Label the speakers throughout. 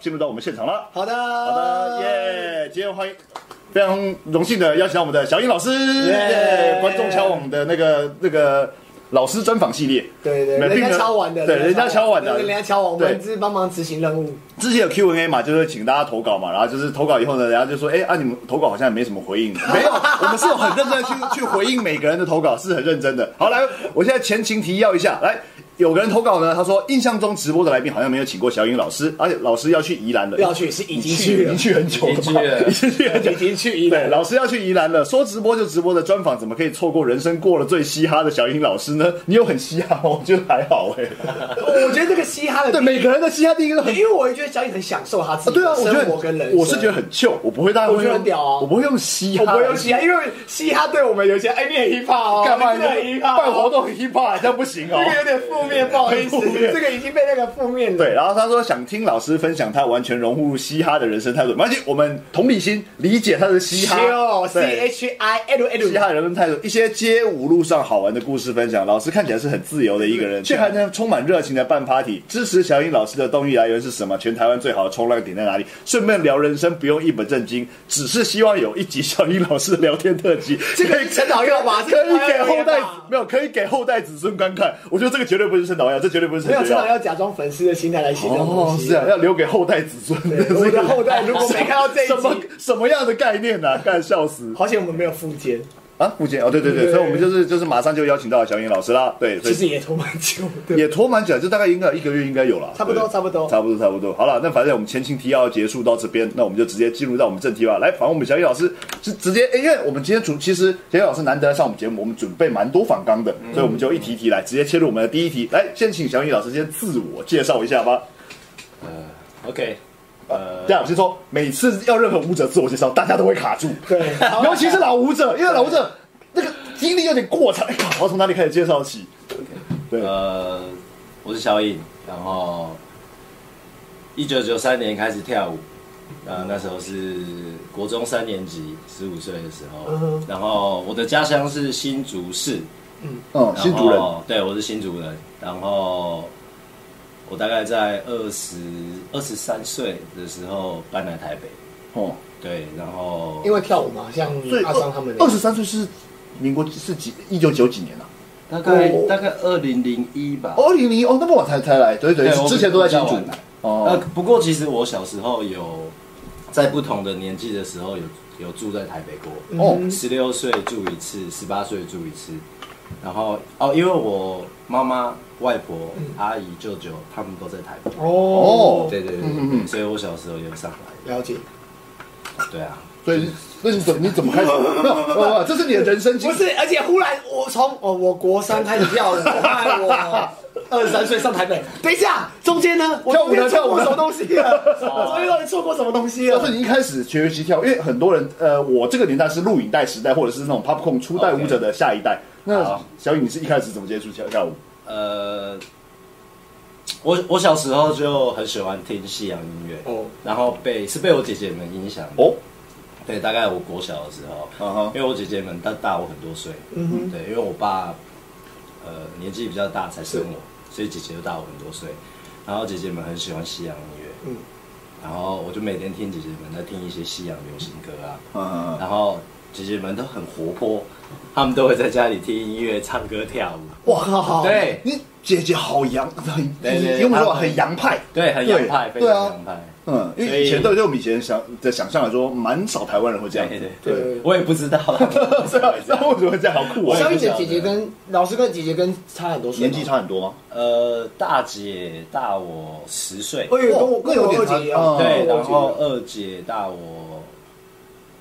Speaker 1: 进入到我们现场了。
Speaker 2: 好的，
Speaker 1: 好
Speaker 2: 好
Speaker 1: 的，耶！今天欢迎，非常荣幸的邀请到我们的小英老师，
Speaker 2: 耶
Speaker 1: 耶！观众敲网的那个那个老师专访系列，
Speaker 2: 对对，
Speaker 1: 没
Speaker 2: 人
Speaker 1: 并没
Speaker 2: 家
Speaker 1: 有
Speaker 2: 敲完的，
Speaker 1: 对，人家敲完的，
Speaker 2: 对人家敲完，我们
Speaker 1: 对
Speaker 2: 只是帮忙执行任务。
Speaker 1: 之前有 Q&A 嘛，就是请大家投稿嘛，然后就是投稿以后呢，人家就说，哎、啊，你们投稿好像也没什么回应，没有，我们是有很认真的去去回应每个人的投稿，是很认真的。好，来，我现在前情提要一下，来，有个人投稿呢，他说印象中直播的来宾好像没有请过小颖老师，而且老师要去宜兰了，
Speaker 2: 要去是已经去
Speaker 1: 已
Speaker 2: 了
Speaker 1: 经，去很久了吧，
Speaker 3: 已经去 了
Speaker 1: 已经去很久
Speaker 2: 已。经去一
Speaker 1: 对，
Speaker 2: 了。
Speaker 1: 老师要去宜兰了，说直播就直播的专访，怎么可以错过人生过了最嘻哈的小英老师呢？你有很嘻哈吗？我觉得还好哎、
Speaker 2: 我觉得这个嘻哈 的
Speaker 1: 对，
Speaker 2: 定义，
Speaker 1: 每个人的嘻哈第一个都很
Speaker 2: 因为我觉得小颖很享受他自己
Speaker 1: 对啊
Speaker 2: 的，
Speaker 1: 我觉
Speaker 2: 生
Speaker 1: 得
Speaker 2: 活跟人生，
Speaker 1: 我是觉得很旧，我不会大家会用，
Speaker 2: 我觉得很屌啊
Speaker 1: 我不会用嘻哈
Speaker 2: 我
Speaker 1: 来，
Speaker 2: 不会用嘻哈，因为嘻哈对我们有些哎，你很 hip hop 哦，
Speaker 1: 干嘛？
Speaker 2: 你
Speaker 1: 你
Speaker 2: 真的很 hip hop，哦
Speaker 1: 办活动 hip hop 这样不 行哦
Speaker 2: 这。个有点负面，不好意思，
Speaker 1: 很 负面
Speaker 2: 这个已经被那个负面的
Speaker 1: 对，然后他说想听老师分享他完全融入嘻哈的人生态度，没关系，我们同理心理解他的嘻哈，
Speaker 2: C
Speaker 1: 对。
Speaker 2: H I L
Speaker 1: 嘻
Speaker 2: L，
Speaker 1: 哈人生态度，一些街舞路上好玩的故事分享。老师看起来是很自由的一个人，却还能充满热情的办 party。支持小英老师的动力来源是什么？全台湾最好的冲浪点在哪里？顺便聊人生，不用一本正经，只是希望有一集小英老师的聊天特辑，
Speaker 2: 这个
Speaker 1: 可以
Speaker 2: 是陈导要吧？
Speaker 1: 可以给后代
Speaker 2: 这个陈导要哎吧
Speaker 1: 没有，可以给后代子孙观看。我觉得这个绝对不是圣导要，这绝对不是
Speaker 2: 没有
Speaker 1: 圣
Speaker 2: 陈
Speaker 1: 导
Speaker 2: 导
Speaker 1: 要。
Speaker 2: 要假装粉丝的心态来写这种
Speaker 1: 哦
Speaker 2: 东，西。
Speaker 1: 是啊，要留给后代子孙。
Speaker 2: 对我的后代如果没看到这一集
Speaker 1: 什么什么样的概念呢、啊？干笑死！
Speaker 2: 好险我们没有附件，
Speaker 1: 啊，目前哦，对对对，
Speaker 2: 对
Speaker 1: 所以我们就是就是马上就邀请到小颖老师啦，对，所
Speaker 2: 其
Speaker 1: 以
Speaker 2: 实也拖蛮久的。
Speaker 1: 也拖蛮久，就大概应该有一个月应该有了，
Speaker 2: 差不多
Speaker 1: 对
Speaker 2: 差不多
Speaker 1: 差不多差不多。好了，那反正我们前情提要结束到这边，那我们就直接进入到我们正题吧。来，反正我们小颖老师是直接，诶因为我们今天主其实小颖老师难得来上我们节目，我们准备蛮多反纲的，所以我们就一题一题来，直接切入我们的第一题。来，先请小颖老师先自我介绍一下吧。
Speaker 3: OK，呃
Speaker 1: 啊这，样，我先说，每次要任何舞者自我介绍，大家都会卡住，
Speaker 2: 对，好
Speaker 1: 尤其是老舞者，因为老舞者那个精力有点过长。哎呀我要从哪里开始介绍起？对，
Speaker 3: 呃，我是小颖，然后一九九三年开始跳舞，呃，那时候是国中三年级，十五岁的时
Speaker 2: 嗯
Speaker 3: 候
Speaker 2: 哼，
Speaker 3: 然后我的家乡是新竹市，
Speaker 1: 嗯，新主人
Speaker 3: 然，后，对，我是新竹人，然后。我大概在二十二十三岁的时候搬来台北，
Speaker 1: 哦，
Speaker 3: 对，然后
Speaker 2: 因为跳舞嘛，像
Speaker 1: 所以
Speaker 2: 阿桑他们
Speaker 1: 二十三岁是民国是几一九九几年啊？
Speaker 3: 大概
Speaker 2: 我
Speaker 3: 大概二零零一吧，
Speaker 1: 二零零哦，那么晚才才来，对对
Speaker 3: 对，我
Speaker 1: 之前都在新
Speaker 3: 比较
Speaker 1: 竹
Speaker 3: 晚来。呃
Speaker 1: 哦，，
Speaker 3: 不过其实我小时候有在不同的年纪的时候有有住在台北过，
Speaker 1: 哦
Speaker 2: 嗯
Speaker 3: 十六岁住一次，十八岁住一次，然后哦，因为我妈妈、外婆、阿姨、舅舅他们都在台北，
Speaker 2: 哦，
Speaker 3: 对对对
Speaker 1: 嗯
Speaker 3: 对
Speaker 1: 嗯嗯
Speaker 3: 所以我小时候也有上来，
Speaker 2: 了解，
Speaker 3: 对啊，
Speaker 1: 所以那你怎么你怎么开始？ 没有没有，没有这是你的人生经
Speaker 2: 不
Speaker 1: 历。
Speaker 2: 是，而且忽然我从哦，我国三开始跳 舞，后来我二十三岁上台北，等一下，中间呢，我
Speaker 1: 跳舞的
Speaker 2: 中间
Speaker 1: 跳
Speaker 2: 错过
Speaker 1: 舞的
Speaker 2: 什么东 西了？我中间到底错过什么东西
Speaker 1: 要是
Speaker 2: 了？
Speaker 1: 啊你一开始学习跳，因为很多人，呃，我这个年代是录影带时代，或者是那种 popcorn 初代舞者的下一代。那
Speaker 3: 好
Speaker 1: 小雨，你是一开始怎么接触跳跳舞？
Speaker 3: 呃，我我小时候就很喜欢听西洋音乐，
Speaker 2: 哦
Speaker 3: 然后被是被我姐姐们影响的，
Speaker 1: 哦，
Speaker 3: 对，大概我国小的时候，
Speaker 1: 嗯哼
Speaker 3: 因为我姐姐们她大我很多岁，
Speaker 2: 嗯哼
Speaker 3: 对，因为我爸呃年纪比较大才生我，所以姐姐就大我很多岁。然后姐姐们很喜欢西洋音乐，
Speaker 2: 嗯
Speaker 3: 然后我就每天听姐姐们在听一些西洋流行歌啊，
Speaker 1: 嗯嗯
Speaker 3: 然后姐姐们都很活泼，她们都会在家里听音乐、唱歌、跳舞，
Speaker 2: 哇
Speaker 1: 嗯
Speaker 2: 靠！
Speaker 3: 对，
Speaker 1: 你姐姐好洋，很
Speaker 3: 对对对
Speaker 1: 用说法
Speaker 3: 她
Speaker 1: 很洋派。
Speaker 3: 对，很洋派，非
Speaker 1: 对
Speaker 3: 常
Speaker 1: 啊
Speaker 3: 洋派。
Speaker 1: 嗯，因
Speaker 3: 所
Speaker 1: 为
Speaker 3: 以
Speaker 1: 以前对对我们以前想的想象来说，蛮少台湾人会这样子
Speaker 3: 对。
Speaker 2: 对对
Speaker 3: 我也不知道，
Speaker 1: 对 啊，那为什么会这样？好酷
Speaker 3: 我
Speaker 1: 啊！
Speaker 3: 也
Speaker 2: 小
Speaker 3: 不
Speaker 2: 雨
Speaker 3: 晓
Speaker 2: 姐
Speaker 3: 得
Speaker 2: 姐姐跟老师跟姐姐跟差很多岁吗，
Speaker 1: 年纪差很多吗？
Speaker 3: 呃，大姐大我十岁，
Speaker 2: 哎呦，跟我跟我二姐一样，嗯
Speaker 1: 哦
Speaker 3: 对，然
Speaker 2: 我
Speaker 3: 后二姐大我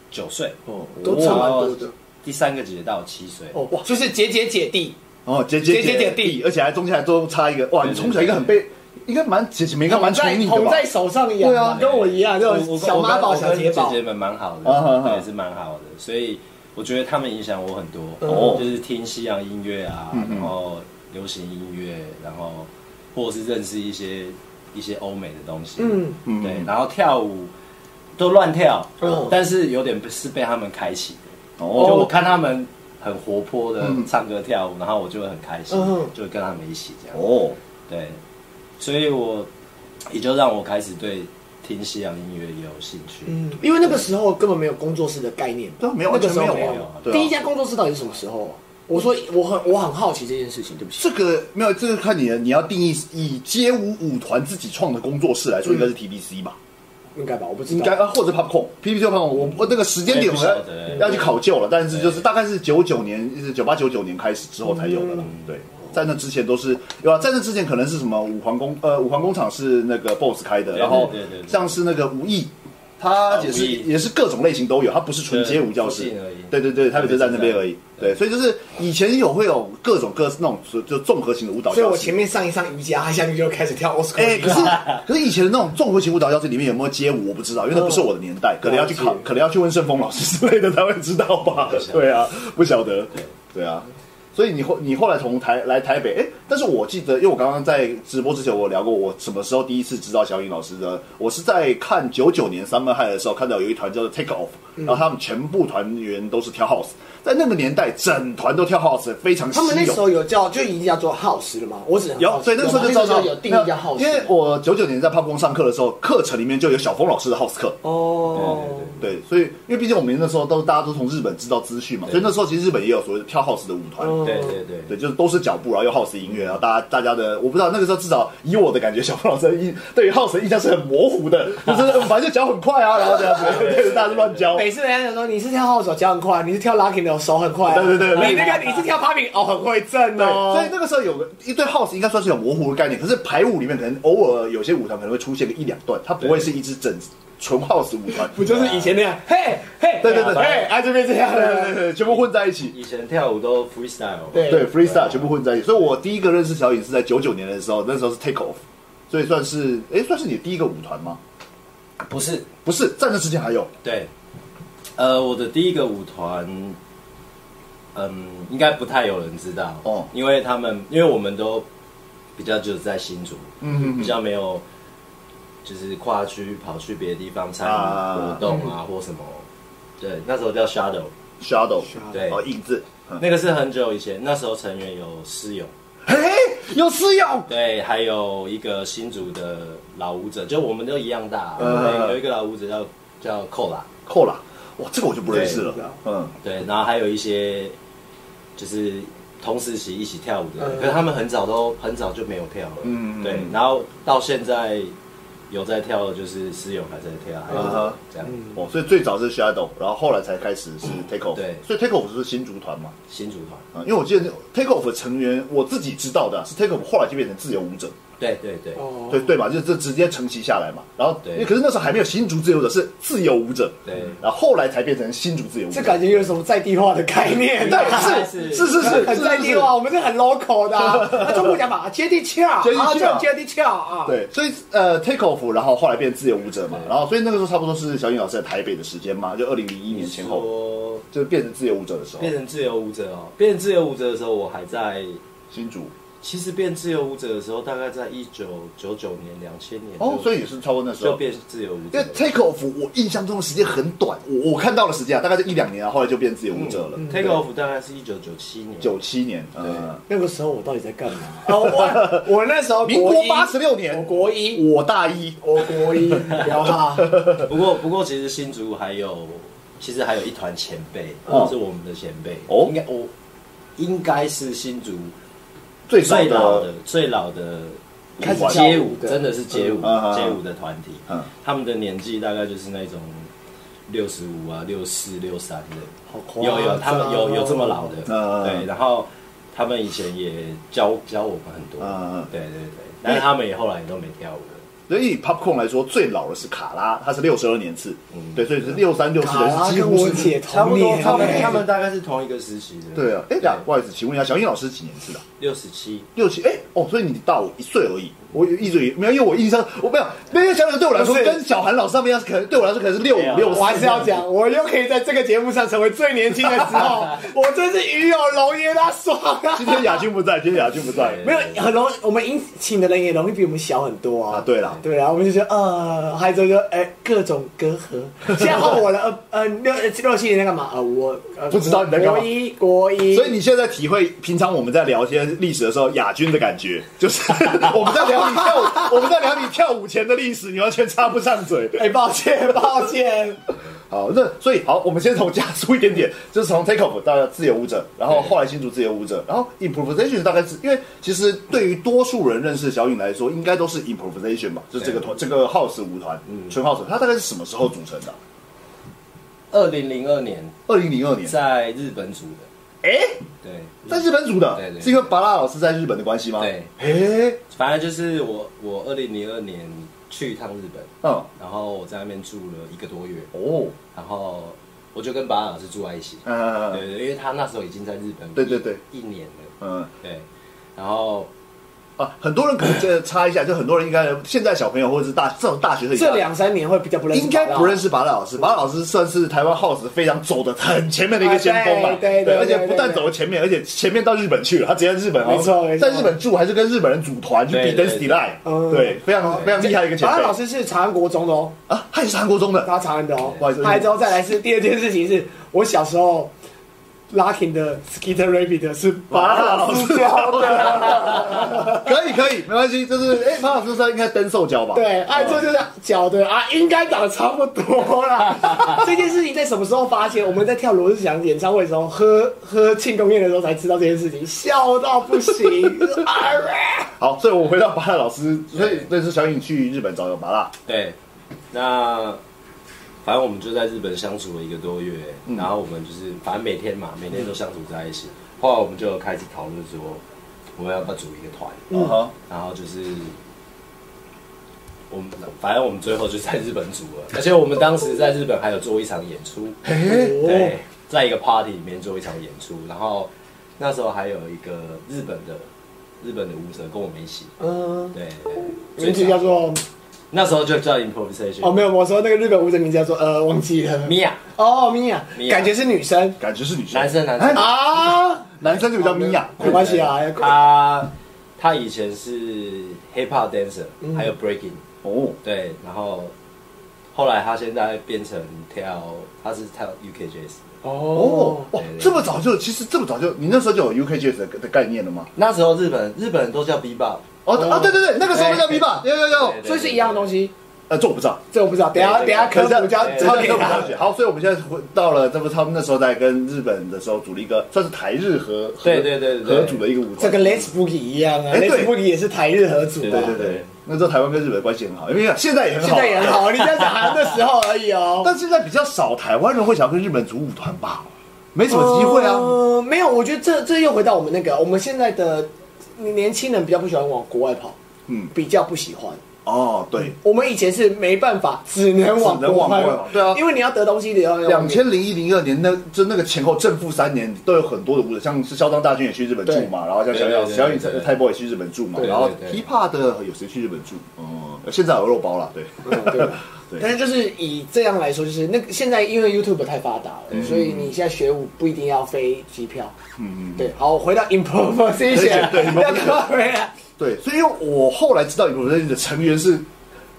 Speaker 3: 九岁，
Speaker 1: 哦
Speaker 2: 都差蛮多的。
Speaker 3: 第三个姐姐大我七岁。
Speaker 2: 哦，哇，就是姐姐姐弟，
Speaker 1: 哦，姐姐
Speaker 2: 姐姐姐弟
Speaker 1: 弟，而且还中间还都差一个。哇，
Speaker 3: 对
Speaker 1: 你
Speaker 3: 对
Speaker 1: 从小一个很被，应该蛮姐姐们应该蛮
Speaker 2: 捧
Speaker 1: 宠
Speaker 2: 在
Speaker 1: 你的
Speaker 2: 捧
Speaker 1: 吧？
Speaker 2: 在手上养，
Speaker 1: 对啊
Speaker 2: 跟我一样，那
Speaker 3: 我
Speaker 2: 种
Speaker 3: 我
Speaker 2: 小妈宝、
Speaker 3: 我跟
Speaker 2: 小姐宝
Speaker 3: 姐。姐们蛮好的，
Speaker 1: 啊哈哈
Speaker 3: 对，是蛮好的，所以我觉得他们影响我很多，
Speaker 1: 哦
Speaker 3: 就是听西洋音乐啊，
Speaker 1: 嗯嗯
Speaker 3: 然后流行音乐，然后或者是认识一些一些欧美的东西，
Speaker 2: 嗯
Speaker 1: 嗯
Speaker 3: 对，然后跳舞都乱跳，
Speaker 2: 嗯
Speaker 3: 但是有点是被他们开启的。就我
Speaker 1: 哦，
Speaker 3: 看他们很活泼的
Speaker 1: 嗯
Speaker 3: 唱歌跳舞，然后我就会很开心
Speaker 2: 嗯，
Speaker 3: 就跟他们一起这样。
Speaker 1: 哦，
Speaker 3: 对，所以我也就让我开始对听西洋音乐也有兴趣。
Speaker 2: 嗯，因为那个时候根本没有工作室的概念，
Speaker 1: 对啊没有
Speaker 2: 那个时候
Speaker 1: 完全没有啊
Speaker 2: 有
Speaker 1: 对啊
Speaker 2: 第一家工作室到底是什么时候啊？我说我很我很好奇这件事情，对不起。
Speaker 1: 这个没有，这个看你的，你要定义以街舞舞团自己创的工作室来说，应该是 TBC 吧？
Speaker 2: 应该吧，呃我不知
Speaker 1: 应
Speaker 2: 道。
Speaker 1: 该啊，或者 Popcorn、PPT Popcorn，我我那个时间点我
Speaker 3: 我也
Speaker 1: 要
Speaker 3: 不晓得
Speaker 1: 要去考究了，但是就是大概是九九年、九八九九年开始之后才有
Speaker 3: 嗯
Speaker 1: 的了。对，在那之前都是有啊，在那之前可能是什么五环工呃五环工厂是那个 BOSS 开的，
Speaker 3: 对
Speaker 1: 然后
Speaker 3: 对对对对
Speaker 1: 像是那个武艺。它也是
Speaker 3: 啊武艺
Speaker 1: 也是各种类型都有，它不是纯街舞教室
Speaker 3: 对附近而已，
Speaker 1: 对对对，台北车站那边而已。对，所以就是以前有会有各种各那种就综合型的舞蹈教室。
Speaker 2: 所以我前面上一上瑜伽，下面就开始跳 Oscar。
Speaker 1: 哎、可 是可是以前的那种重回型舞蹈教室里面有没有街舞，我不知道，因为那不是我的年代，可能要去考
Speaker 2: 了解，
Speaker 1: 可能要去问盛峰老师之类的才会知道吧
Speaker 3: 不晓。得
Speaker 1: 对啊，不晓得，对啊。所以你后你后来从台来台北，哎、但是我记得，因为我刚刚在直播之前我有聊过，我什么时候第一次知道小颖老师的？我是在看九九年 Summer High 的时候，看到有一团叫做 Take Off，然
Speaker 2: 嗯
Speaker 1: 后他们全部团员都是跳 House，在那个年代整团都跳 House，非常稀
Speaker 2: 他们那
Speaker 1: 有
Speaker 2: 时候有叫就已经叫做 House 了吗？我只能
Speaker 1: 有，所以那个时候就照
Speaker 2: 知道
Speaker 1: 到
Speaker 2: 有定义叫 House，
Speaker 1: 因为我九九年在胖工上课的时候，课程里面就有小峰老师的 house 课。
Speaker 2: 哦，
Speaker 1: 对，所以因为毕竟我们那时候都大家都从日本知道资讯嘛，所以那时候其实日本也有所谓的跳 house 的舞团。
Speaker 2: 哦
Speaker 3: 对对对
Speaker 1: 对，就是都是脚步，然后又 house 音乐，然后大家大家的，我不知道那个时候至少以我的感觉，小峰老师的印对于 house 的印象是很模糊的，就是反正就脚很快啊，然后这 样子，对，大家就乱教。
Speaker 2: 每次人家讲说你是跳 House 脚很快，你是跳 Lucky 的手很快啊，
Speaker 1: 对对对
Speaker 2: 你那个你是跳 Popping 哦很会震
Speaker 1: 对，
Speaker 2: 哦，
Speaker 1: 所以那个时候有个一对 house 应该算是有模糊的概念，可是排舞里面可能偶尔有些舞团可能会出现个一两段，它不会是一支整纯 house 舞团。
Speaker 2: 不就是以前那样？嘿嘿，
Speaker 1: 对对对对
Speaker 2: 哎，啊这边这样
Speaker 1: 对对对
Speaker 2: 的，
Speaker 1: 对，全部混在一起。
Speaker 3: 以前跳舞都 freestyle，嘛
Speaker 2: 对
Speaker 1: 对，freestyle 全部混在一起。所以我第一个认识小颖是在九九年的时候，那时候是 Take Off，所以算是哎，算是你第一个舞团吗？
Speaker 3: 不是
Speaker 1: 不是，在那之前还有
Speaker 3: 对，呃，我的第一个舞团，嗯，应该不太有人知道
Speaker 1: 哦
Speaker 3: 哦，因为他们，因为我们都比较就是在新竹，
Speaker 1: 嗯
Speaker 3: 嗯，比较没有就是跨区跑去别的地方参与活动
Speaker 1: 嗯
Speaker 3: 啊或什么，对，那时候叫 Shadow，
Speaker 1: Shadow，
Speaker 3: 对
Speaker 1: 哦，影子，嗯
Speaker 3: 那个是很久以前，那时候成员有师友，
Speaker 1: 嘿，有私有，
Speaker 3: 对，还有一个新竹的老舞者，就我们都一样大，
Speaker 1: 嗯
Speaker 3: 有一个老舞者叫叫寇拉，
Speaker 1: 扣啦，哇，这个我就不认识了
Speaker 2: 对，
Speaker 1: 嗯，
Speaker 3: 对，然后还有一些就是同时期一起跳舞的人，
Speaker 2: 嗯
Speaker 3: 可是他们很早都很早就没有跳了，
Speaker 1: 嗯
Speaker 3: 嗯，对
Speaker 1: 嗯，
Speaker 3: 然后到现在有在跳的，就是室友还在跳，还有
Speaker 1: 嗯哼
Speaker 3: 这样
Speaker 1: 哦，所以最早是 Shadow，然后后来才开始是 Take Off，
Speaker 3: 对
Speaker 1: 所以 Take Off 是新竹团嘛，
Speaker 3: 新组团，
Speaker 1: 啊，因为我记得 Take Off 的成员我自己知道的啊是 Take Off 后来就变成自由舞者，
Speaker 3: 对对对，
Speaker 2: 哦
Speaker 1: 对对嘛，就这直接承袭下来嘛。然后，
Speaker 3: 对
Speaker 1: 因为可是那时候还没有新竹自由者，是自由舞者。
Speaker 3: 对
Speaker 1: 然后后来才变成新竹自由舞
Speaker 2: 这
Speaker 1: 者。
Speaker 2: 感觉有什么在地化的概念？
Speaker 1: 对，是
Speaker 3: 是
Speaker 1: 是是是
Speaker 2: 很在地化，。我们是很 local 的啊，啊中国讲法接地气啊，
Speaker 1: 接地气啊
Speaker 2: 啊这种接地气啊啊，
Speaker 1: 对，所以呃，take off，然后后来变自由舞者嘛，
Speaker 3: 对
Speaker 1: 然后所以那个时候差不多是小颖老师在台北的时间嘛，就二零零一年前后，
Speaker 3: 说
Speaker 1: 就变成自由舞者的时候，
Speaker 3: 变成自由舞者哦，变成自由舞者的时候，我还在。
Speaker 1: 新竹
Speaker 3: 其实变自由舞者的时候，大概在一九九九年、两千年
Speaker 1: 哦，所
Speaker 3: 以
Speaker 1: 以也是差不多那时
Speaker 3: 就
Speaker 1: 候。
Speaker 3: 变自由舞
Speaker 1: 因
Speaker 3: 者
Speaker 1: 为
Speaker 3: 了。
Speaker 1: take off 我印象中的时间很短，我我看到的时间啊，大概就一两年啊，后来就变自由舞者了。
Speaker 3: 嗯 Take Off 大概是一九九七年，
Speaker 1: 嗯九七年，嗯，
Speaker 2: 那个时候我到底在干嘛？啊我我那时候
Speaker 1: 民国
Speaker 2: 一
Speaker 1: 八十六年
Speaker 2: 我，国一，
Speaker 1: 我大一，
Speaker 2: 我国一，不要怕，
Speaker 3: 不过不过其实新竹还有，其实还有一团前辈，
Speaker 1: 哦
Speaker 3: 是我们的前辈，
Speaker 1: 哦
Speaker 3: 应该我应该是新竹
Speaker 1: 最早
Speaker 3: 最老
Speaker 1: 的
Speaker 3: 的最老的
Speaker 1: 开始
Speaker 3: 街
Speaker 2: 跳
Speaker 3: 舞
Speaker 2: 舞，的
Speaker 3: 真的是街舞
Speaker 1: 嗯
Speaker 3: 街舞的团体
Speaker 1: 嗯，
Speaker 3: 他们的年纪大概就是那种六十五啊、六四、六三的，
Speaker 2: 好夸张
Speaker 3: 有
Speaker 2: 哦
Speaker 3: 有，他们有有这么老的，
Speaker 1: 啊嗯
Speaker 3: 对，然后他们以前也教教我们很多，
Speaker 1: 嗯
Speaker 3: 对对对，但是他们也后来也都没跳舞了，
Speaker 1: 所以 Popcorn 来说，最老的是卡拉，他是六十二年次，
Speaker 3: 嗯
Speaker 1: 对，所以是六三六四
Speaker 2: 卡
Speaker 1: 的
Speaker 2: 拉
Speaker 1: 是几
Speaker 2: 跟
Speaker 1: 乎
Speaker 2: 我
Speaker 1: 是
Speaker 2: 姐同年，
Speaker 3: 他
Speaker 2: 哎
Speaker 3: 们他们大概是同一个时期的，
Speaker 1: 对啊。哎，等一下不好意思，请问一下，小英老师几年次的啊？
Speaker 3: 六十七，
Speaker 1: 六七哎哦，所以你大我一岁而已。我一直以为没有，因为我印象我没有，没有想想对我来说
Speaker 2: 不是
Speaker 1: 跟小韩老师他们一样，可能对我来说可能是六五
Speaker 3: 对啊
Speaker 1: 六四。
Speaker 2: 我还是要讲，我又可以在这个节目上成为最年轻的时候，我真是鱼有龙焉啊，爽啊！
Speaker 1: 今天亚军不在，今天亚军不在
Speaker 3: 对
Speaker 2: 没有很容易，我们引请的人也容易比我们小很多啊。
Speaker 1: 啊。对啦，
Speaker 2: 对啊，我们就觉得呃，还有就哎各种隔 阂。现在换我了，呃呃六呃六七年在干嘛？呃我呃
Speaker 1: 不知道你在干嘛
Speaker 2: 国一国一，
Speaker 1: 所以你现在体会平常我们在聊一些历史的时候，亚军的感觉，就是我们在聊聊你跳舞，我们在聊你跳舞前的历史，你完全插不上嘴。
Speaker 2: 哎、抱歉，抱歉。
Speaker 1: 好，那所以好，我们先从加速一点点，就是从 take off 到自由舞者，然后后来新竹自由舞者，然后 improvisation 大概是因为其实对于多数人认识小颖来说，应该都是 improvisation 吧，就是这个团这个 house 舞团，纯 house，它大概是什么时候组成的啊？
Speaker 3: 二零零二年
Speaker 1: 二零零二年，
Speaker 3: 在日本组的，
Speaker 1: 哎，
Speaker 3: 对，
Speaker 1: 在日本组的
Speaker 3: 对，对
Speaker 1: 是因为巴拉老师在日本的关系吗？
Speaker 3: 对，
Speaker 1: 哎，
Speaker 3: 反正就是我我二零零二年去一趟日本，
Speaker 1: 嗯，
Speaker 3: 然后我在那边住了一个多月，
Speaker 1: 哦，
Speaker 3: 然后我就跟巴拉老师住在一起，对
Speaker 1: 嗯
Speaker 3: 对，对因为他那时候已经在日本，
Speaker 1: 对对对，
Speaker 3: 一年了，
Speaker 1: 嗯。
Speaker 3: 对，然后
Speaker 1: 啊，很多人可能这插一下，就很多人应该现在小朋友或者是大这种大学生，
Speaker 2: 这两三年会比较不认识，
Speaker 1: 啊
Speaker 2: 啊
Speaker 1: 应该不认
Speaker 2: 识。
Speaker 1: 识巴拉老
Speaker 2: 嗯
Speaker 1: 师，巴拉老师算是台湾 House 非常走的很前面的一个先锋嘛
Speaker 2: 啊，对对对
Speaker 1: 而且
Speaker 2: 对
Speaker 1: 不但走了前面，而且前面到日本去了，他直接日本，
Speaker 2: 没错没错
Speaker 1: 在日本住还是跟日本人组团去比
Speaker 3: 对对
Speaker 1: Density Line，
Speaker 2: 嗯
Speaker 1: 对，非常非常厉害的一个前
Speaker 2: 法拉老
Speaker 1: 辈
Speaker 2: 师是长安国中的哦，
Speaker 1: 啊，他也是韩国中的，
Speaker 2: 他长安的哦
Speaker 1: 不好意思。
Speaker 2: 还之后再来是第二件事情是，我小时候 Lucky 的 Skeeter Rabbit 是
Speaker 1: 法拉
Speaker 2: 法拉
Speaker 1: 老
Speaker 2: 老
Speaker 1: 师
Speaker 2: 师教的。
Speaker 1: 可以可以，没关系，就是哎，巴拉老师他应该登受教吧？
Speaker 2: 嗯对，按这就是脚的啊，应该长得差不多啦。 这件事情在什么时候发现？我们在跳罗志祥演唱会的时候，喝喝庆功宴的时候才知道这件事情，笑到不行。 啊
Speaker 1: 好，所以我回到巴拉老师，所以
Speaker 3: 对
Speaker 1: 那是小颖去日本找巴拉，
Speaker 3: 对，那反正我们就在日本相处了一个多月，
Speaker 1: 嗯
Speaker 3: 然后我们就是反正每天嘛，每天都相处在一起。后来我们就有开始讨论说，我们要不要组一个团，
Speaker 1: 嗯哼，
Speaker 3: 然后就是。我们反正我们最后就在日本组了，而且我们当时在日本还有做一场演出，哎
Speaker 2: 哦
Speaker 3: 对，在一个 party 里面做一场演出，然后那时候还有一个日本的日本的舞者跟我们一起，
Speaker 2: 嗯，
Speaker 3: 对对对，
Speaker 2: 名字叫做
Speaker 3: 那时候就叫 improvisation，
Speaker 2: 哦，没有，我说那个日本舞者名字叫做呃，忘记了。
Speaker 3: 米娅，
Speaker 2: 哦，米娅，
Speaker 3: Mia
Speaker 2: 感觉是女生
Speaker 1: 感觉是女生，
Speaker 3: 男生男生
Speaker 1: 哎
Speaker 2: 啊，
Speaker 1: 男生就比较米娅，
Speaker 2: 没关系啊，
Speaker 3: 他他以前是 hip hop dancer，、还
Speaker 2: 嗯
Speaker 3: 有 breaking，
Speaker 1: 哦，
Speaker 3: 对，然后后来他现在变成跳，他是跳 UK jazz。
Speaker 1: 哦
Speaker 2: 哦，，
Speaker 1: 哇
Speaker 3: 对，对
Speaker 1: 这么早就，其实这么早就，你那时候就有 UKJS 的的概念了吗？
Speaker 3: 那时候日本日本人都叫 b b o
Speaker 1: 哦啊，对对对，那个时候叫 B 吧，有有有，
Speaker 2: 哦所以是一样的东西，
Speaker 1: 呃，这我不知道。
Speaker 2: 这我不知道，等一下等
Speaker 3: 对
Speaker 2: 一下科
Speaker 1: 可是
Speaker 2: 普教
Speaker 3: 对
Speaker 1: 超级
Speaker 2: 交给
Speaker 1: 都不
Speaker 2: 他
Speaker 1: 了。解。好，所以我们现在回到了，这不他们那时候在跟日本的时候组了一个，算是台日合合
Speaker 3: 对对对对对
Speaker 1: 合组的一个舞
Speaker 2: 这
Speaker 1: 团。
Speaker 2: 跟 Let's Boogie 一样啊
Speaker 1: 哎对
Speaker 2: ，Let's Boogie 也是台日合组
Speaker 1: 对
Speaker 2: 的。
Speaker 1: 对对，那时候台湾跟日本的关系很好，因为现在也很好，
Speaker 2: 现在也很。好，你在打的时候而已哦。
Speaker 1: 但现在比较少台湾人会想要跟日本组舞团吧，没什么机会啊。
Speaker 2: 呃没有，我觉得这这又回到我们那个，我们现在的年轻人比较不喜欢往国外跑，
Speaker 1: 嗯，
Speaker 2: 比较不喜欢。
Speaker 1: 哦，对，
Speaker 2: 我们以前是没办法，只能往
Speaker 1: 只能
Speaker 2: 国
Speaker 1: 往
Speaker 2: 外
Speaker 1: 国外
Speaker 2: 跑
Speaker 1: 跑，对啊
Speaker 2: 因为你要得东西得要
Speaker 1: 两千零一零二年那就那个前后正负三年都有很多的舞者，像是肖张大军也去日本住嘛，然后像小
Speaker 3: 对对
Speaker 1: 小
Speaker 3: 对
Speaker 1: 小雨
Speaker 3: 对对
Speaker 1: 泰波也去日本住嘛，
Speaker 3: 对
Speaker 1: 然后
Speaker 3: 对对
Speaker 1: hiphop 的有谁去日本住？哦，现在有肉包了，对，
Speaker 2: 嗯 对吧
Speaker 1: 对
Speaker 2: 但是就是以这样来说，就是那个现在因为 YouTube 太发达了，所以你现在学舞不一定要飞机票。
Speaker 1: 嗯嗯嗯，
Speaker 2: 对，好，回到 improvisation，啊
Speaker 1: 对对
Speaker 2: 要赶快回来。
Speaker 1: 对，所以因为我后来知道有人的成员是。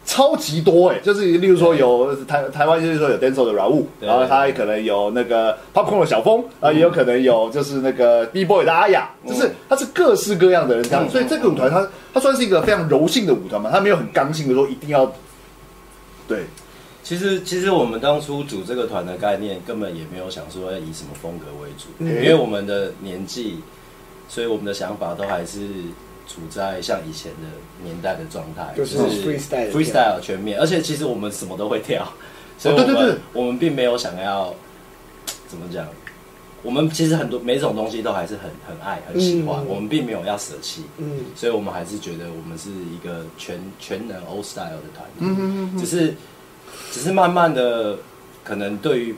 Speaker 1: 超级多哎、就是例如说有台台湾，就是说有 Denzel 的软物，
Speaker 3: 对
Speaker 1: 然后他可能有那个 Popcorn 的小峰，然后也有可能有就是那个 B Boy 的阿雅，就是他是各式各样的人这样，所以这个舞团它它算是一个非常柔性的舞团嘛，它没有很刚性的说一定要，对，
Speaker 3: 其实，其实我们当初组这个团的概念，根本也没有想说要以什么风格为主，
Speaker 2: 嗯
Speaker 3: 因为我们的年纪，所以我们的想法都还是处在像以前的年代的状态，
Speaker 2: 就是 freestyle 的
Speaker 3: freestyle 全面，而且其实我们什么都会跳，所以我
Speaker 1: 对
Speaker 2: 哦
Speaker 3: 们、
Speaker 1: 对对
Speaker 3: 我们并没有想要怎么讲，我们其实很多每种东西都还是很很爱很喜欢，
Speaker 2: 嗯
Speaker 3: 我们并没有要舍弃，
Speaker 2: 嗯，
Speaker 3: 所以我们还是觉得我们是一个全全能 old style 的团体，
Speaker 1: 嗯嗯嗯
Speaker 3: 只是只是慢慢的，可能对于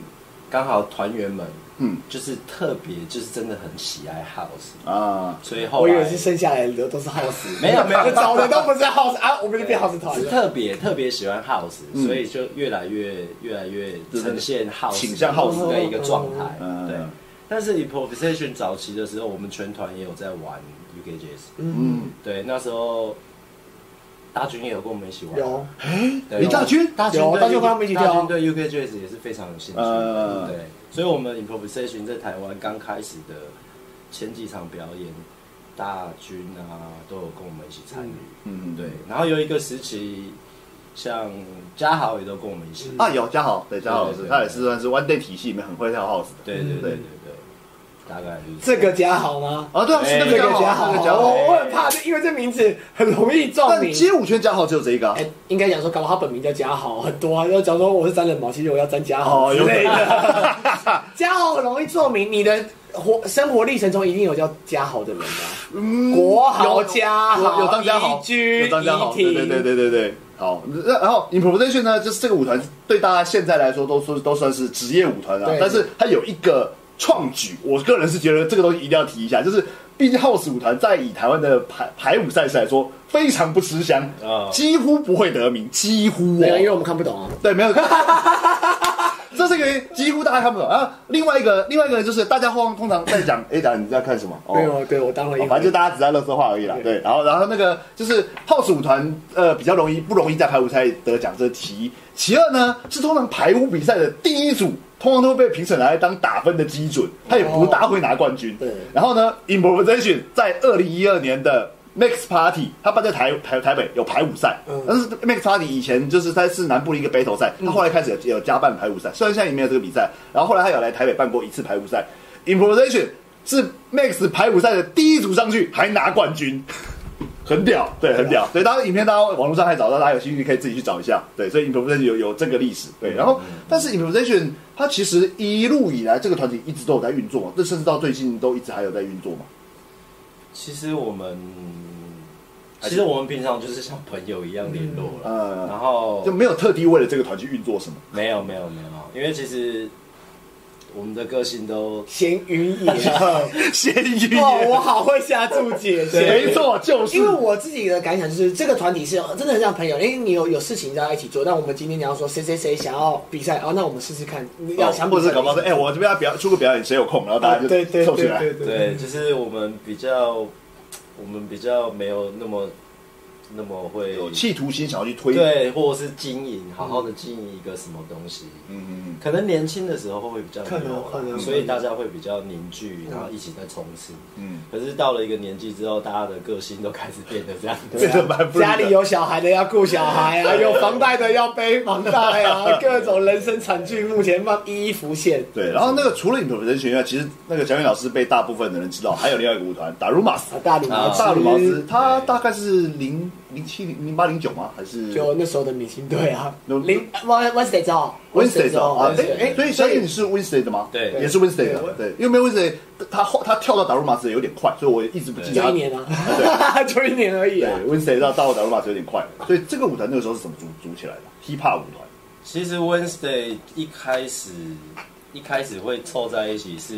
Speaker 3: 刚好团员们，
Speaker 1: 嗯
Speaker 3: 就是特别就是真的很喜爱 house，
Speaker 1: 啊，
Speaker 3: 所以后
Speaker 2: 我以
Speaker 3: 来
Speaker 2: 为是生下来的都是 house，
Speaker 3: 没 有没有
Speaker 2: 找的都不是 house 啊，我们就变 house 团
Speaker 3: 是
Speaker 2: 了。
Speaker 3: 特别特别喜欢 house，、
Speaker 1: 嗯
Speaker 3: 所以就越来越越来越呈现 house
Speaker 1: 倾向 house
Speaker 3: 的一个状态，
Speaker 1: 嗯
Speaker 3: 对。但是 improvisation 早期的时候，我们全团也有在玩 UKJS，
Speaker 1: 嗯，
Speaker 3: 对，那时候大军也有跟我们一起玩，
Speaker 2: 嗯有，
Speaker 3: 对
Speaker 1: 林大军
Speaker 3: 大军
Speaker 2: 有
Speaker 3: 对
Speaker 2: 大军跟他们一起跳
Speaker 3: 大军对 UK Jazz 也是非常有兴趣
Speaker 1: 嗯
Speaker 3: 的，对，所以我们 improvisation 在台湾刚开始的前几场表演，大军啊，都有跟我们一起参与。
Speaker 1: 嗯嗯
Speaker 3: 对，然后有一个时期，像嘉豪也都跟我们一起。
Speaker 1: 啊，有嘉豪，对嘉豪老师
Speaker 3: 对，对
Speaker 1: 他也是算是 One Day 体系里面很会跳 house 的。
Speaker 3: 对对对
Speaker 1: 对
Speaker 3: 对对，大概就是
Speaker 2: 这个家好吗？
Speaker 1: 啊，对啊，是那个
Speaker 2: 这
Speaker 1: 嘉
Speaker 2: 个家
Speaker 1: 豪，
Speaker 2: 好，
Speaker 1: 那个嘉豪。哦
Speaker 2: 我我很怕，因为这名字很容易撞
Speaker 1: 但
Speaker 2: 名。
Speaker 1: 街舞圈嘉豪只有这一个啊
Speaker 2: 哎，应该讲说，搞不好他本名叫嘉豪，很多啊。要讲说我是沾人毛，其实我要沾嘉豪
Speaker 1: 哦
Speaker 2: 之
Speaker 1: 有可能
Speaker 2: 类的。嘉豪很容易做名，你的活生活历程中一定有叫嘉豪的人吧？
Speaker 1: 嗯
Speaker 2: 国豪
Speaker 1: 有
Speaker 2: 嘉豪，
Speaker 1: 有有张家豪，
Speaker 2: 宜居
Speaker 1: 有张家豪，
Speaker 2: 宜
Speaker 1: 对
Speaker 2: 庭
Speaker 1: 对对对对对。好，那然后 improvisation 呢，就是这个舞团对大家现在来说都说都算是职业舞团啊
Speaker 2: 对，
Speaker 1: 但是它有一个创举，我个人是觉得这个东西一定要提一下，就是毕竟 house 舞团在以台湾的排排舞赛事来说非常不吃香
Speaker 3: 啊
Speaker 1: 几乎不会得名，几乎
Speaker 2: 没有，因为
Speaker 1: 哦，
Speaker 2: 我们看不懂啊。
Speaker 1: 对，没有。 这是一个原因几乎大家看不懂啊。另外一个，另外一个就是大家通通常在讲，哎，讲你在看什么？哦
Speaker 2: 没有，对我当了一
Speaker 1: 哦反正就大家只在乐色话而已啦。
Speaker 2: 对
Speaker 1: 对，然后然后那个就是 House 舞团，呃，比较容易不容易在排舞赛得奖，这是其一。其二呢，是通常排舞比赛的第一组，通常都会被评审拿来当打分的基准，他也不大会拿冠军。
Speaker 2: 对
Speaker 1: 然后呢，Improvisation 在二零一二年的 Max Party，他办在台台台北有排舞赛，
Speaker 2: 嗯
Speaker 1: 但是 Max Party 以前就是在是南部的一个 battle 赛，他后来开始有有加办排舞赛，虽然现在也没有这个比赛，然后后来他有来台北办过一次排舞赛，Improvisation 是 Max 排舞赛的第一组上去还拿冠军。很屌，对，很
Speaker 2: 啊
Speaker 1: 屌，对，当然影片大家网络上还找到，大家有兴趣可以自己去找一下，对，所以 improvisation 有有这个历史，
Speaker 2: 嗯
Speaker 1: 对，然后但是 improvisation 它其实一路以来这个团体一直都有在运作嘛，这甚至到最近都一直还有在运作嘛，
Speaker 3: 其实我们，啊其实我们平常就是像朋友一样联络了，
Speaker 1: 呃，
Speaker 3: 然
Speaker 2: 哦
Speaker 3: 后
Speaker 1: 就没有特地为了这个团去运作什么，
Speaker 3: 没有没有没有，因为其实我们的个性都
Speaker 2: 咸鱼也，
Speaker 1: 咸鱼
Speaker 2: 哇，哦我好会下注解。咸 鱼
Speaker 1: 没错，就是
Speaker 2: 因为我自己的感想就是，这个团体是哦真的很像朋友，因为你有有事情大家一起做。那我们今天你要说谁谁谁想要比赛，哦，那我们试试看，你要想比
Speaker 1: 或者
Speaker 2: 赛
Speaker 1: 是搞不好是哎，我这边要表出个表演，谁有空，然后哎大家就
Speaker 2: 哦对对
Speaker 1: 凑
Speaker 2: 对
Speaker 1: 起来，
Speaker 2: 对
Speaker 3: 对，就是我们比较，我们比较没有那么那么会
Speaker 1: 有企图心想要去推，
Speaker 3: 对，或者是经营，好好的经营一个什么东西。
Speaker 1: 嗯嗯
Speaker 3: 可能年轻的时候会比较
Speaker 2: 可能
Speaker 3: 没有啊
Speaker 2: 可能
Speaker 3: 所以大家会比较凝聚，然后一起在冲刺。
Speaker 1: 嗯，
Speaker 3: 可是到了一个年纪之后，大家的个性都开始变得这样。
Speaker 1: 这个蛮不容易
Speaker 2: 啊家
Speaker 1: 的
Speaker 2: 里有小孩的要顾小孩 啊，有房贷的要背房贷啊，各种人生惨剧目前慢一一浮现。
Speaker 1: 对，然后那个除了 improvisation 以外，其实那个小韵老师被大部分的人知道，还有另外一个舞团达鲁马斯
Speaker 2: 啊，，大理
Speaker 3: 啊
Speaker 1: 大鲁马斯
Speaker 2: 师，
Speaker 1: 他大概是零零七零零八零九吗？还是
Speaker 2: 就那时候的明星队啊，
Speaker 1: 有
Speaker 2: 零 Wednesday 照
Speaker 1: 嗯 Wednesday 的啊？
Speaker 3: Wednesday
Speaker 1: 哎哎，所以小韵是 Wednesday 的吗？
Speaker 3: 对
Speaker 1: 也是 Wednesday
Speaker 2: 对
Speaker 1: 的，对，因为没有 Wednesday，他后他跳到达鲁马斯有点快，所以我一直不记得
Speaker 2: 就
Speaker 1: 他
Speaker 2: 一年啊， 就一年而已
Speaker 1: 对
Speaker 2: 啊。
Speaker 1: ，Wednesday 到到达鲁马斯有点快，所以这个舞团那个时候是怎么组组起来的？hiphop 舞团。
Speaker 3: 其实 Wednesday 一开始一开始会凑在一起是，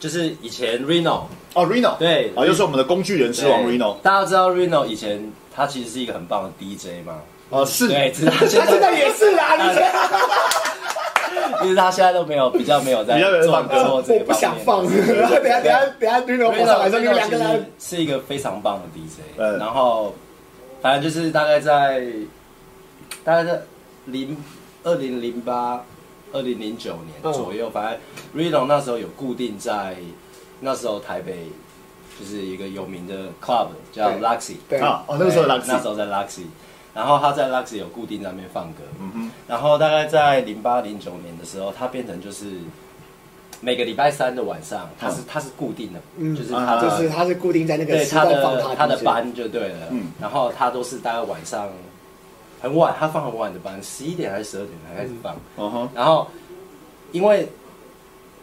Speaker 3: 就是以前 Reno
Speaker 1: 哦，Reno，
Speaker 3: 对
Speaker 1: 啊，又是我们的工具人之王
Speaker 3: 对
Speaker 1: Reno，
Speaker 3: 大家知道 Reno 以前他其实是一个很棒的 DJ 嘛，
Speaker 1: 啊，是，
Speaker 3: 对，只 是他 现
Speaker 2: 他现
Speaker 3: 在
Speaker 2: 在也是啊，你现在
Speaker 3: 只是他现在都没有比较没有在
Speaker 1: 比较没有在
Speaker 3: 做
Speaker 1: 放歌
Speaker 3: 做这
Speaker 2: 我
Speaker 3: 个
Speaker 2: 不想
Speaker 3: 方
Speaker 2: 放，
Speaker 3: 面
Speaker 2: 等下等下等下 r i n o 跑上来说你们两个
Speaker 3: 其实
Speaker 2: 人，
Speaker 3: 是一个非常棒的 DJ，
Speaker 1: 嗯
Speaker 3: 然后反正就是大概在大概在零二零零八、二零零九
Speaker 1: 嗯
Speaker 3: 年左右，反正 Reno 那时候有固定在那时候台北就是一个有名的 club 叫
Speaker 2: 对
Speaker 3: Luxy，
Speaker 2: 对
Speaker 1: 啊，哦，那个时候
Speaker 3: 对
Speaker 1: Luxy，
Speaker 3: 那时候在 Luxy，然后他在 Luxy 有固定在那边放歌，
Speaker 1: 嗯哼，
Speaker 3: 然后大概在零八零九年的时候，它变成就是每个礼拜三的晚上，它是它是固定的，
Speaker 2: 嗯
Speaker 3: 就是它的、
Speaker 2: 就是他是固定在那个
Speaker 3: 呃对
Speaker 2: 时
Speaker 3: 它
Speaker 2: 段放
Speaker 3: 的
Speaker 2: 他
Speaker 3: 它的
Speaker 2: 地方，
Speaker 3: 班就对了，
Speaker 1: 嗯
Speaker 3: 然后它都是大概晚上很晚，它放很晚的班，十一点还是十二点才开始放，
Speaker 1: 嗯哼，
Speaker 3: 然后因为。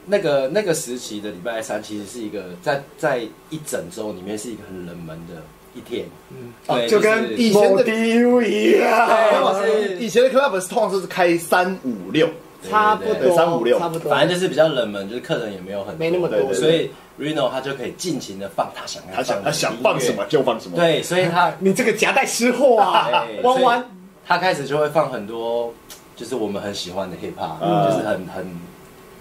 Speaker 3: 那个那个时期的礼拜三，其实是一个在在一整周里面是一个很冷门的一天，嗯，
Speaker 2: 哦
Speaker 3: 对，
Speaker 1: 就是跟以前
Speaker 2: 某
Speaker 1: 的
Speaker 2: 迪 U E 一
Speaker 3: 对
Speaker 2: 样，
Speaker 3: 哎就是
Speaker 1: 以前的 club 哎是通常都是开三五六，
Speaker 2: 差不
Speaker 1: 对
Speaker 2: 多
Speaker 1: 三五六
Speaker 2: 差不多，
Speaker 3: 反正就是比较冷门，就是客人也没有很多
Speaker 2: 没那么
Speaker 1: 对
Speaker 2: 多，
Speaker 1: 对
Speaker 3: 所以 Reno 他就可以尽情的放他想要
Speaker 1: 他想
Speaker 3: 的
Speaker 1: 他想放什
Speaker 3: 音
Speaker 1: 么
Speaker 3: 乐，
Speaker 1: 就放什么。，
Speaker 3: 对，所以他
Speaker 2: 你这个夹带私货啊 弯
Speaker 3: 对，哎所以
Speaker 2: 弯。
Speaker 3: 他开始就会放很多就是我们很喜欢的 hip hop，、
Speaker 1: 嗯
Speaker 3: 就是很很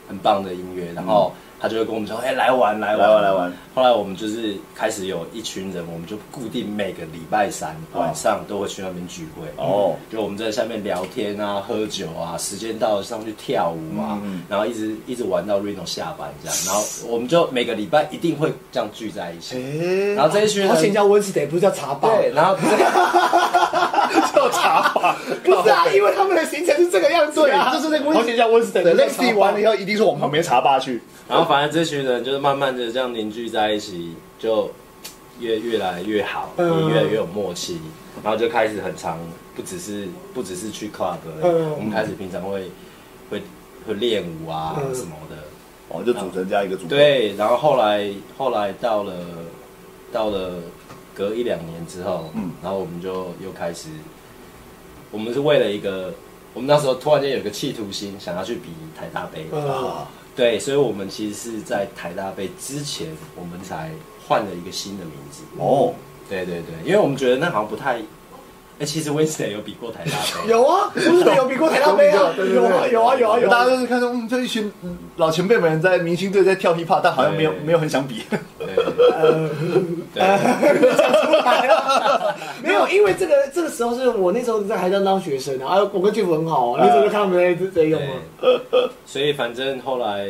Speaker 3: 很棒的音乐，然后他就会跟我们说，哎、来玩来玩
Speaker 1: 来玩来玩。
Speaker 3: 后来我们就是开始有一群人，我们就固定每个礼拜三
Speaker 1: 哦
Speaker 3: 晚上都会去那边聚会。
Speaker 1: 哦
Speaker 3: 就我们在下面聊天啊、喝酒啊，时间到了上去跳舞啊，
Speaker 1: 嗯
Speaker 3: 然后一直一直玩到 Reno 下班这样，然后我们就每个礼拜一定会这样聚在一起。
Speaker 2: 哎
Speaker 3: 然后这一群人
Speaker 2: 好险叫 Wednesday，不是叫茶吧？
Speaker 3: 对，然后不是
Speaker 1: 叫茶吧，
Speaker 2: 不是啊，因为他们的行程是这个样子
Speaker 1: 对，
Speaker 2: 啊，
Speaker 1: 就是那个
Speaker 2: 好险叫 Wednesday，
Speaker 1: 对
Speaker 2: 不是叫茶
Speaker 1: Lexi
Speaker 2: 吧
Speaker 1: 完了以后一定是往旁边茶吧去。
Speaker 3: 然后反正这群人就是慢慢的这样凝聚在一起，就越越来越好，也
Speaker 2: 嗯
Speaker 3: 越来越有默契，然后就开始很长，不只是不只是去 club，而已
Speaker 2: 嗯
Speaker 3: 我们开始平常会会会练舞啊
Speaker 2: 嗯
Speaker 3: 什么的，
Speaker 1: 哦，就组成这样一个组合。，
Speaker 3: 对，然后后来后来到了到了隔一两年之后，
Speaker 1: 嗯
Speaker 3: 然后我们就又开始，我们是为了一个，我们那时候突然间有一个企图心，想要去比台大杯，
Speaker 2: 嗯
Speaker 3: 对，所以我们其实是在台大杯之前，我们才换了一个新的名字。
Speaker 1: 哦，
Speaker 3: 对对对，因为我们觉得那好像不太。哎、其实 Winston 有比过台大杯，
Speaker 2: 有啊，不是有比过台大杯 啊，有啊，有啊，有啊，有
Speaker 1: 大家
Speaker 2: 啊。
Speaker 1: 都是看到嗯，这一群嗯老前辈们在明星队在跳 hiphop，但好像没有
Speaker 3: 对
Speaker 1: 没有很想比。
Speaker 3: 对对对
Speaker 2: 呃
Speaker 3: 对
Speaker 2: 没有，因为这个这个时候是我那时候在还在当学生啊，啊我跟 Jeff 很好啊，
Speaker 3: 呃
Speaker 2: 那时候就看他们在在用啊。
Speaker 3: 对，所以反正后来，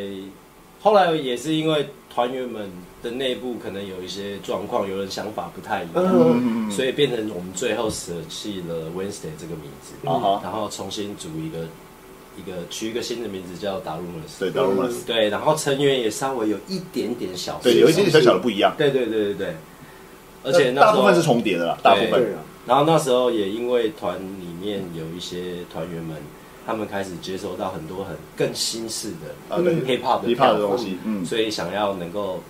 Speaker 3: 后来也是因为团员们的内部可能有一些状况，有人想法不太一样，
Speaker 2: 嗯，
Speaker 1: 嗯，
Speaker 3: 所以变成我们最后舍弃了 Wednesday 这个名字，
Speaker 1: 啊哈
Speaker 3: 然后重新组一个一个取一个新的名字叫 Darumers，
Speaker 1: 对 d a r u
Speaker 3: 对，然后成员也稍微有一点点小，
Speaker 1: 对，有一些小小的，不一样，
Speaker 3: 对对对对对，而且那时候
Speaker 1: 大部分是重叠的啦，大部分
Speaker 2: 对啊，
Speaker 3: 然后那时候也因为团里面有一些团员们，他们开始接收到很多很更新式的
Speaker 1: 啊对
Speaker 3: hip hop 的
Speaker 1: hip
Speaker 3: 跳
Speaker 1: hop 的
Speaker 3: 法
Speaker 1: 东西，嗯，
Speaker 3: 所以想要能够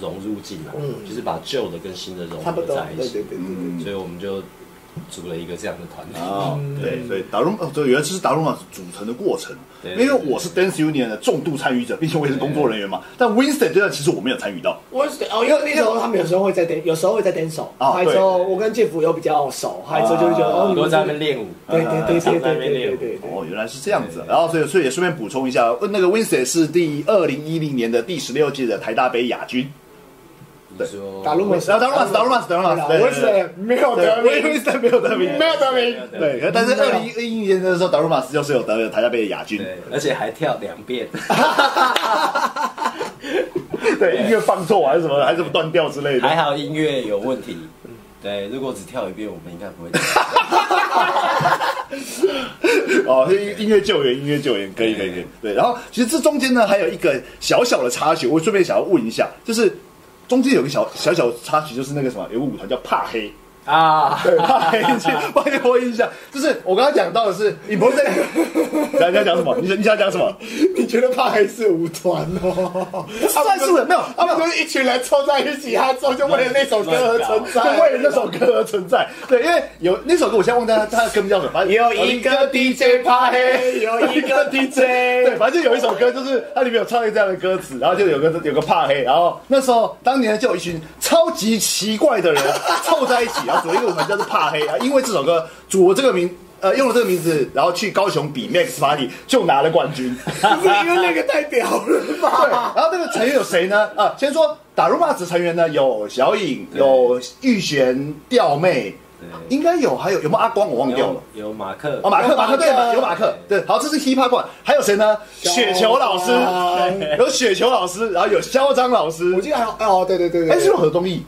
Speaker 3: 融入进来，
Speaker 2: 嗯
Speaker 3: 就是把旧的跟新的融
Speaker 2: 差不
Speaker 3: 合
Speaker 2: 多
Speaker 3: 在，一
Speaker 2: 对
Speaker 3: 起
Speaker 2: 对。对对对。
Speaker 1: 嗯
Speaker 3: 所以我们就组了一个这样的团体。
Speaker 1: 哦，对，
Speaker 2: 嗯
Speaker 1: 所以达鲁哦，对，原来这是达鲁玛组成的过程。
Speaker 3: 对
Speaker 1: 因为我是 Dance Union 的重度参与者，并且我也是工作人员嘛。但 Winston 这段其实我没有参与到，
Speaker 2: 我哦，因为那时候他们有时候会在 d 有时候会在 d a 手，
Speaker 1: 哦
Speaker 2: 还有时候我跟 Jeff 有比较熟，还有时候就会觉得
Speaker 1: 啊
Speaker 2: 哦，你
Speaker 3: 都
Speaker 2: 们
Speaker 3: 在那边练舞，
Speaker 2: 对对对
Speaker 3: 常
Speaker 2: 对对
Speaker 3: 在那边练
Speaker 2: 对对
Speaker 3: 舞
Speaker 2: 对对。
Speaker 1: 哦，原来是这样子
Speaker 3: 对。
Speaker 1: 然后所以所以也顺便补充一下，呃那个 Winston 是第二零一零年的第十六届的台大杯亚军。
Speaker 3: 你说
Speaker 2: 打入门，
Speaker 1: 然后达鲁玛斯，达鲁玛斯，达鲁玛斯，
Speaker 2: 我是没有
Speaker 1: 对
Speaker 2: 得名，
Speaker 1: ，Winston 没有得名。
Speaker 2: 没有得名，
Speaker 1: 对，可但是二零一一年的时候，达鲁玛斯就是有得了台大杯的亚军，
Speaker 3: 对，而且还跳两遍，
Speaker 1: 对，音乐放错还是什么，还是什么断掉之类的。
Speaker 3: 还好音乐有问题。对，如果只跳一遍，我们应该不会跳。
Speaker 1: 哦，音音乐救援，音乐救援，可以，可以，可以。对，然后其实这中间呢，还有一个小小的插曲，我顺便想要问一下，就是中间有个小小小插曲，就是那个什么，有个舞团叫怕黑。
Speaker 3: 啊，
Speaker 1: 对，怕黑 去，帮你播一下。就是我刚刚讲到的是，你不是 在，等一下讲什么？你想你想讲什么？
Speaker 2: 你觉得怕黑是舞团哦？
Speaker 1: 算是没有，
Speaker 2: 他
Speaker 1: 没
Speaker 2: 们
Speaker 1: 有
Speaker 2: 都，是一群人凑在一起，他之后就为了那首歌而存
Speaker 1: 就
Speaker 2: 在，
Speaker 1: 为了那首歌而存在。对，因为有那首歌，我现在忘记它它的歌名叫什么，反正
Speaker 2: 有一个 DJ 怕黑，有一个 DJ，
Speaker 1: 对，反正有一首歌就是它里面有唱一个这样的歌词，然后就有个有个怕黑，然后那时候当年就有一群超级奇怪的人凑在一起，然后组了一个舞团叫做怕黑，然后因为这首歌组了这个名。呃，用了这个名字，然后去高雄比 Max Party 就拿了冠军。
Speaker 2: 不是 因为那个太屌了
Speaker 1: 对，
Speaker 2: 吧？
Speaker 1: 然后那个成员有谁呢？啊，先说打入骂子成员呢，有小颖，有玉璇、吊妹，
Speaker 3: 对
Speaker 1: 应该有，还有有没有阿光我忘掉了
Speaker 3: 有。有马克
Speaker 1: 哦，马克，马克对，
Speaker 2: 有马克
Speaker 1: 有马克对，好，这是 hiphop 馆，还有谁呢？雪球老师
Speaker 2: 张，
Speaker 1: 有雪球老师，然后有嚣张老师
Speaker 2: 我，记得还有哦，对对对
Speaker 1: 哎，是
Speaker 2: 对
Speaker 1: 不是。何东义？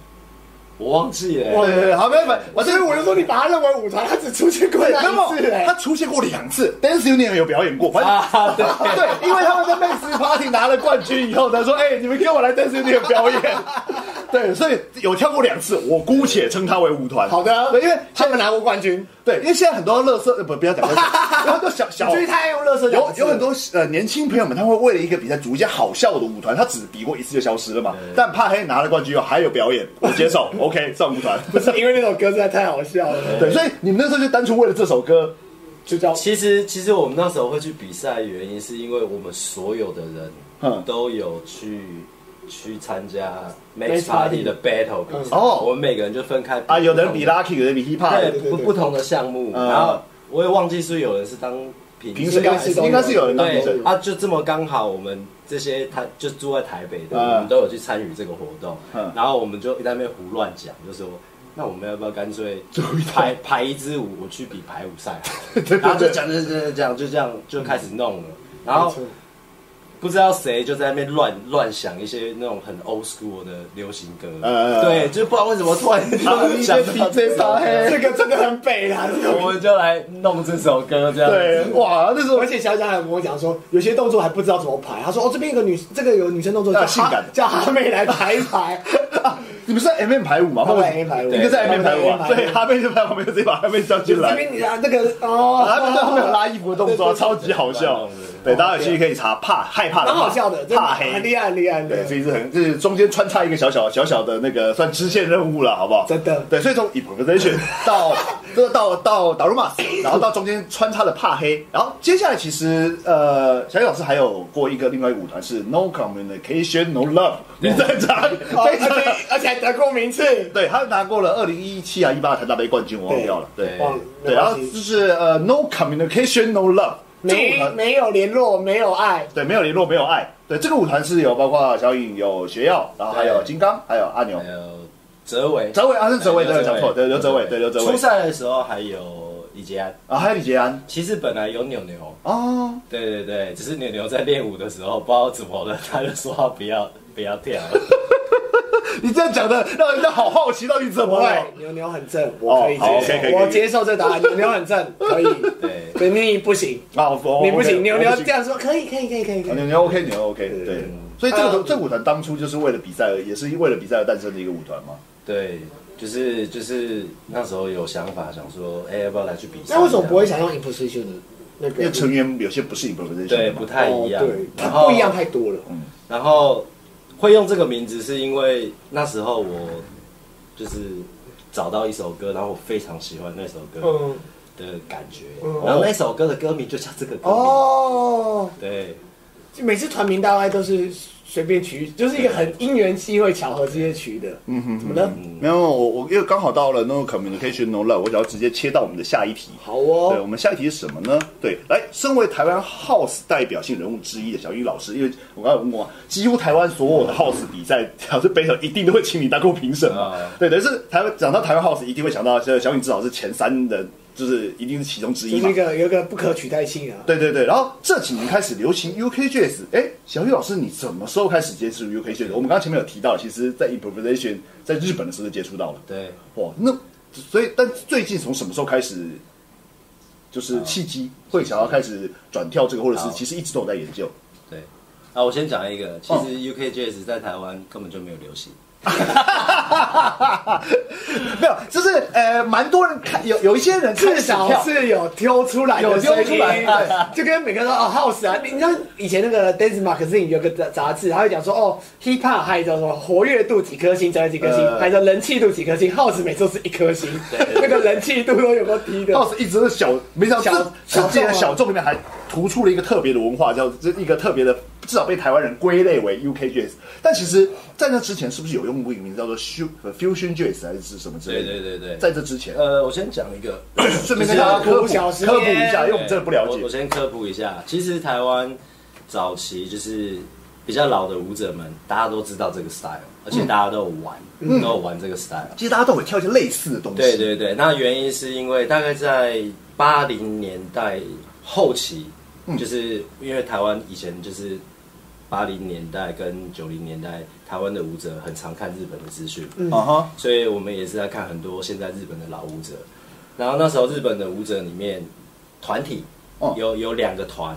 Speaker 3: 我忘记了。
Speaker 1: 对对对，好，没有，反
Speaker 2: 所以
Speaker 1: 正
Speaker 2: 我就说，你把他认为舞团，他只出现过
Speaker 1: 对，
Speaker 2: 那
Speaker 1: 那
Speaker 2: 一次，
Speaker 1: 么
Speaker 2: 哎
Speaker 1: 他出现过两次，Dance Union 有表演过，反正
Speaker 3: 啊，对，
Speaker 1: 对，因为他们在 Max Party 拿了冠军以后，他说：“哎、你们跟我来 Dance Union 表演。”对，所以有跳过两次，我姑且称它为舞团。
Speaker 2: 好的啊
Speaker 1: 对，因为
Speaker 2: 他们拿过冠军。
Speaker 1: 对，因为现在很多乐色，呃不不要讲乐色，有很多小小
Speaker 2: 所以他还用乐色
Speaker 1: 有有很多呃年轻朋友们，他会为了一个比赛组一些好笑的舞团，他只比过一次就消失了嘛。但怕黑拿了冠军以后还有表演，我接受，OK 上舞团。
Speaker 2: 不是因为那首歌实在太好笑了，
Speaker 1: 对，所以你们那时候就单纯为了这首歌，
Speaker 2: 就叫
Speaker 3: 其实其实我们那时候会去比赛，原因是因为我们所有的
Speaker 1: 嗯
Speaker 3: 人都有去去参加
Speaker 2: Max Party
Speaker 3: Max Party 嗯的 battle 比赛。
Speaker 1: 哦
Speaker 3: 我们每个人就分开
Speaker 1: 啊，有的人比 Lucky，有的人比 Hip
Speaker 3: 对
Speaker 1: Hop，
Speaker 2: 对
Speaker 3: 不
Speaker 2: 对
Speaker 3: 不同的项目，
Speaker 1: 嗯
Speaker 3: 然后我也忘记是有人是当评
Speaker 1: 平时
Speaker 3: 审
Speaker 2: 应该是都有
Speaker 1: 应该是有人当评审
Speaker 3: 对。啊，就这么刚好我们这些他就住在台北的，
Speaker 1: 嗯
Speaker 3: 我们都有去参与这个活动
Speaker 1: 嗯，
Speaker 3: 然后我们就在那边胡乱讲，就说。那我们要不要干脆 排排一支舞，我去比排舞赛好了？然后就
Speaker 1: 啊
Speaker 3: 讲讲讲讲，就这样就开始弄了。
Speaker 1: 嗯
Speaker 3: 然后不知道谁就在那边乱乱想一些那种很 old school 的流行歌，
Speaker 1: 呃
Speaker 3: 对，就不知道为什么突然就想到这首歌，
Speaker 2: 这个真的很北啦，这个
Speaker 3: 我们就来弄这首歌这样
Speaker 1: 对
Speaker 3: 子。，
Speaker 1: 哇，那时候
Speaker 2: 而且小小还有跟我讲说，有些动作还不知道怎么排。他说：“哦，这边有个女，这个有女生动作叫
Speaker 1: 啊性
Speaker 2: 哈
Speaker 1: 感
Speaker 2: 叫哈妹来排一排。
Speaker 1: 啊，你们是在 M M 排舞吗？
Speaker 2: 他们在 M&M 排舞
Speaker 1: 一个在 M M 排舞啊，
Speaker 2: 对
Speaker 1: 对，哈妹就排，我们就直接把哈妹叫进
Speaker 2: 这
Speaker 1: 来。
Speaker 2: 边你啊，那个哦，
Speaker 1: 他们他们有拉衣服的动作啊，
Speaker 2: 对对对
Speaker 1: 超级好笑
Speaker 3: 对对。
Speaker 1: 对，大家有兴趣可以查怕害怕的
Speaker 2: 蛮
Speaker 1: 怕，
Speaker 2: 好笑的，真的
Speaker 1: 怕
Speaker 2: 很
Speaker 1: 黑。
Speaker 2: 厉害，很厉害，很厉
Speaker 1: 对，
Speaker 2: 害。
Speaker 1: 所以是很，就是中间穿插一个小小小小的那个算支线任务了，好不好？
Speaker 2: 真的
Speaker 1: 对，所以从 improvisation 到这到到达鲁马斯，然后到中间穿插了怕黑，然后接下来其实呃，小野老师还有过一个另外一个舞团是 No Communication No Love，你在场，
Speaker 2: 哦
Speaker 1: 非
Speaker 2: 而
Speaker 1: 常
Speaker 2: 且而且还得过名次，
Speaker 1: 对，他拿过了二零一七啊一八台大杯冠军，我忘掉了。对
Speaker 3: 对
Speaker 2: 忘了
Speaker 1: 对，然后就是呃，no communication, no love，这个舞
Speaker 2: 没
Speaker 1: 团
Speaker 2: 没有联络，没有爱，
Speaker 1: 对没有联络，没有爱。对，这个舞团是有包括小颖、有学耀，然后还有
Speaker 3: 对
Speaker 1: 金刚，还有阿牛
Speaker 3: 还、有哲伟，
Speaker 1: 哲伟啊，是哲伟，
Speaker 3: 对
Speaker 1: 对，讲错，对，刘
Speaker 3: 刘
Speaker 1: 哲伟，对，刘哲伟
Speaker 3: 初，赛的时候还有李杰安，
Speaker 1: 啊，还有李杰安，
Speaker 3: 其实本来有扭牛，
Speaker 1: 哦，
Speaker 3: 对对对，只是扭牛在练舞的时候不知道怎么了，他就说他不要 不要跳了。
Speaker 1: 你这样讲的让人家好好奇，到底怎么了
Speaker 2: 对？，牛牛很正，我可以
Speaker 1: 哦好可以可以
Speaker 2: 接受，
Speaker 1: 可以
Speaker 2: 我接受这答 案，牛牛很正，可以。
Speaker 3: 对，
Speaker 2: 对，你不行，
Speaker 1: 啊，我我
Speaker 2: 你不
Speaker 1: 我
Speaker 2: 行，牛牛
Speaker 1: 我不
Speaker 2: 这
Speaker 1: 行
Speaker 2: 样说可以，可以，可以，可以，可
Speaker 1: 啊
Speaker 2: 以。
Speaker 1: 牛牛 OK，牛牛 OK，
Speaker 2: 对
Speaker 1: 对
Speaker 2: 对。
Speaker 1: 所以这
Speaker 2: 还有
Speaker 1: 个这个舞团当初就是为了比赛而，也是为了比赛而诞生的一个舞团嘛。
Speaker 3: 对，就是就是那时候有想法，想说，哎、要不要来去比赛？
Speaker 2: 那为什么不会？想用 imposition 的那
Speaker 1: 因
Speaker 2: 个
Speaker 1: 为？成员有些不是 improvisation
Speaker 3: 对，
Speaker 1: 的嘛
Speaker 3: 不太一样。
Speaker 2: 哦对，它
Speaker 3: 然后
Speaker 2: 不一样。太多了。
Speaker 3: 然后会用这个名字，是因为那时候我就是找到一首歌，然后我非常喜欢那首歌
Speaker 2: 嗯，
Speaker 3: 的感觉，
Speaker 2: 嗯
Speaker 3: 然后那首歌的歌名就叫这个歌名。
Speaker 2: 哦，
Speaker 3: 对，
Speaker 2: 就每次团名大概都是随便取，就是一个很因缘机会巧合之间取的。嗯哼，怎么了？
Speaker 1: 没有，我我因为刚好到了 no communication no love，我想要直接切到我们的下一题。
Speaker 2: 好
Speaker 1: 对，我
Speaker 2: 哦，
Speaker 1: 们下一题是什么呢？对，来，身为台湾 House 代表性人物之一的小英老师，因为我刚才有问过嘛，几乎台湾所有的 House 比赛， 只要是北手一定都会请你当过评审嘛。
Speaker 3: 啊
Speaker 1: 对，但是台湾讲到台湾 House，一定会想到小小颖至少是前三人，就是一定是其中之
Speaker 2: 就
Speaker 1: 一
Speaker 2: 是
Speaker 1: 嘛
Speaker 2: 一。个有一个不可取代性啊。
Speaker 1: 对对对，然后这几年开始流行 UK jazz，哎，小玉老师，你什么时候开始接触 UK jazz？我们刚刚前面有提到，其实在 improvisation 在日本的时候就接触到了。
Speaker 3: 对，
Speaker 1: 哇，那所以但最近从什么时候开始，就是契机会想要开始转跳这个，或者是
Speaker 3: 啊好
Speaker 1: 其实一直都有在研究。
Speaker 3: 对。啊，我先讲一
Speaker 1: 哦
Speaker 3: 个，其实 UK Jazz 在台湾根本就没有流行。
Speaker 1: 没有，就是呃，蛮多人看有有一些人
Speaker 2: 至少
Speaker 1: 是
Speaker 2: 是有丢出来
Speaker 1: 有
Speaker 2: 的
Speaker 1: 丢
Speaker 2: 声
Speaker 1: 出来
Speaker 2: 音，对，就跟每个人说哦 house 啊，你知道以前那个 Dance Magazine 有个杂杂志，他会讲说哦 hip hop 还有什么活跃度几颗星，才几颗星，
Speaker 1: 呃
Speaker 2: 还有人气度几颗星，house 每周是一颗星，那个人气度都有够低的。
Speaker 1: 倒是一直是小，没想
Speaker 2: 小
Speaker 1: 到这
Speaker 2: 小
Speaker 1: 这
Speaker 2: 众
Speaker 1: 的
Speaker 2: 啊
Speaker 1: 小众里面还突出了一个特别的文化，叫这一个特别的，至少被台湾人归类为 UK jazz。但其实在那之前，是不是有用过一个名字叫做 fu- fusion jazz 还是什么之类的？
Speaker 3: 对对对对
Speaker 1: 在这之前，
Speaker 3: 呃，我先讲一个，
Speaker 1: 顺便跟大家科普
Speaker 2: 就是小时
Speaker 1: 科普一下， 因为
Speaker 3: 对
Speaker 1: 我们真的不了
Speaker 3: 我
Speaker 1: 解。
Speaker 3: 我先科普一下，其实台湾早期就是比较老的舞者们，大家都知道这个 style，而
Speaker 1: 嗯
Speaker 3: 且大家都有玩，都有玩这个 style。
Speaker 1: 其实大家都会跳一些类似的东西。
Speaker 3: 对对对，那原因是因为大概在八零年代后期，
Speaker 1: 嗯
Speaker 3: 就是因为台湾以前就是八零年代跟九零年代，台湾的舞者很常看日本的资讯，
Speaker 1: 啊哈，
Speaker 3: 所以我们也是在看很多现在日本的老舞者。然后那时候日本的舞者里面，团体
Speaker 1: 哦
Speaker 3: 有有两个团，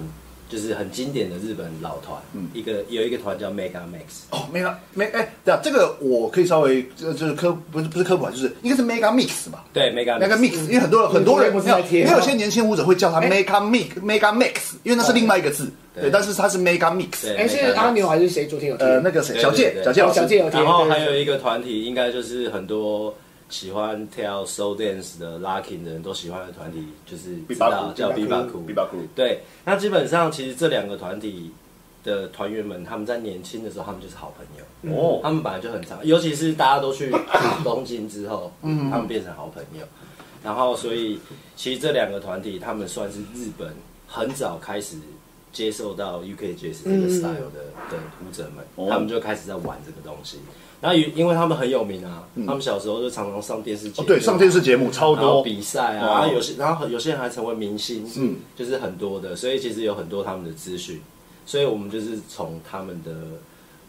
Speaker 3: 就是很经典的日本老团，
Speaker 1: 嗯
Speaker 3: 一个有一个团叫 Mega Max，
Speaker 1: 哦，没了，没哎，对啊，这个我可以稍微呃就是科不是不是科普啊，就是应该是 mega mix 吧
Speaker 3: 对 Mega
Speaker 1: ，mega
Speaker 3: Max，
Speaker 1: mix，因为嗯很多人很多人
Speaker 2: 不是
Speaker 1: 没有
Speaker 2: 在贴吗
Speaker 1: 没有些年轻舞者会叫它
Speaker 2: 哎
Speaker 1: mega mix mega mix，因为那是另外一个字，
Speaker 3: 对
Speaker 1: 对，但是它是 mega mix，
Speaker 3: 对
Speaker 2: 哎，是
Speaker 3: Mega Max
Speaker 2: 阿牛还是谁昨天有贴
Speaker 1: 呃，那个谁，
Speaker 3: 对
Speaker 1: 小健
Speaker 3: 对对
Speaker 1: 小健老师
Speaker 2: 哦小健有贴
Speaker 3: 然后还
Speaker 2: 对
Speaker 3: 有一个团体，应该就是很多喜欢跳 soul dance 的 locking 的人都喜欢的团体，就是
Speaker 1: 比
Speaker 3: 知
Speaker 1: 巴
Speaker 3: 道
Speaker 1: 库
Speaker 3: 叫 b
Speaker 2: 比
Speaker 3: b
Speaker 2: 巴
Speaker 3: a
Speaker 2: 库
Speaker 3: k
Speaker 1: 比巴库，
Speaker 3: 对，那基本上其实这两个团体的团员们，他们在年轻的时候，他们就是好朋友。
Speaker 1: 哦
Speaker 3: 他们本来就很常，尤其是大家都去东京之后，他们变成好朋友。然后，所以其实这两个团体，他们算是日本很早开始接受到 UK Jazz 这个 style 的的舞者
Speaker 1: 哦
Speaker 3: 们，他们就开始在玩这个东西。然后因因为他们很有名啊，他们小时候就常常上电视节
Speaker 1: 嗯哦
Speaker 3: 目，，
Speaker 1: 对，上电视节目超
Speaker 3: 然后
Speaker 1: 多，
Speaker 3: 比赛
Speaker 1: 哦
Speaker 3: 啊，然后有些然后有些人还成为明星，
Speaker 1: 嗯
Speaker 3: 嗯，就是很多的，所以其实有很多他们的资讯，所以我们就是从他们的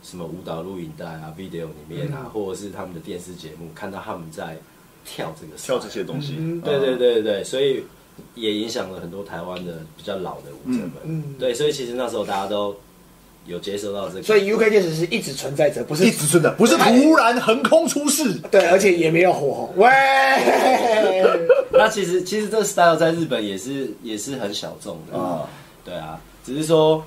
Speaker 3: 什么舞蹈录影带啊、video 里面
Speaker 1: 嗯
Speaker 3: 啊，或者是他们的电视节目，看到他们在跳这个
Speaker 1: 跳
Speaker 3: style
Speaker 1: 这些东西，
Speaker 2: 嗯
Speaker 3: 对对对对对，所以也影响了很多台湾的比较老的舞者们，
Speaker 2: 嗯嗯
Speaker 3: 对，所以其实那时候大家都有接受到这个，
Speaker 2: 所以 UK 确实是一直存在着，不是
Speaker 1: 一直真的不是突然横空出世，
Speaker 2: 对，而且也没有火红。 喂，
Speaker 3: 那其实其实这 style 在日本也是也是很小众的
Speaker 1: 啊
Speaker 3: 对啊，只是说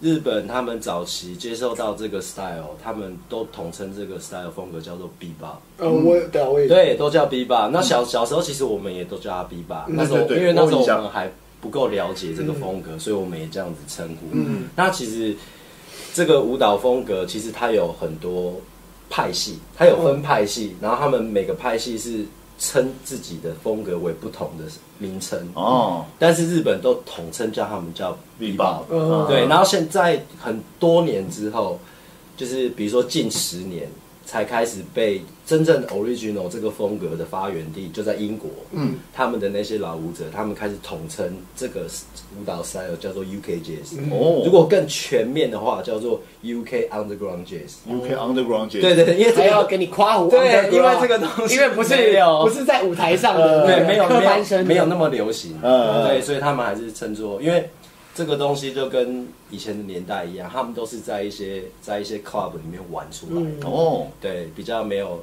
Speaker 3: 日本他们早期接受到这个 style，他们都统称这个 style 风格叫做 bebop，
Speaker 2: 呃，我对啊，我也
Speaker 3: 对，都叫 bebop。那小小时候其实我们也都叫它 bebop，那时候
Speaker 1: 嗯对对对
Speaker 3: 因为那时候
Speaker 1: 我有印
Speaker 3: 我
Speaker 1: 象嗯
Speaker 3: 们还不够了解这个风格，所以我们也这样子称呼。嗯，那其实这个舞蹈风格其实它有很多派系，它有分派系，然后他们每个派系是称自己的风格为不同的名称。
Speaker 1: 哦，
Speaker 3: 但是日本都统称叫他们叫
Speaker 1: Bebop，
Speaker 2: 嗯
Speaker 3: 对，然后现在很多年之后，就是比如说近十年才开始被真正 original 这个风格的发源地就在英国，嗯，他们的那些老舞者，他们开始统称这个舞蹈 style 叫做 UK jazz，、
Speaker 2: 嗯
Speaker 1: 哦
Speaker 3: 如果更全面的话叫做 UK underground jazz，、
Speaker 1: UK underground 节
Speaker 3: 对对对，因为这
Speaker 2: 还要
Speaker 3: 个
Speaker 2: 给你夸胡，
Speaker 3: 对
Speaker 2: underground
Speaker 3: 因为这个东西
Speaker 2: 因为不是
Speaker 3: 没有
Speaker 2: 不是在舞台上的，
Speaker 3: 对，没有
Speaker 2: 科
Speaker 3: 没
Speaker 2: 班生
Speaker 3: 有
Speaker 2: 的
Speaker 3: 没有那么流行，
Speaker 1: 嗯嗯
Speaker 3: 对，所以他们还是称作，因为这个东西就跟以前的年代一样，他们都是在一些在一些 club 里面玩出来
Speaker 2: 嗯
Speaker 3: 的，
Speaker 1: 哦，
Speaker 3: 对，比较没有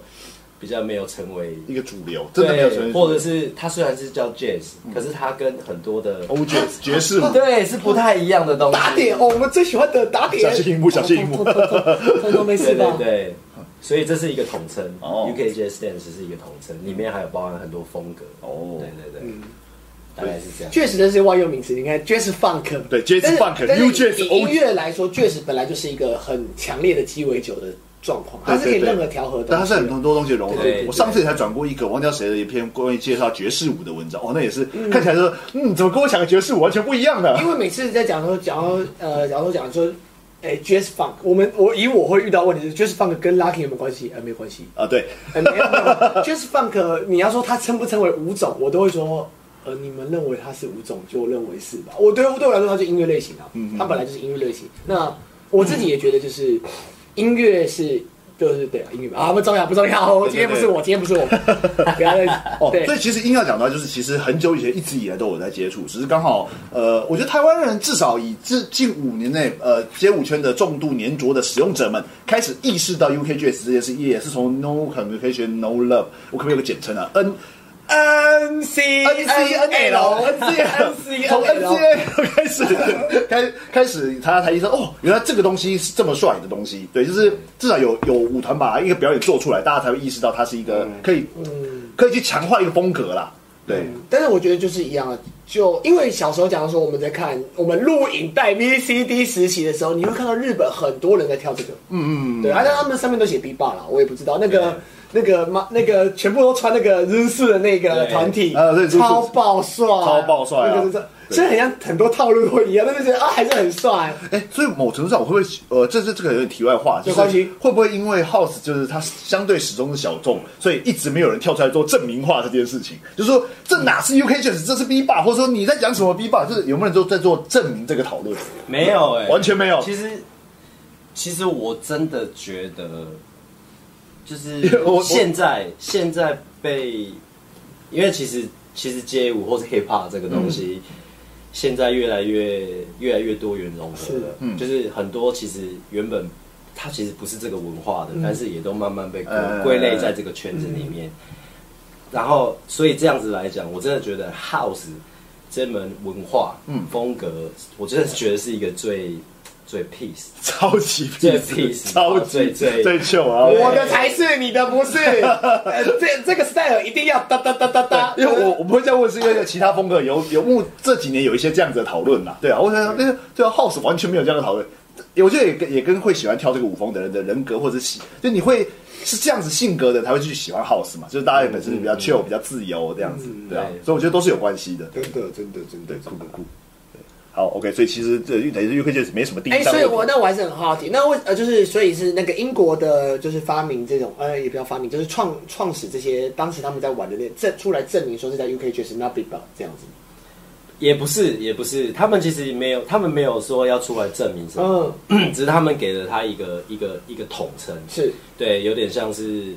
Speaker 3: 比较没有成为。
Speaker 1: 一个主流，真的没有成为
Speaker 3: 对，或者是它虽然是叫 jazz，、可是它跟很多的
Speaker 1: 欧爵爵士舞，
Speaker 3: 对是不太一样的东西。
Speaker 2: 打点哦，我们最喜欢的打点，
Speaker 1: 小心荧幕小心荧幕
Speaker 2: 通通通通通通没事
Speaker 3: 对
Speaker 2: 吧
Speaker 3: 对？对，所以这是一个统称、
Speaker 1: 哦
Speaker 3: u k jazz dance 是一个统称，里面还有包含很多风格。
Speaker 1: 哦
Speaker 3: 对对对，
Speaker 2: 嗯
Speaker 3: 大概是这样。
Speaker 2: 确实这是万用名词，你看 Jazz Funk，
Speaker 1: 对，Jazz
Speaker 2: 但是
Speaker 1: Funk，
Speaker 2: 但是
Speaker 1: New Jazz，
Speaker 2: 以
Speaker 1: Old
Speaker 2: 音乐来说，Jazz 本来就是一个很强烈的鸡尾酒的状况，它是可以
Speaker 1: 对对对
Speaker 2: 任何调和的东西的，
Speaker 1: 但它是很多很多东西融合
Speaker 3: 对对。对
Speaker 1: 我上次也才转过一个忘掉谁的一篇关于介绍爵士舞的文章，哦，那也是看起来说，嗯，怎么跟我想的爵士舞完全不一样呢？
Speaker 2: 因为每次在讲说讲到呃，假如说讲说，哎、j a z z Funk，我们我以我会遇到问题是 Jazz Funk 跟 Lucky 有没有关系？呃，没关系。
Speaker 1: 啊，对，
Speaker 2: 呃，没有没有 Jazz Funk，你要说它称不称为舞种，我都会说，呃，你们认为它是舞种，就认为是吧。我对对我来说，它就音乐类型啊，它本来就是音乐类型。那我自己也觉得，就是音乐是。就是对啊，音乐嘛啊，不重要，不重要。今天不是我，今天不是我， 不要再
Speaker 1: 哦，
Speaker 2: 对
Speaker 1: 所以其实硬要讲到，就是其实很久以前一直以来都有在接触，只是刚好呃，我觉得台湾人至少以至近五年内呃街舞圈的重度粘着的使用者们开始意识到 UK Jazz 这件事，也是从 No Communication No Love，我可不可以有个简称啊？N
Speaker 2: ，N C
Speaker 1: N C N L N C
Speaker 2: N
Speaker 1: N 从 N C N 开始开开始，他才意识到哦，原来这个东西是这么帅的东西。对，就是至少有有舞团把一个表演做出来，大家才会意识到它是一个可以可以去强化一个风格啦。对，
Speaker 2: 但是我觉得就是一样啊，就因为小时候讲说我们在看我们录影带 VCD 时期的时候，你会看到日本很多人在跳这个，嗯嗯，对，而且他们上面都写 B 霸啦，我也不知道那个那个嘛那个全部都穿那个日式的那个
Speaker 3: 对
Speaker 2: 团体，
Speaker 1: 啊对日式
Speaker 2: 超爆帅，
Speaker 1: 超爆帅啊
Speaker 2: 那个就是虽然很像很多套路都一样，但是觉得啊还是很帅，
Speaker 1: 哎，所以某程度上，我会不会呃，这这这个有点题外话，就
Speaker 2: 没
Speaker 1: 是
Speaker 2: 关系
Speaker 1: 会不会因为 House 就是它相对始终是小众，所以一直没有人跳出来做证明化这件事情，就是说这哪是 UK Jazz，这是 B 霸，或者说你在讲什么 B 霸，就是有没有人都在做证明这个讨论？
Speaker 3: 没有哎、
Speaker 1: 完全没有
Speaker 3: 其实，其实我真的觉得，就
Speaker 1: 我
Speaker 3: 是
Speaker 1: 我
Speaker 3: 现在现在被，因为其实其实街舞或者 hip hop 这个东西，
Speaker 1: 嗯
Speaker 3: 现在越来越越来越多元融合了，
Speaker 1: 嗯
Speaker 3: 就是很多其实原本它其实不是这个文化的，但是也都慢慢被归
Speaker 1: 嗯呃
Speaker 3: 归类在这个圈子里面。然后，所以这样子来讲，我真的觉得 house 这门文化，嗯，风格，我真的觉得是一个最最 peace，
Speaker 1: 超级
Speaker 3: 最
Speaker 1: peace，
Speaker 3: peace，
Speaker 1: 超级
Speaker 3: 最最
Speaker 1: 最 chill 啊！
Speaker 3: 对
Speaker 2: 我的才是你的 不是，呃这这个 style 一定要哒哒哒哒哒，
Speaker 1: 因为我我不会这样问，是因为其他风格有有目这几年有一些这样子的讨论啦，对啊，我想想那个对啊，House 完全没有这样的讨论，我觉得也跟也跟会喜欢跳这个舞风的人的人格或者喜，就你会是这样子性格的才会去喜欢 House 嘛，就是大家本身比较 chill、比较自由这样子，对啊，
Speaker 3: 嗯对
Speaker 1: 所以我觉得都是有关系的，
Speaker 2: 真的真的真的
Speaker 1: 对，酷酷酷。好，OK，所以其实呃这等于是约克戒指没什么定义
Speaker 2: 哎、
Speaker 1: 上
Speaker 2: 所
Speaker 1: 面
Speaker 2: 以
Speaker 1: 有
Speaker 2: 我那我还是很好奇，那为呃就是所以是那个英国的，就是发明这种呃也不叫发明，就是创创始这些当时他们在玩的那证出来证明说是在 UK 确实 not big bang 这样子。
Speaker 3: 也不是，也不是，他们其实没有，他们没有说要出来证明什么，
Speaker 2: 嗯，
Speaker 3: 只是他们给了他一个一个一个统称，
Speaker 2: 是
Speaker 3: 对，有点像是，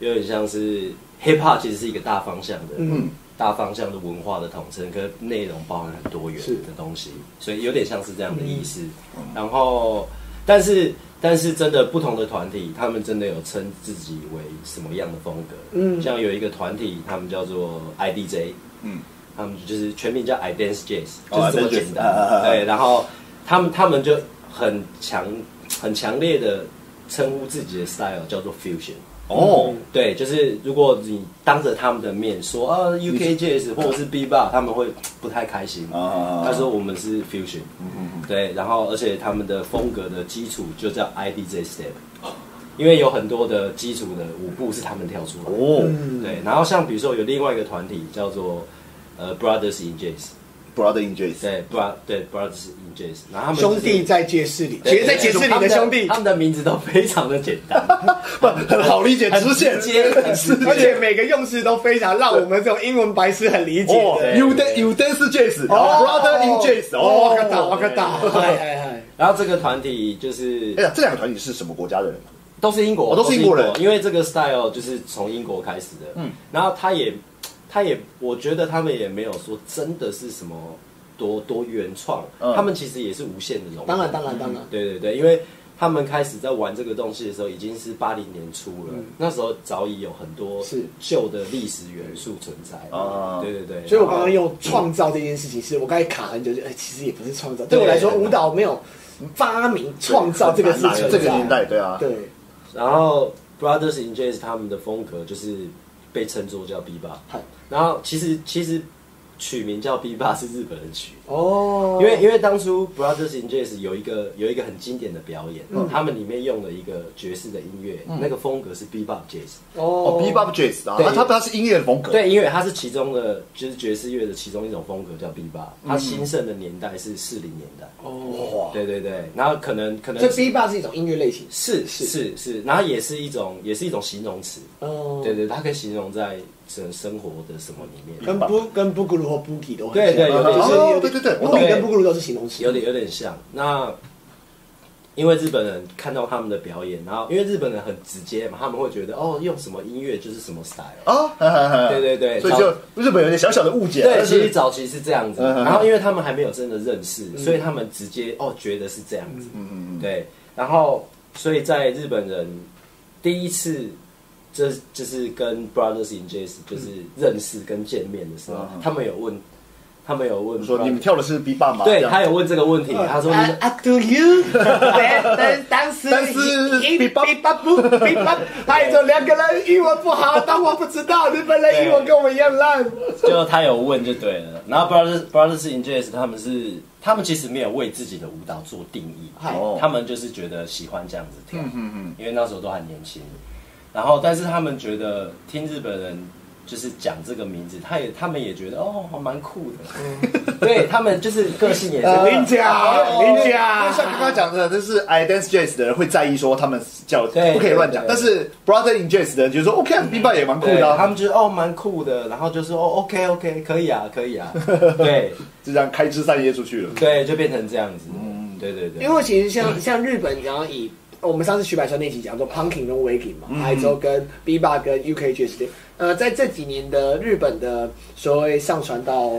Speaker 3: 有点像是 hip hop 其实是一个大方向的，嗯，大方向的文化的统称，跟内容包含很多元
Speaker 2: 是嗯
Speaker 3: 的东西，所以有点像是这样的意思。然后，但是但是真的不同的团体，他们真的有称自己为什么样的风格？
Speaker 2: 嗯
Speaker 3: 像有一个团体，他们叫做 IDJ，
Speaker 1: 嗯，
Speaker 3: 他们就是全名叫 I Dance Jazz，就
Speaker 1: 哦
Speaker 3: 是
Speaker 1: I
Speaker 3: 这么
Speaker 1: Dance Jazz，
Speaker 3: 简单。
Speaker 1: 啊啊啊
Speaker 3: 对，然后他们他们就很强很强烈的称呼自己的 style 叫做 fusion。
Speaker 1: 哦，
Speaker 3: 对，就是如果你当着他们的面说啊 UK Jazz 或者是 Bebop，他们会不太开心。
Speaker 1: 啊
Speaker 3: 嗯
Speaker 1: 嗯
Speaker 3: 他说我们是 fusion，对，然后而且他们的风格的基础就叫 IDJ step，因为有很多的基础的舞步是他们跳出来的。
Speaker 1: 哦
Speaker 3: 对，然后像比如说有另外一个团体叫做呃 Brothers in Jazz，
Speaker 1: ，Brother in Jazz，
Speaker 3: 对 Bro 对 Brothers in Jazz，然后他们就是
Speaker 2: 兄弟在街市里，
Speaker 3: 对
Speaker 2: 绝在街市里的兄弟
Speaker 3: 他们的他，们的名字都非常的简单，
Speaker 1: 不 很好理解，直线
Speaker 3: 很直接很直接
Speaker 2: 而且每个用词都非常让我们这种英文白痴很理解。
Speaker 1: 哦
Speaker 3: 对哦
Speaker 1: ，You dance You dance Jazz，Brother in Jazz，
Speaker 2: 哦，
Speaker 1: 哦
Speaker 2: 我，个打，我个打，
Speaker 3: 对
Speaker 2: 嗨嗨嗨，
Speaker 3: 然后这个团体就是
Speaker 1: 哎呀，这两个团体是什么国家的人？
Speaker 3: 都是英国，
Speaker 1: 哦都是英国人
Speaker 3: 因为这个 style 就是从英国开始的。嗯，然后他也，他也，我觉得他们也没有说真的是什么多多原创，
Speaker 1: 嗯
Speaker 3: 他们其实也是无限的容。
Speaker 2: 当然当然当然，
Speaker 3: 对对对，因为他们开始在玩这个东西的时候，已经是八零年初了，那时候早已有很多
Speaker 2: 嗯是
Speaker 3: 旧的历史元素存在。
Speaker 1: 啊
Speaker 3: 对对对，
Speaker 2: 所以我
Speaker 3: 然
Speaker 2: 刚
Speaker 3: 后
Speaker 2: 刚用创造这件事情，是我刚才卡很久，就哎，其实也不是创造，对我来
Speaker 1: 哎
Speaker 2: 说，舞蹈没有发明创造这个事
Speaker 1: 哪
Speaker 2: 情，
Speaker 1: 这个年代，对啊，
Speaker 2: 对，
Speaker 3: 然后 Brothers in Jazz 他们的风格就是被称作叫 Bebop，
Speaker 2: 嗨
Speaker 3: 然后其实其实取名叫 Bebop 是日本人取的。
Speaker 2: 哦，
Speaker 3: 因为因为当初 Brothers in Jazz 有一个有一个很经典的表演，
Speaker 2: 嗯
Speaker 3: 他们里面用了一个爵士的音乐，那个风格是 Bebop Jazz，
Speaker 1: 哦
Speaker 2: 哦
Speaker 1: ，Bebop Jazz 啊，
Speaker 3: 对
Speaker 1: 那他他是音乐风格，，
Speaker 3: 对，因为它是其中的，就是爵士乐的其中一种风格叫 Bebop，它兴盛的年代是四零年代，
Speaker 2: 哦，
Speaker 1: 哇，
Speaker 3: 对对对，然后可能可能
Speaker 2: 所以 B bar 是一种音乐类型，
Speaker 3: 是是是是，然后也是一种也是一种形容词，
Speaker 2: 哦，
Speaker 3: 对对，它可以形容在整生活的什么里面，
Speaker 2: 跟布跟布古鲁或布吉都很
Speaker 3: 对对
Speaker 2: 像
Speaker 3: 有点
Speaker 2: 就是
Speaker 1: 哦
Speaker 2: 有
Speaker 1: 对对对我
Speaker 2: 布吉
Speaker 3: 懂
Speaker 2: 跟布古鲁都是形容词，
Speaker 3: 有点有点像。那因为日本人看到他们的表演，然后因为日本人很直接嘛，他们会觉得哦，用什么音乐就是什么 style。
Speaker 1: 啊，对
Speaker 3: 对对对
Speaker 1: 所以就日本有点小小的误解，啊
Speaker 3: 对，
Speaker 1: 但
Speaker 3: 其
Speaker 1: 是
Speaker 3: 实早期是这样子，
Speaker 1: 嗯嗯嗯
Speaker 3: 然后因为他们还没有真的认识，所以他们直接哦觉得是这样子，嗯嗯对，然后所以在日本人第一次这就是跟 Brothers in Jazz 就是认识跟见面的时候，他们有问，他们有
Speaker 1: 我
Speaker 3: 问
Speaker 1: 嗯说你们跳的是 Bebop 吗？这
Speaker 3: 对
Speaker 1: 样
Speaker 3: 他有问这个问题，他说你们
Speaker 2: I do you，但但是
Speaker 1: 但是
Speaker 2: 比巴比巴不比巴，还有一种两个人英文不好，但我不知道日本人英文跟我们一样烂。
Speaker 3: 就他有问就对了。然后 Brothers Brothers in Jazz 他们是他们其实没有为自己的舞蹈做定义哦
Speaker 2: 嗨，
Speaker 3: 他们就是觉得喜欢这样子跳，嗯嗯，因为那时候都还年轻。然后，但是他们觉得听日本人就是讲这个名字，他也他们也觉得哦，蛮酷的。对他们就是个呃性也
Speaker 1: 呃
Speaker 3: 是
Speaker 2: 林
Speaker 3: 哦
Speaker 2: 家，林
Speaker 1: 因哦为像
Speaker 2: 家，
Speaker 1: 刚刚讲的，就是 I dance jazz 的人会在意说他们叫
Speaker 3: 对
Speaker 1: 不可以乱讲，但
Speaker 3: 对对嗯
Speaker 1: 是 brother in jazz 的人就说 OK 啊，Bebop 也蛮酷
Speaker 3: 对，
Speaker 1: 的啊，
Speaker 3: 他们觉得哦蛮酷的，然后就说哦 OK OK 可以啊可以啊，对
Speaker 1: 就这样开枝散叶出去了。
Speaker 3: 对，就变成这样子。嗯，对对对，
Speaker 2: 因为其实像
Speaker 1: 嗯
Speaker 2: 像日本，然后以我们上次徐百川那集讲说 punking 跟 waking 嘛，
Speaker 1: 嗯
Speaker 2: 还有之后跟 b b a 跟 UK jazz，呃，在这几年的日本的所谓上传到。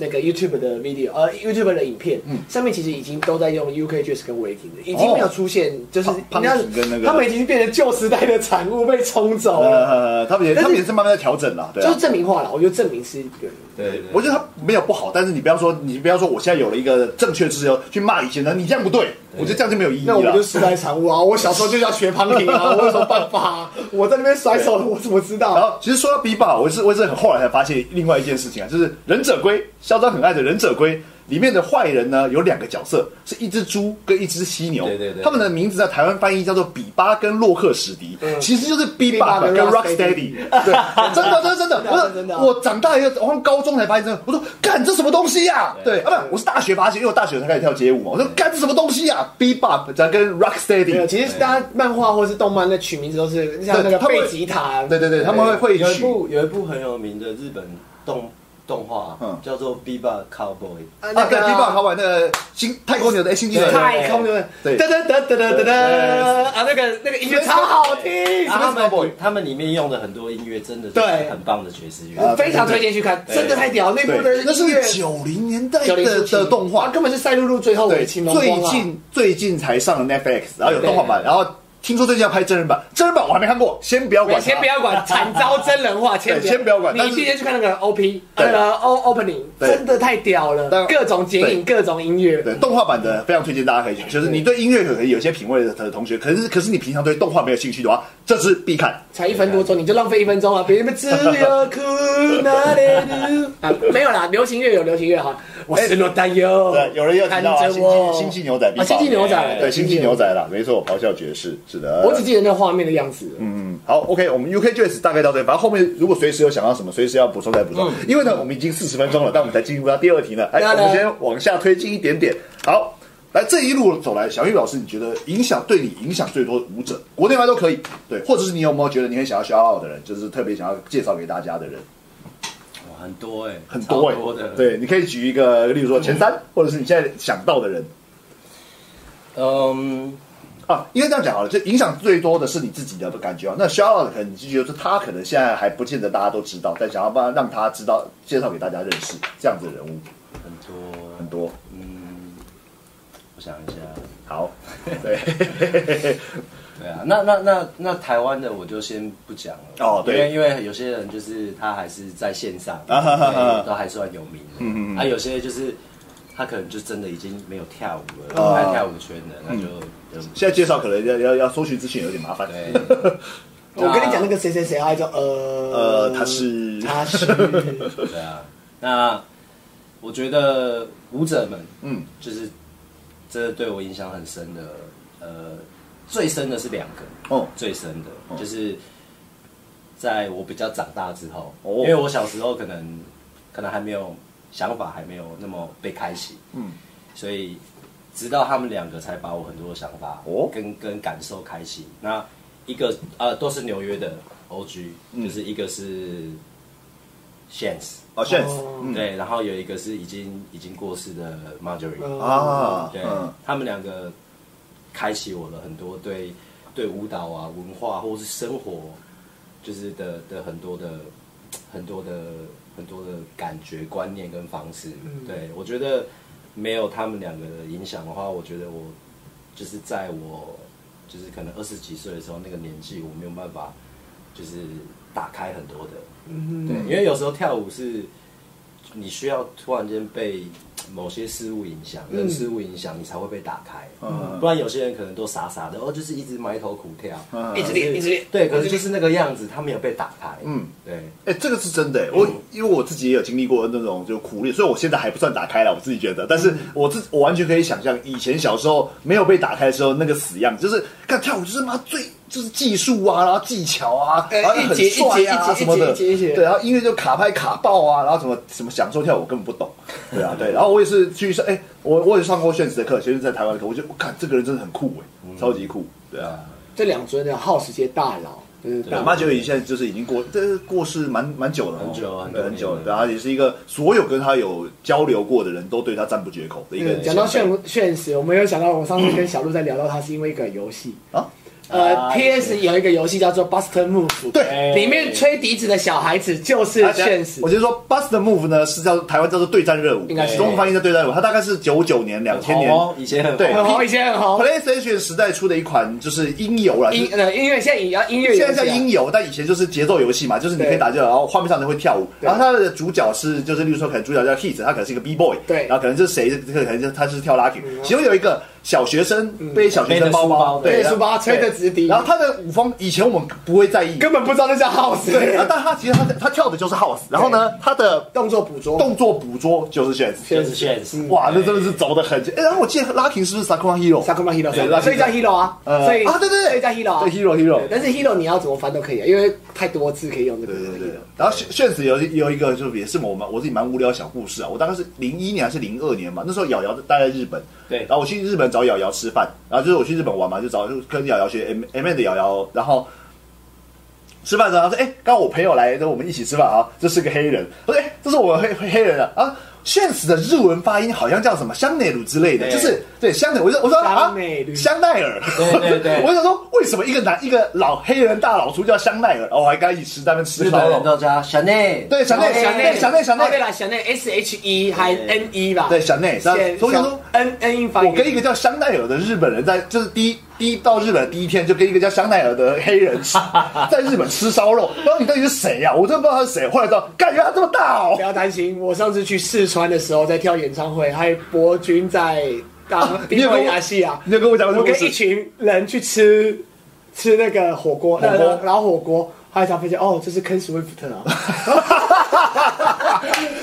Speaker 2: 那个 YouTube 的 video，呃，YouTube 的影片，
Speaker 1: 嗯
Speaker 2: 上面其实已经都在用 UK jazz 跟 waking 的，已经没有出现，就是
Speaker 1: 哦，punking
Speaker 2: 你要
Speaker 1: 跟那个
Speaker 2: 他们已经变成旧时代的产物被冲
Speaker 3: 哦
Speaker 2: 走了，
Speaker 1: 呃，他们也
Speaker 2: 但是
Speaker 1: 他们也是慢慢在调整啦，对
Speaker 2: 就
Speaker 1: 啊
Speaker 2: 是。证明化了。我觉得证明是对，
Speaker 3: 对对对
Speaker 1: 我觉得他没有不好，但是你不要说，你不要说，我现在有了一个正确之后去骂以前的，你这样不对，我觉得这样就没有意义
Speaker 2: 那我们
Speaker 1: 了
Speaker 2: 就。时代产物啊！我小时候就要学 punking 啊，我有什么办法、啊？我在那边甩手，我怎么知道？
Speaker 1: 然后，其实说到 B 吧，我是我是很后来才发现另外一件事情啊，就是忍者龟，嚣张很爱的忍者龟，里面的坏人呢有两个角色，是一只猪跟一只犀牛。
Speaker 3: 对对对
Speaker 1: 他们的名字在台湾翻译叫做比巴跟洛克史迪，其实就是 b 爸 b 跟 Rocksteady。对，真的，真的，真的，
Speaker 2: 真的
Speaker 1: 我
Speaker 2: 真的啊
Speaker 1: 我长大以后，我上高中才发现这个，我说干这什么东西呀、对，啊不，我是大学发现，因为我大学才开始跳街舞嘛。我说干这什么东西呀、b b o p 再跟
Speaker 2: 没有，
Speaker 1: Rocksteady。
Speaker 2: 其实大家漫画或是动漫的取名字都是像那
Speaker 1: 对
Speaker 2: 个
Speaker 1: 他们
Speaker 2: 贝
Speaker 1: 会
Speaker 2: 吉塔，
Speaker 1: 对对对，他们会
Speaker 3: 有
Speaker 1: 会
Speaker 3: 一
Speaker 1: 取。
Speaker 3: 部有一部很有名的日本动动画
Speaker 1: 嗯，
Speaker 3: 叫做《Biba Cowboy》。
Speaker 2: 啊
Speaker 1: 啊，
Speaker 2: 那
Speaker 1: 对
Speaker 2: 个
Speaker 1: b 爸好玩那个新太空牛的哎新技能，
Speaker 2: 太空的，
Speaker 1: 对
Speaker 2: 噔噔噔噔噔噔噔啊，那个那个音乐超好
Speaker 1: 哎
Speaker 2: 听，
Speaker 3: 然后啊他
Speaker 1: Cowboy
Speaker 3: 们他们里面面用的很多音乐真的
Speaker 2: 对
Speaker 3: 是很棒的爵士
Speaker 1: 啊
Speaker 3: 乐，
Speaker 2: 非常推荐去看，
Speaker 3: 对
Speaker 2: 真的太屌，那部的
Speaker 1: 对，那
Speaker 2: 音乐
Speaker 1: 是九零年代
Speaker 2: 90
Speaker 1: 的
Speaker 2: 初期
Speaker 1: 的动画
Speaker 2: 啊，根本是赛璐璐最后
Speaker 1: 对，
Speaker 2: 尾青龙光
Speaker 1: 最
Speaker 2: 啊
Speaker 1: 近最近才上了 Netflix，然后有动画版，然后听说最近要拍真人版，真人版我还没看过，先不要管它，
Speaker 2: 先不要管，惨遭真人化，先
Speaker 1: 先不要管但
Speaker 2: 你
Speaker 1: 是
Speaker 2: 今天去看那个 OP，那个 O opening，
Speaker 1: 对
Speaker 2: 真的太屌了
Speaker 1: 但，
Speaker 2: 各种剪影，各种音乐，
Speaker 1: 对动画版的非常推荐大家可以去，就是你对音乐可能有些品味的的同学，可是可是你平常对动画没有兴趣的话，这支必看。
Speaker 2: 才一分多钟，你就浪费一分钟啊！别人只有哭，哪里 啊？没有啦，流行乐有流行乐哈，我是罗大佑，
Speaker 1: 对，哎有人又提
Speaker 2: 看
Speaker 1: 到啊
Speaker 2: 着
Speaker 1: 星
Speaker 2: 我，
Speaker 1: 际星际牛仔必
Speaker 2: 啊，
Speaker 1: 报，
Speaker 2: 星际牛仔，
Speaker 1: 对星际牛仔啦，没错，咆哮爵士是的。
Speaker 2: 我只记得那画面的样子，
Speaker 1: 嗯，好，OK，我们 UK Jazz 大概到这里，反正后面如果随时有想到什么，随时要补充再补充。因为呢，我们已经四十分钟了，但我们才进入到第二题呢。哎，
Speaker 2: 嗯对啊
Speaker 1: 我
Speaker 2: 对啊
Speaker 1: 们先往下推进一点点。好，来这一路走来，小玉老师，你觉得影响对你影响最多的舞者，国内外都可以，对，或者是你有没有觉得你很想要 shout out 的人，就是特别想要介绍给大家的人，
Speaker 3: 哇很多哎，
Speaker 1: 很多哎、
Speaker 3: 超多的。，
Speaker 1: 对，你可以举一个，例如说前
Speaker 2: 嗯
Speaker 1: 三，或者是你现在想到的人
Speaker 3: 嗯，
Speaker 1: 啊，应该这样讲好了，就影响最多的是你自己的感觉啊。那 shout out 可能你就觉得说他可能现在还不见得大家都知道，但想要把让他知道，介绍给大家认识这样子的人物
Speaker 3: 很多
Speaker 1: 很。多。
Speaker 3: 嗯，我想一下，
Speaker 1: 好，对，
Speaker 3: 对啊，那那那那台湾的我就先不讲了
Speaker 1: 哦对
Speaker 3: 因为因为有些人就是他还是在线上，
Speaker 1: 啊哈哈哈
Speaker 3: 对都还算有名的，
Speaker 1: 嗯嗯嗯
Speaker 3: 啊，有些就是他可能就真的已经没有跳舞了，
Speaker 1: 哦嗯
Speaker 3: 他跳舞圈的，那就就
Speaker 1: 现在介绍可能要要要搜寻资讯有点麻烦。
Speaker 3: 对，
Speaker 2: 我跟你讲那个谁谁谁，他叫呃
Speaker 1: 啊呃，他是
Speaker 2: 他是
Speaker 3: 对啊，那我觉得舞者们
Speaker 1: 嗯
Speaker 3: 就是真的对我影响很深的，呃，最深的是两个，
Speaker 1: 哦
Speaker 3: 最深的，
Speaker 1: 哦
Speaker 3: 就是在我比较长大之后，
Speaker 1: 哦
Speaker 3: 因为我小时候可能可能还没有想法，还没有那么被开启，
Speaker 1: 嗯，
Speaker 3: 所以直到他们两个才把我很多的想法
Speaker 1: 哦
Speaker 3: 跟跟感受开启。那一个呃都是纽约的 OG，、
Speaker 1: 嗯
Speaker 3: 就是一个是 Shans，
Speaker 1: 哦 s h a
Speaker 2: 哦
Speaker 1: n
Speaker 3: 对，然后有一个是已经已经过世的 Marjorie，、
Speaker 2: 嗯
Speaker 1: 啊，
Speaker 3: 对、
Speaker 1: 嗯
Speaker 3: 他们两个开启我了很多对对舞蹈啊、文化或是生活，就是的的很多的很多的很多的感觉、观念跟方式。
Speaker 2: 嗯
Speaker 3: 对我觉得没有他们两个的影响的话，我觉得我就是在我就是可能二十几岁的时候那个年纪，我没有办法就是打开很多的
Speaker 1: 嗯
Speaker 3: 对，因为有时候跳舞是你需要突然间被某些事物影响，
Speaker 2: 嗯
Speaker 3: 人事物影响，你才会被打开。
Speaker 1: 嗯
Speaker 3: 不然有些人可能都傻傻的，哦，就是一直埋头苦跳，
Speaker 1: 嗯
Speaker 2: 一直练一直练
Speaker 3: 对，可是就是那个样子，他没有被打开。
Speaker 1: 嗯
Speaker 3: 嗯，对，
Speaker 1: 哎、这个是真的、欸。
Speaker 2: 嗯
Speaker 1: 我因为我自己也有经历过那种就苦力，所以我现在还不算打开了，我自己觉得。但是
Speaker 2: 嗯
Speaker 1: 我自我完全可以想象，以前小时候没有被打开的时候那个死样，就是看跳舞就是妈最就是技术啊，然后技巧啊，
Speaker 2: 哎
Speaker 1: 然后很
Speaker 2: 一节
Speaker 1: 帅啊
Speaker 2: 一节
Speaker 1: 什么的，
Speaker 2: 一节一节一节
Speaker 1: 对，然后音乐就卡拍卡爆啊，然后什么什么享受跳舞我根本不懂，对啊对。然后我也是去上，哎、我我也上过炫子的课，其实在台湾的课，我就我看这个人真的很酷哎、
Speaker 2: 嗯
Speaker 1: 超级酷，对啊。
Speaker 2: 这两尊的耗时界大佬，就是
Speaker 1: 对，
Speaker 2: 大
Speaker 1: 马九已现在就是已经过，这过世蛮蛮久了哦，
Speaker 3: 很久很
Speaker 1: 对
Speaker 3: 久
Speaker 1: 很久了。
Speaker 3: 嗯
Speaker 1: 对，他也是一个所有跟他有交流过的人都对他赞不绝口的一个
Speaker 2: 嗯
Speaker 1: 人。
Speaker 2: 讲到炫炫时，我没有想到，我上次跟小鹿在聊到，它是因为一个游戏。
Speaker 1: 啊，
Speaker 2: 呃
Speaker 3: 啊
Speaker 2: ，PS 有一个游戏叫做 Buster Move，
Speaker 1: 对
Speaker 2: 里面吹笛子的小孩子就是
Speaker 1: 啊等一
Speaker 2: 炫
Speaker 1: 下
Speaker 2: 时
Speaker 1: 我。就说 Bust Move 呢是叫台湾叫做对战热舞，
Speaker 2: 应该是
Speaker 1: 中文翻译叫对战热舞，它大概是九九年两千年
Speaker 3: 很红哦以前很红
Speaker 1: 对
Speaker 2: 很红，以前很红。
Speaker 1: PlayStation 时代出的一款就是音游啦，
Speaker 2: 音
Speaker 1: 就是
Speaker 2: 呃音乐现在也要音乐游戏
Speaker 1: 现
Speaker 2: 啊，
Speaker 1: 在叫音游，但以前就是节奏游戏嘛，就是你
Speaker 2: 对
Speaker 1: 可以打架，然后画面上人会跳舞，
Speaker 2: 对
Speaker 1: 然后它的主角是就是，例如说可能主角叫 Heat，他可能是一个 B boy，
Speaker 2: 对嗯
Speaker 1: 然后可能就是谁，可能就他是跳 Lucky，其中有一个小学生背小学生包包，对，
Speaker 2: 着书包背
Speaker 3: 背
Speaker 2: 着书包
Speaker 1: 然后
Speaker 2: 吹着直笛
Speaker 1: 然后他的舞风以前我们不会在意，
Speaker 2: 根本不知道那叫 house，
Speaker 1: 对，然后但他其实他他跳的就是 house，然后呢，他的
Speaker 2: 动作捕捉，
Speaker 1: 动作捕捉就是 jazz，
Speaker 3: 就是现实。
Speaker 1: 哇，那真的是走的很前。哎，然后我记得拉丁是不是 Sakura Hero？
Speaker 2: Sakuma
Speaker 1: 对
Speaker 2: Hero，
Speaker 1: Sakuma
Speaker 2: 所以叫 Hero 啊，
Speaker 1: 呃
Speaker 2: 所以
Speaker 1: 啊对对对
Speaker 2: 所以叫 Hero 啊，
Speaker 1: 对 Hero Hero。
Speaker 2: 但是 Hero 你要怎么翻都可以，啊，因为太多次可以用这个
Speaker 1: 对对对
Speaker 2: Hero。，
Speaker 1: 然后确确实有有一个就是也是我们我自己蛮无聊的小故事啊，我大概是零一年还是零二年吧，那时候瑶瑶待在日本，
Speaker 3: 对
Speaker 1: 然后我去日本找瑶瑶吃饭，然后就是我去日本玩嘛，就找就跟瑶瑶学 M M N 的瑶瑶，然后吃饭的时候，他说：“哎、刚好我朋友来，跟我们一起吃饭啊，这是个黑人。”我说：“哎、这是我黑黑黑人啊啊！”现实的日文发音好像叫什么香奈鲁之类的，
Speaker 3: 对
Speaker 1: 就是对香奈，我就我说啊
Speaker 2: 香奈，鲁
Speaker 1: 香奈儿，
Speaker 3: 对对对
Speaker 1: 我想说为什么一个男一个老黑人大老粗叫香奈儿，然后我还跟他一起吃，在那边吃
Speaker 4: 日
Speaker 1: 烤
Speaker 4: 本
Speaker 1: 肉
Speaker 4: 人，都叫小内，
Speaker 1: 对，小奈，小奈，小奈，小
Speaker 2: 哦对
Speaker 1: 奈，
Speaker 2: 了，小内 S H E 还 N E 吧？
Speaker 1: 对，小奈，所以我想说
Speaker 2: 说。N N E 翻译，
Speaker 1: 我跟一个叫香奈儿的日本人在，就是第一第一到日本的第一天，就跟一个叫香奈儿的黑人 吃，在日本吃烧肉。然后你到底是谁啊呀、我真的不知道他是谁。后来知道，感觉他这么大哦
Speaker 2: 不。要担心，我上次去四川的时候，在跳演唱会，还有博君在当
Speaker 1: 啊你有
Speaker 2: 地
Speaker 1: 跟
Speaker 2: 维
Speaker 1: 我
Speaker 2: 亚西亚，
Speaker 1: 你有跟我讲过
Speaker 2: 我
Speaker 1: 这个
Speaker 2: 跟一
Speaker 1: 故事？
Speaker 2: 群人去吃吃那个火锅，
Speaker 1: 火锅
Speaker 2: 呃然后火锅，后来才发现哦，这是坑斯威夫特啊！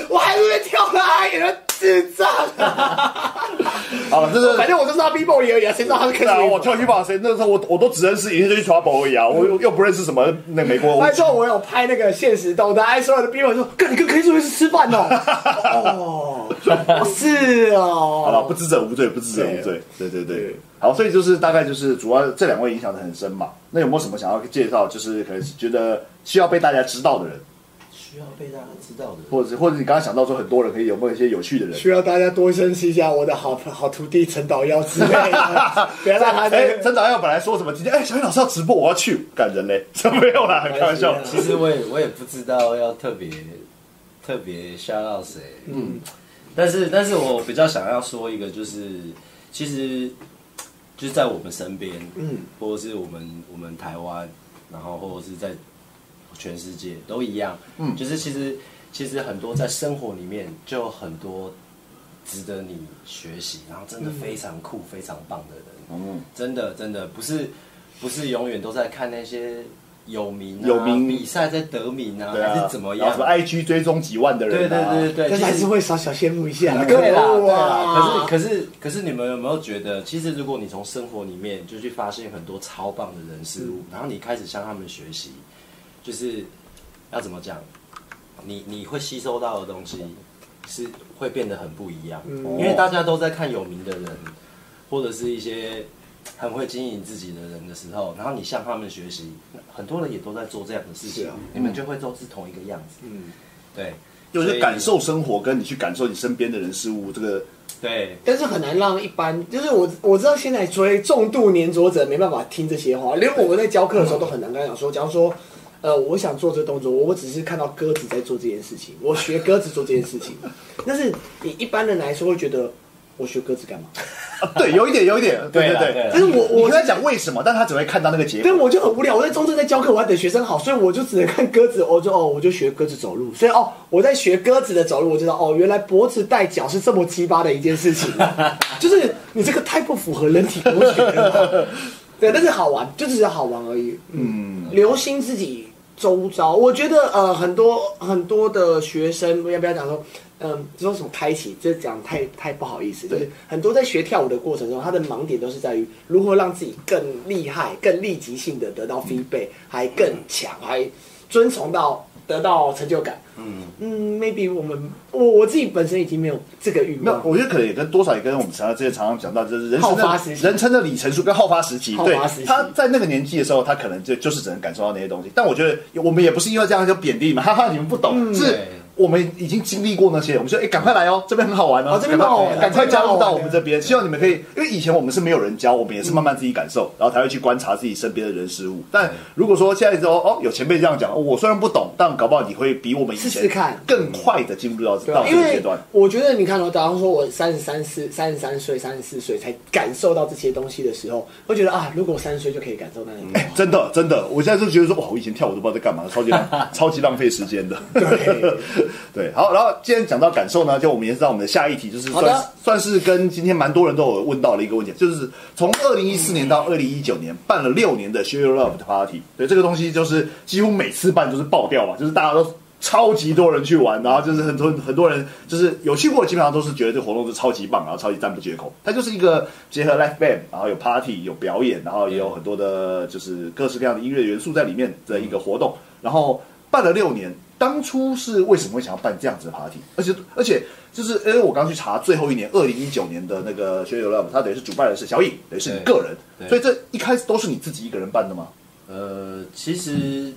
Speaker 2: 我还是跳啦，有人智障、
Speaker 1: 好了，这是
Speaker 2: 反正我就知道 B-boy 而已啊，谁知道他是坑
Speaker 1: 对啊，
Speaker 2: 斯威
Speaker 1: 我
Speaker 2: 夫特？
Speaker 1: 跳去把谁？那时候我我都只认识一个就是 Trouble 而已啊，我又又不认识什么那美国。
Speaker 2: 那时候我有拍那个现实动态，哎，所有的 B-boy 说：“哥，你跟坑斯威夫特吃饭哦？” 哦，是哦，
Speaker 1: 好了，不知者无罪，不知
Speaker 3: 啊
Speaker 1: 者无罪。对对对，好，所以就是大概就是主要这两位影响的很深嘛。那有没有什么想要介绍？就是可能觉得需要被大家知道的人，
Speaker 3: 需要被大家知道的。
Speaker 1: 或者是或者你刚刚想到说很多人可以有没有一些有趣的人？
Speaker 2: 需要大家多珍惜一下我的好好徒弟陈导妖之类 的，不要让他
Speaker 1: 哎
Speaker 2: 在，
Speaker 1: 陈导耀本来说什么今天哎，小雨老师要直播，我要去，感人嘞，没有啦，开玩笑。
Speaker 3: 其实我也我也不知道要特别特别吓到谁，嗯，但是但是我比较想要说一个，就是其实就是在我们身边，嗯，或者是我们我们台湾，然后或者是在全世界都一样，嗯，就是其实其实很多在生活里面就有很多值得你学习，然后真的非常酷、非常棒的人，
Speaker 1: 嗯，
Speaker 3: 真的真的不是不是永远都在看那些有名、啊、
Speaker 1: 有名
Speaker 3: 比赛在得名啊，
Speaker 1: 对
Speaker 3: 还
Speaker 1: 啊，
Speaker 3: 是怎么
Speaker 1: 然后什？
Speaker 3: 样
Speaker 1: 么 IG 追踪几万的
Speaker 3: 对对
Speaker 1: 人啊，
Speaker 3: 对
Speaker 2: 但
Speaker 3: 对对，
Speaker 2: 是还
Speaker 3: 其实
Speaker 2: 是会小小羡慕一下。
Speaker 3: 对啦
Speaker 2: 可恶
Speaker 3: 对
Speaker 2: 啊
Speaker 3: 啦。可是可是可是你们有没有觉得，其实如果你从生活里面就去发现很多超棒的人事
Speaker 2: 嗯
Speaker 3: 物，然后你开始向他们学习，就是要怎么讲，你你会吸收到的东西是会变得很不一样，
Speaker 2: 嗯
Speaker 3: 因为大家都在看有名的人，或者是一些很会经营自己的人的时候，然后你向他们学习，很多人也都在做这样的事
Speaker 2: 是
Speaker 3: 情，
Speaker 2: 啊
Speaker 3: 你们就会都是同一个样子，嗯，对，
Speaker 1: 就是
Speaker 3: 所以
Speaker 1: 感受生活，跟你去感受你身边的人事物，这个
Speaker 3: 对。
Speaker 2: 但是很难让一般，就是我我知道现在追重度粘着者没办法听这些话，连我们在教课的时候都很难跟他讲说，假如说，呃，我想做这动作，我只是看到鸽子在做这件事情，我学鸽子做这件事 情，但是你一般人来说会觉得我学鸽子干嘛？
Speaker 1: 啊，对，有一点，有一点，对
Speaker 3: 对啦
Speaker 1: 对
Speaker 3: 对
Speaker 1: 对
Speaker 3: 啊啦。
Speaker 2: 但是我
Speaker 1: 我
Speaker 2: 我
Speaker 1: 跟他讲为什么，但他只会看到那个结果。
Speaker 2: 但我就很无聊，我在中正在教课，我还等学生好，所以我就只能看鸽子，我就哦，我就学鸽子走路。所以哦，我在学鸽子的走路，我知道哦，原来脖子带脚是这么鸡巴的一件 事情，就是你这个太不符合人体工学了。对，但是好玩，就只是好玩而已。嗯，留心自己周遭，我觉得呃，很多很多的学生，要不要讲说？嗯，说什么开启，这讲太太不好意思。就是很多在学跳舞的过程中，他的盲点都是在于如何让自己更厉害、更立即性的得到 feedback，还更强，还遵从到得到成就感。嗯嗯，maybe 我们我我自己本身已经没有这个欲
Speaker 1: 没有
Speaker 2: 望，，
Speaker 1: 我觉得可能也跟多少也跟我们常常之前常常讲到，就是人生
Speaker 2: 好发
Speaker 1: 的
Speaker 2: 时期
Speaker 1: 人生的里程数跟好发时期，
Speaker 2: 好
Speaker 1: 对
Speaker 2: 发时期，
Speaker 1: 他在那个年纪的时候，他可能就就是只能感受到那些东西。但我觉得我们也不是因为这样就贬低你们，哈哈，你们不懂，
Speaker 2: 嗯
Speaker 1: 是
Speaker 3: 对
Speaker 1: 我们已经经历过那些，我们说哎，赶快来哦，这边很好玩哦
Speaker 2: 哦，这边蛮好玩的
Speaker 1: 赶快加入到我们这
Speaker 2: 这
Speaker 1: 边。希望你们可以，因为以前我们是没有人教，我们也是慢慢自己感
Speaker 2: 嗯
Speaker 1: 受，然后才会去观察自己身边的人事物。但如果说现在说哦，有前辈这样讲，哦我虽然不懂，但搞不好你会比我们以
Speaker 2: 试
Speaker 1: 前
Speaker 2: 试看
Speaker 1: 更快的进入到
Speaker 2: 对
Speaker 1: 到
Speaker 2: 啊，
Speaker 1: 这
Speaker 2: 因
Speaker 1: 个
Speaker 2: 为
Speaker 1: 阶段。
Speaker 2: 我觉得你看哦，假如说我三十三四、三十三岁、三十四岁才感受到这些东西的时候，会觉得啊，如果我三十岁就可以感受到那些东西，
Speaker 1: 哎真的，哦
Speaker 2: 啊
Speaker 1: 真的，我现在就觉得说，哇，我以前跳舞都不知道在干嘛，超级浪，超级浪费时间的。
Speaker 2: 对，
Speaker 1: 对，好，然后既然讲到感受呢，就我们延伸到我们的下一题，就是
Speaker 2: 好的
Speaker 1: 算算是跟今天蛮多人都有问到的一个问题，就是从二零一四年到二零一九年办了六年的 Share Your Love 的 Party，对这个东西就是几乎每次办就是爆掉嘛，就是大家都。超级多人去玩，然后就是很多很多人就是有去过，基本上都是觉得这个活动是超级棒，然后超级赞不绝口。它就是一个结合 l i f e band，然后有 party 有表演，然后也有很多的就是各式各样的音乐元素在里面的
Speaker 2: 嗯
Speaker 1: 一个活动。然后办了六年，当初是为什么会想要办这样子的 party？而且而且就是因为我刚去查最后一年，二零一九年的那个学友 love，它等于是主办人是小颖，等于是你个人，
Speaker 3: 对对
Speaker 1: 所以这一开始都是你自己一个人办的吗？
Speaker 3: 呃，其实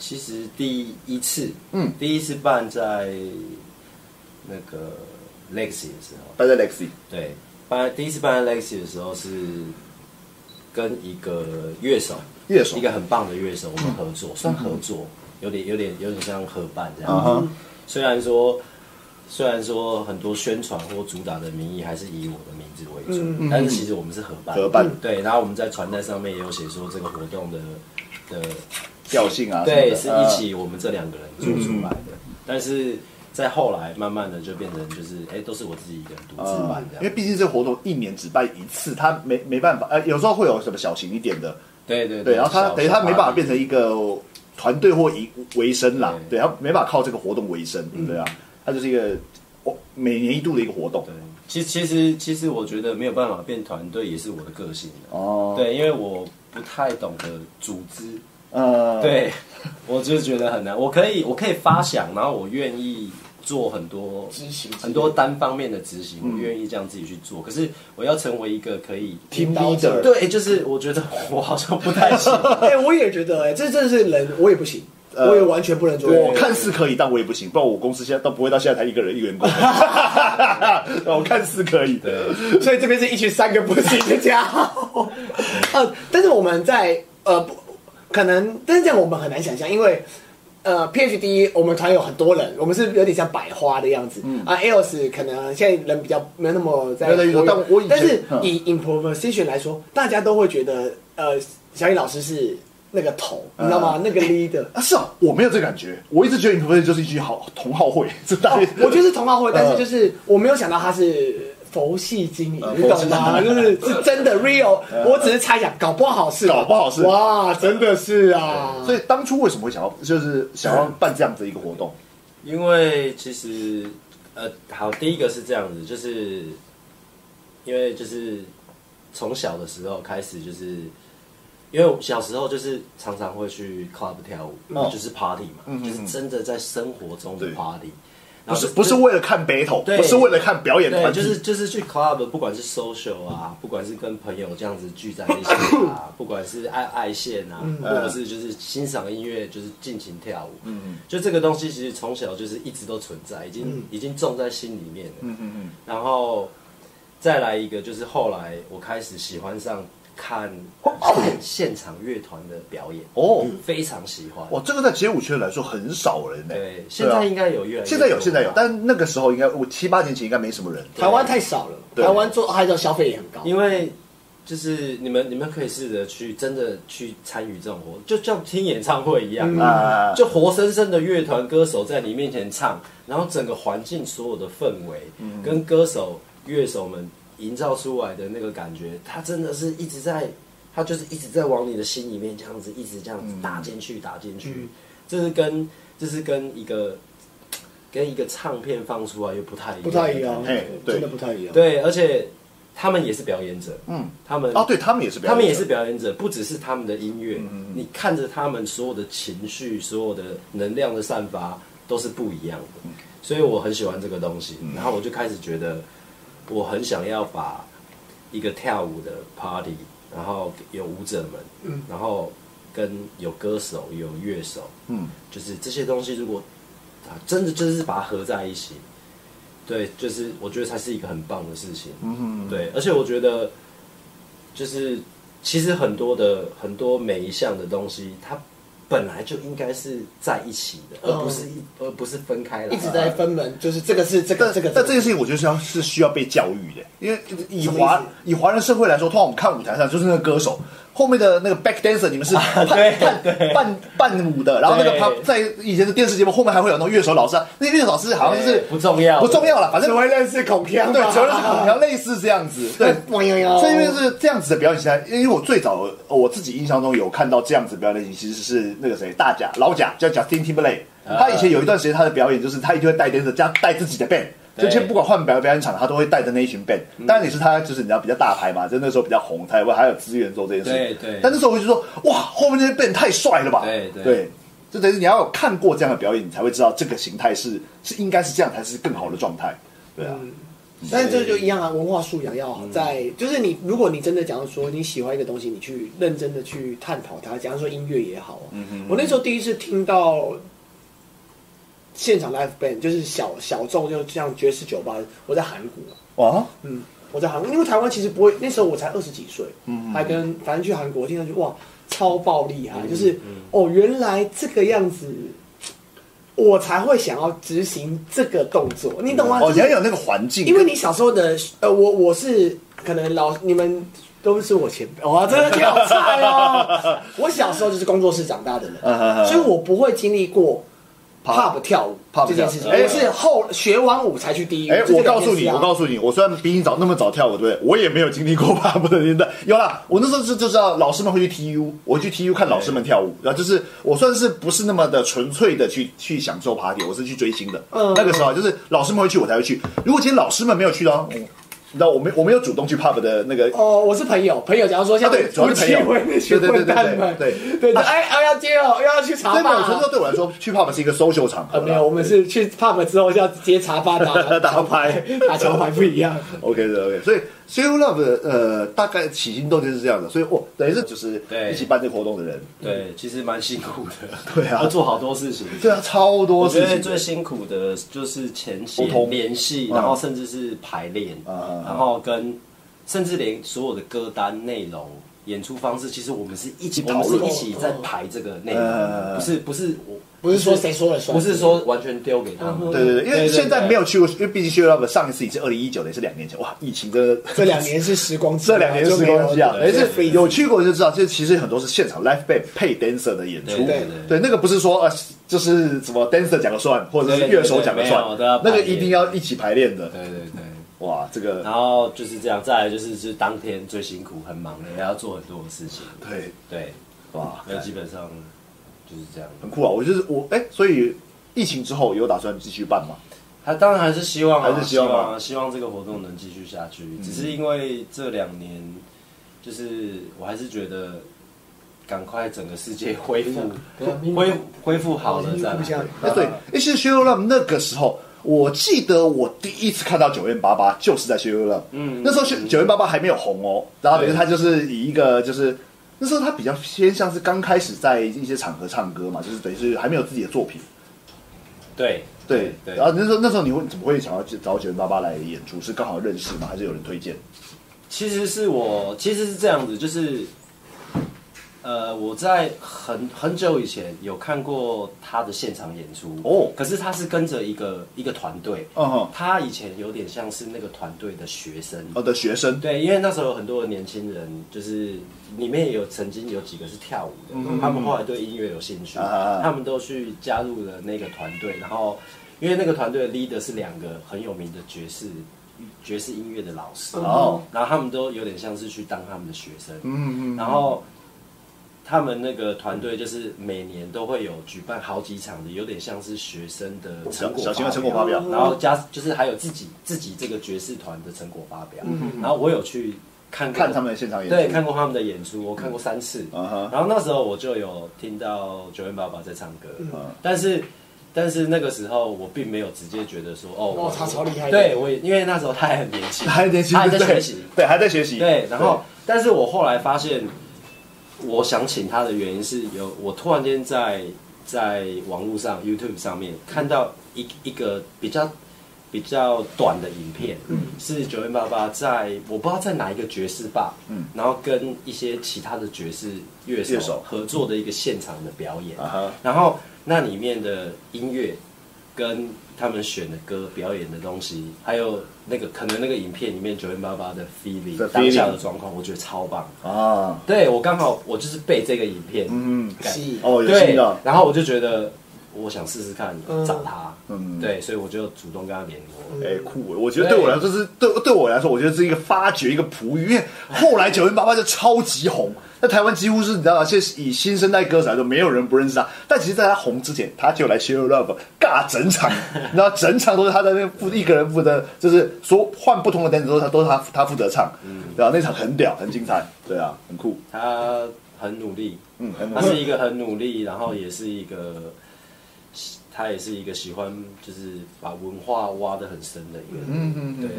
Speaker 3: 其实第一次，
Speaker 1: 嗯，
Speaker 3: 第一次办在那个 Legacy 的时候，
Speaker 1: 办在 Lexi，
Speaker 3: 对，办第一次办在 Legacy 的时候是跟一个乐手，
Speaker 1: 乐手嗯
Speaker 3: 一个很棒的乐手，我们合作，算合作，有点有点有点像合办这
Speaker 1: 啊
Speaker 3: 样。
Speaker 1: 哈
Speaker 3: 虽然说虽然说很多宣传或主打的名义还是以我的名字为主，但是其实我们是合
Speaker 1: 嗯
Speaker 3: 办，
Speaker 1: 合办
Speaker 3: 对，然后我们在传单上面也有写说这个活动的的
Speaker 1: 调性啊什么的，嗯
Speaker 3: 对，是
Speaker 1: 呃
Speaker 3: 一起我们这两个人做出来的。但是在后来，慢慢的就变成就是，哎、都是我自己一个人独自办
Speaker 1: 嗯
Speaker 3: 这
Speaker 1: 因为
Speaker 3: 样。
Speaker 1: 毕竟这个活动一年只办一次，它没没办法，呃，有时候会有什么小型一点的，
Speaker 3: 对对
Speaker 1: 对，然后它等于它没办法变成
Speaker 3: 一
Speaker 1: 一个团队或一维生啦，对，
Speaker 3: 对嗯
Speaker 1: 它没办法靠这个活动维生，对啊，它就是一个哦每年一度的一个活动
Speaker 3: 对。其其实其实我觉得没有办法变团队，也是我的个性的。
Speaker 1: 哦，，
Speaker 3: 对，因为我不太懂得组织，
Speaker 1: 呃，，
Speaker 3: 对我就是觉得很难。我可以我可以发想，然后我愿意做很多
Speaker 2: 执行
Speaker 3: 很多单方面的执行，我愿意这样自己去做。可是我要成为一个可以
Speaker 1: Team
Speaker 2: 领导者
Speaker 1: leader
Speaker 3: 对，就是我觉得我好像不太行。
Speaker 2: 哎、我也觉得、哎，这真的是人，我也不行，
Speaker 1: 呃
Speaker 2: 我也完全不能做。
Speaker 1: 我看似可以，但我也不行，不然我公司现在都不会到现在才一个人一个 员工，我看似可以，对，
Speaker 2: 所以这边是一群三个不行的家伙。 呃，但是我们在呃，不可能，但是这样我们很难想象，因为呃，PhD 我们团有很多人，我们是有点像百花的样子、啊。EOS 可能现在人比较没有那么在
Speaker 1: 没有那么
Speaker 2: 活跃，
Speaker 1: 但我以前
Speaker 2: 但是
Speaker 1: 嗯
Speaker 2: 以 improvisation 来说，大家都会觉得呃，小野老师是那个头，你知道吗？那个 leader。
Speaker 1: 啊是啊，我没有这感觉，我一直觉得你们就是一群好同好会， 这大
Speaker 3: 哦
Speaker 1: 概、
Speaker 2: 哦我觉得是同好会，但是
Speaker 1: 嗯
Speaker 2: 就是我没有想到他是佛系经营，
Speaker 1: 嗯
Speaker 2: 你懂吗？就是是真的 real，我只是猜想，搞不好是，
Speaker 1: 搞不好是
Speaker 2: 哇，真的是啊，
Speaker 1: 所以当初为什么会想要，就是想要办这样子一个活动？
Speaker 3: 因为其实呃，好，第一个是这样子，就是因为就是从小的时候开始，就是因为我小时候就是常常会去 club 跳舞，
Speaker 1: 哦
Speaker 3: 就是 party 嘛，就是真的在生活中的
Speaker 1: 对
Speaker 3: party，
Speaker 1: 不
Speaker 3: 然后
Speaker 1: 是
Speaker 3: 就
Speaker 1: 不是为了看 battle，
Speaker 3: 对
Speaker 1: 不是为了看表演
Speaker 3: 对，
Speaker 1: 团体，
Speaker 3: 啊就是就是去 club，不管是 social 啊，不管是跟朋友这样子聚在一起啊，不管是爱爱线啊，或者是就是欣赏音乐，就是尽情跳舞，嗯，就这个东西其实从小就是一直都存在，已经、已经种在心里面了，嗯嗯嗯，然后再来一个就是后来我开始喜欢上看现现场乐团的表演，
Speaker 1: 哦，
Speaker 3: 非常喜欢，
Speaker 1: 哇，这个在街舞圈来说很少人呢、欸啊
Speaker 3: 对，现在应该有越来越多
Speaker 1: 现在有，现在有
Speaker 3: 吧，
Speaker 1: 但那个时候应该我七八年前应该没什么人。
Speaker 2: 台湾太少了，
Speaker 1: 对
Speaker 2: 台湾做还有消费也很高，
Speaker 3: 因为就是你们你们可以试着去真的去参与这种活，就像听演唱会一样啊，
Speaker 2: 嗯
Speaker 1: 啊、
Speaker 3: 就活生生的乐团歌手在你面前唱，然后整个环境所有的氛围、
Speaker 2: 嗯
Speaker 3: 跟歌手乐手们营造出来的那个感觉，它真的是一直在，它就是一直在往你的心里面这样子，一直这样子打进去，打进去，
Speaker 2: 嗯
Speaker 3: 这是跟这是跟一个。跟一个唱片放出来又不太一样，
Speaker 2: 不太一样
Speaker 1: 嘿，对
Speaker 2: 真的不太一样。
Speaker 3: 对，而且他们也是表演者，嗯，他们
Speaker 1: 哦，对他们也是表演者，
Speaker 3: 他们也是表演者，嗯不只是他们的音乐，你看着他们所有的情绪、所有的能量的散发都是不一样的，所以我很喜欢这个东西。然后我就开始觉得，我很想要把一个跳舞的 party，然后有舞者们，然后跟有歌手、有乐手，
Speaker 1: 嗯，
Speaker 3: 就是这些东西如果啊真的就是把它合在一起，对，就是我觉得才是一个很棒的事情。嗯对，而且我觉得就是其实很多的很多每一项的东西，它本来就应该是在一起的，而不是一、而不是分开来的。
Speaker 2: 嗯一直在分门，就是这个是这个
Speaker 1: 但
Speaker 2: 这个，
Speaker 1: 但这件事情，我觉得是要是需要被教育的，因为以
Speaker 2: 什么意思
Speaker 1: 华以华人社会来说，通常我们看舞台上就是那个歌手后面的那个 back dancer，你们是
Speaker 2: 啊
Speaker 1: 伴
Speaker 3: 对
Speaker 1: 伴伴伴舞的，然后那个
Speaker 3: 对
Speaker 1: 旁在以前的电视节目后面还会有那种乐手老师啊，那乐手老师好像
Speaker 2: 哎
Speaker 1: 是
Speaker 3: 对不重要
Speaker 1: 不重要了，反
Speaker 2: 只
Speaker 1: 正
Speaker 2: 会认识孔锵吧，
Speaker 1: 对，主要是比较类似这样子，对。
Speaker 2: 哇哟
Speaker 3: 哦
Speaker 2: 哟，
Speaker 1: 这因为是这样子的表演形态，因为我最早我自己印象中有看到这样子的表演类型，其实是那个谁大贾老贾叫 Justin Timberlake，他以
Speaker 3: 啊
Speaker 1: 前有一段时间他的表演就是他一定会带着加带自己的 band。就
Speaker 3: 对嗯
Speaker 1: 先不管换表表演场，他都会带着那一群 band。当然也是他，就是你知道比较大牌嘛，就那时候比较红，他也会还有资源做这件事情。
Speaker 3: 对对
Speaker 1: 但那时候我就说，哇，后面那些 band 太帅了吧？
Speaker 3: 对对
Speaker 1: 对，就等于你要有看过这样的表演，你才会知道这个形态是是应该是这样才是更好的状态。对啊，
Speaker 3: 嗯
Speaker 2: 但是这就一样啊，文化素养要好在，就是你如果你真的假如说你喜欢一个东西，你去认真的去探讨它，假如说音乐也好啊，我那时候第一次听到现场 live band 就是小小众，就像爵士酒吧，我在韩国，
Speaker 1: 哇，
Speaker 2: 嗯，我在韩国，因为台湾其实不会，那时候我才二十几岁，嗯，还跟反正去韩国听到就哇，超爆厉害，就是、哦，原来这个样子。我才会想要执行这个动作，你懂吗？
Speaker 1: 哦，
Speaker 2: 就
Speaker 1: 你
Speaker 2: 是
Speaker 1: 要有那个环境，
Speaker 2: 因为你小时候的呃，我我是可能老你们都是我前辈，哇，真 的你好菜哦！我小时候就是工作室长 大的
Speaker 1: 嗯嗯嗯
Speaker 2: 人，所以我不会经历过 pub 跳舞
Speaker 1: pub
Speaker 2: 这件事
Speaker 1: 跳
Speaker 2: 情，
Speaker 1: 舞哎
Speaker 2: 我是后学完舞才去第一。
Speaker 1: 哎、我告诉你，我
Speaker 2: 诉
Speaker 1: 告诉你，我虽然比你早那么早跳舞，对不对？我也没有经历过巴布的年代。有啦，我那时候就就知道老师们会去 TU，我去 TU 看老师们跳舞，然后就是我算是不是那么的纯粹的去去享受 party，我是去追星的。
Speaker 2: 嗯
Speaker 1: 那个时候啊就是老师们会去，我才会去。如果今天老师们没有去的话，嗯你知道我没我没有主动去 pub 的那个。
Speaker 2: 哦，我是朋友，朋友，假如说像
Speaker 1: 啊对主要是朋友
Speaker 2: 吴奇伟那群
Speaker 1: 对对对
Speaker 2: 混蛋们，
Speaker 1: 对对对
Speaker 2: 对对，哎，哦要接哦，又要去茶
Speaker 1: 所以
Speaker 2: 吧
Speaker 1: 没有，所以说对我来说，去 pub 是一个 social 场合
Speaker 2: 呃，
Speaker 1: 啦。
Speaker 2: 没有，我们是去 pub 之后要接茶吧打
Speaker 1: 打牌。
Speaker 2: 打桥牌不一样。
Speaker 1: OK 的 OK，所以 s a l Love 的呃大概起心动念是这样的，所以哦，等于是就是
Speaker 3: 对
Speaker 1: 一起办这个活动的人，
Speaker 3: 对，其实蛮辛苦的，
Speaker 1: 对啊
Speaker 3: 要做好多事情。
Speaker 1: 对啊，超多
Speaker 3: 我
Speaker 1: 事
Speaker 3: 觉得
Speaker 1: 情
Speaker 3: 最
Speaker 1: 的。
Speaker 3: 辛苦的就是前期
Speaker 1: 沟通
Speaker 3: 联系，然后甚至是排练，
Speaker 1: 嗯
Speaker 3: 然后跟甚至连所有的歌单内容、演出方式，其实我们是一起，我
Speaker 1: 讨
Speaker 3: 们
Speaker 1: 论
Speaker 3: 是一起在排这个内
Speaker 1: 嗯
Speaker 3: 容，不是不是我，
Speaker 2: 不是说谁说了算
Speaker 3: 不是说完全丢给他们。
Speaker 1: 对对对，因为
Speaker 3: 对对
Speaker 1: 现在没有去过，因为毕竟 s h Love 上一次已经二零一九年，是两年前，哇，疫情真 的。
Speaker 2: 这两年是时光机啊，
Speaker 1: 这两年
Speaker 2: 就是没有
Speaker 1: 东西啊，
Speaker 2: 了
Speaker 1: 没
Speaker 2: 对
Speaker 1: 事
Speaker 2: 非
Speaker 1: 有去过就知道，这其实很多是现场 live band 配 dancer 的演出
Speaker 3: 对对，
Speaker 1: 对那个不是说呃就是什么 dancer 讲了算，或者是乐手讲了算
Speaker 3: 对对对没有都要，
Speaker 1: 那
Speaker 3: 排
Speaker 1: 个
Speaker 3: 练
Speaker 1: 一定要一起排练的。
Speaker 3: 对啊对对。
Speaker 1: 哇，这个
Speaker 3: 然后就是这样，再来就是就是当天最辛苦，很忙的，也要做很多的事情。
Speaker 1: 对
Speaker 3: 对，
Speaker 1: 哇，
Speaker 3: 那基本上就是这样。
Speaker 1: 很酷啊！我就是我哎，所以疫情之后有打算继续办吗？
Speaker 3: 他当然还是希望、啊，
Speaker 1: 还是希
Speaker 3: 希
Speaker 1: 望啊嗯
Speaker 3: 啊，希望这个活动能继续下去。只是因为这两年，就是我还是觉得，赶快整个世界恢复
Speaker 2: 对啊，
Speaker 3: 恢恢复好了
Speaker 2: 对
Speaker 3: 再
Speaker 2: 互相
Speaker 3: 来。
Speaker 1: 哎，对，哎，其实 Shiro Love 那个时候，我记得我第一次看到九院八八就是在 Shiro Love，嗯，那时候九九院八八还没有红哦，然后等于他就是以一个就是那时候他比较偏向是刚开始在一些场合唱歌嘛，就是等于是还没有自己的作品，
Speaker 3: 对
Speaker 1: 对，
Speaker 3: 对
Speaker 1: 然后那时候那时候你会怎么会想要去找九院八八来演出？是刚好认识吗？还是有人推荐？
Speaker 3: 其实是我，其实是这样子，就是，呃，我在很很久以前有看过他的现场演出
Speaker 1: 哦
Speaker 3: 可是他是跟着一个一个团队，
Speaker 1: 嗯哼，
Speaker 3: 他以前有点像是那个团队的学生，
Speaker 1: 哦的学生，
Speaker 3: 对，因为那时候有很多的年轻人，就是里面也有曾经有几个是跳舞的，他们后来对音乐有兴趣，
Speaker 1: 嗯啊啊啊
Speaker 3: 他们都去加入了那个团队，然后因为那个团队的 leader 是两个很有名的爵士爵士音乐的老师，
Speaker 1: 哦
Speaker 3: 然后他们都有点像是去当他们的学生，
Speaker 1: 嗯嗯，
Speaker 3: 然后他们那个团队就是每年都会有举办好几场的，有点像是学生的成
Speaker 1: 小
Speaker 3: 果
Speaker 1: 小型的成果
Speaker 3: 表
Speaker 1: 发表，
Speaker 3: 然后加就是还有自己自己这个爵士团的成果发表，然后我有去看过
Speaker 1: 嗯看他们的现场演出，
Speaker 3: 对，看过他们的演出，我看过三次，
Speaker 1: 嗯哼
Speaker 3: 然后那时候我就有听到九元爸爸在唱歌，
Speaker 1: 嗯
Speaker 3: 但是但是那个时候我并没有直接觉得说哦，
Speaker 2: 哇
Speaker 3: 我
Speaker 2: 他超厉害的
Speaker 3: 对我也因为那时候他还很年轻，
Speaker 1: 还在年轻，
Speaker 3: 他还在
Speaker 1: 对
Speaker 3: 学习，
Speaker 1: 对，还在学习，
Speaker 3: 对，然后但是我后来发现，我想请他的原因是有我突然间在在网络上 YouTube 上面看到一一个比较比较短的影片，是九零八八在我不知道在哪一个爵士吧，
Speaker 1: 嗯
Speaker 3: 然后跟一些其他的爵士乐
Speaker 1: 乐
Speaker 3: 手
Speaker 1: 手啊
Speaker 3: 合作的一个现场的表演，
Speaker 1: 啊哈
Speaker 3: 然后那里面的音乐跟他们选的歌、表演的东西，还有那个可能那个影片里面九零八八的 feeling
Speaker 1: The
Speaker 3: 当下
Speaker 1: feeling
Speaker 3: 的状况，我觉得超棒。
Speaker 1: 啊，
Speaker 3: 对我刚好我就是被这个影片
Speaker 1: 嗯
Speaker 3: 感
Speaker 2: 是
Speaker 1: 哦，有
Speaker 3: 对
Speaker 1: 新的，，
Speaker 3: 然后我就觉得我想试试看
Speaker 2: 嗯
Speaker 3: 找他，
Speaker 1: 嗯
Speaker 3: 对，所以我就主动跟他联络。
Speaker 1: 哎、酷！我觉得对我来说是对对我来说，我觉得是一个发掘一个璞玉，因为后来九零八八就超级红，那台湾几乎是你知道吗？现在以新生代歌手来说，没有人不认识他。但其实，在他红之前，他就来 Share Your Love 尬整场，你知道整场都是他在那边负一个人负责，就是说换不同的单子都是他都是他他负责唱，对啊，那场很屌，很精彩，对啊，很酷，
Speaker 3: 他很努力，
Speaker 1: 嗯，很
Speaker 3: 他是一个很努力，然后也是一个，他也是一个喜欢就是把文化挖得很深的一个人，
Speaker 1: 嗯
Speaker 3: 对，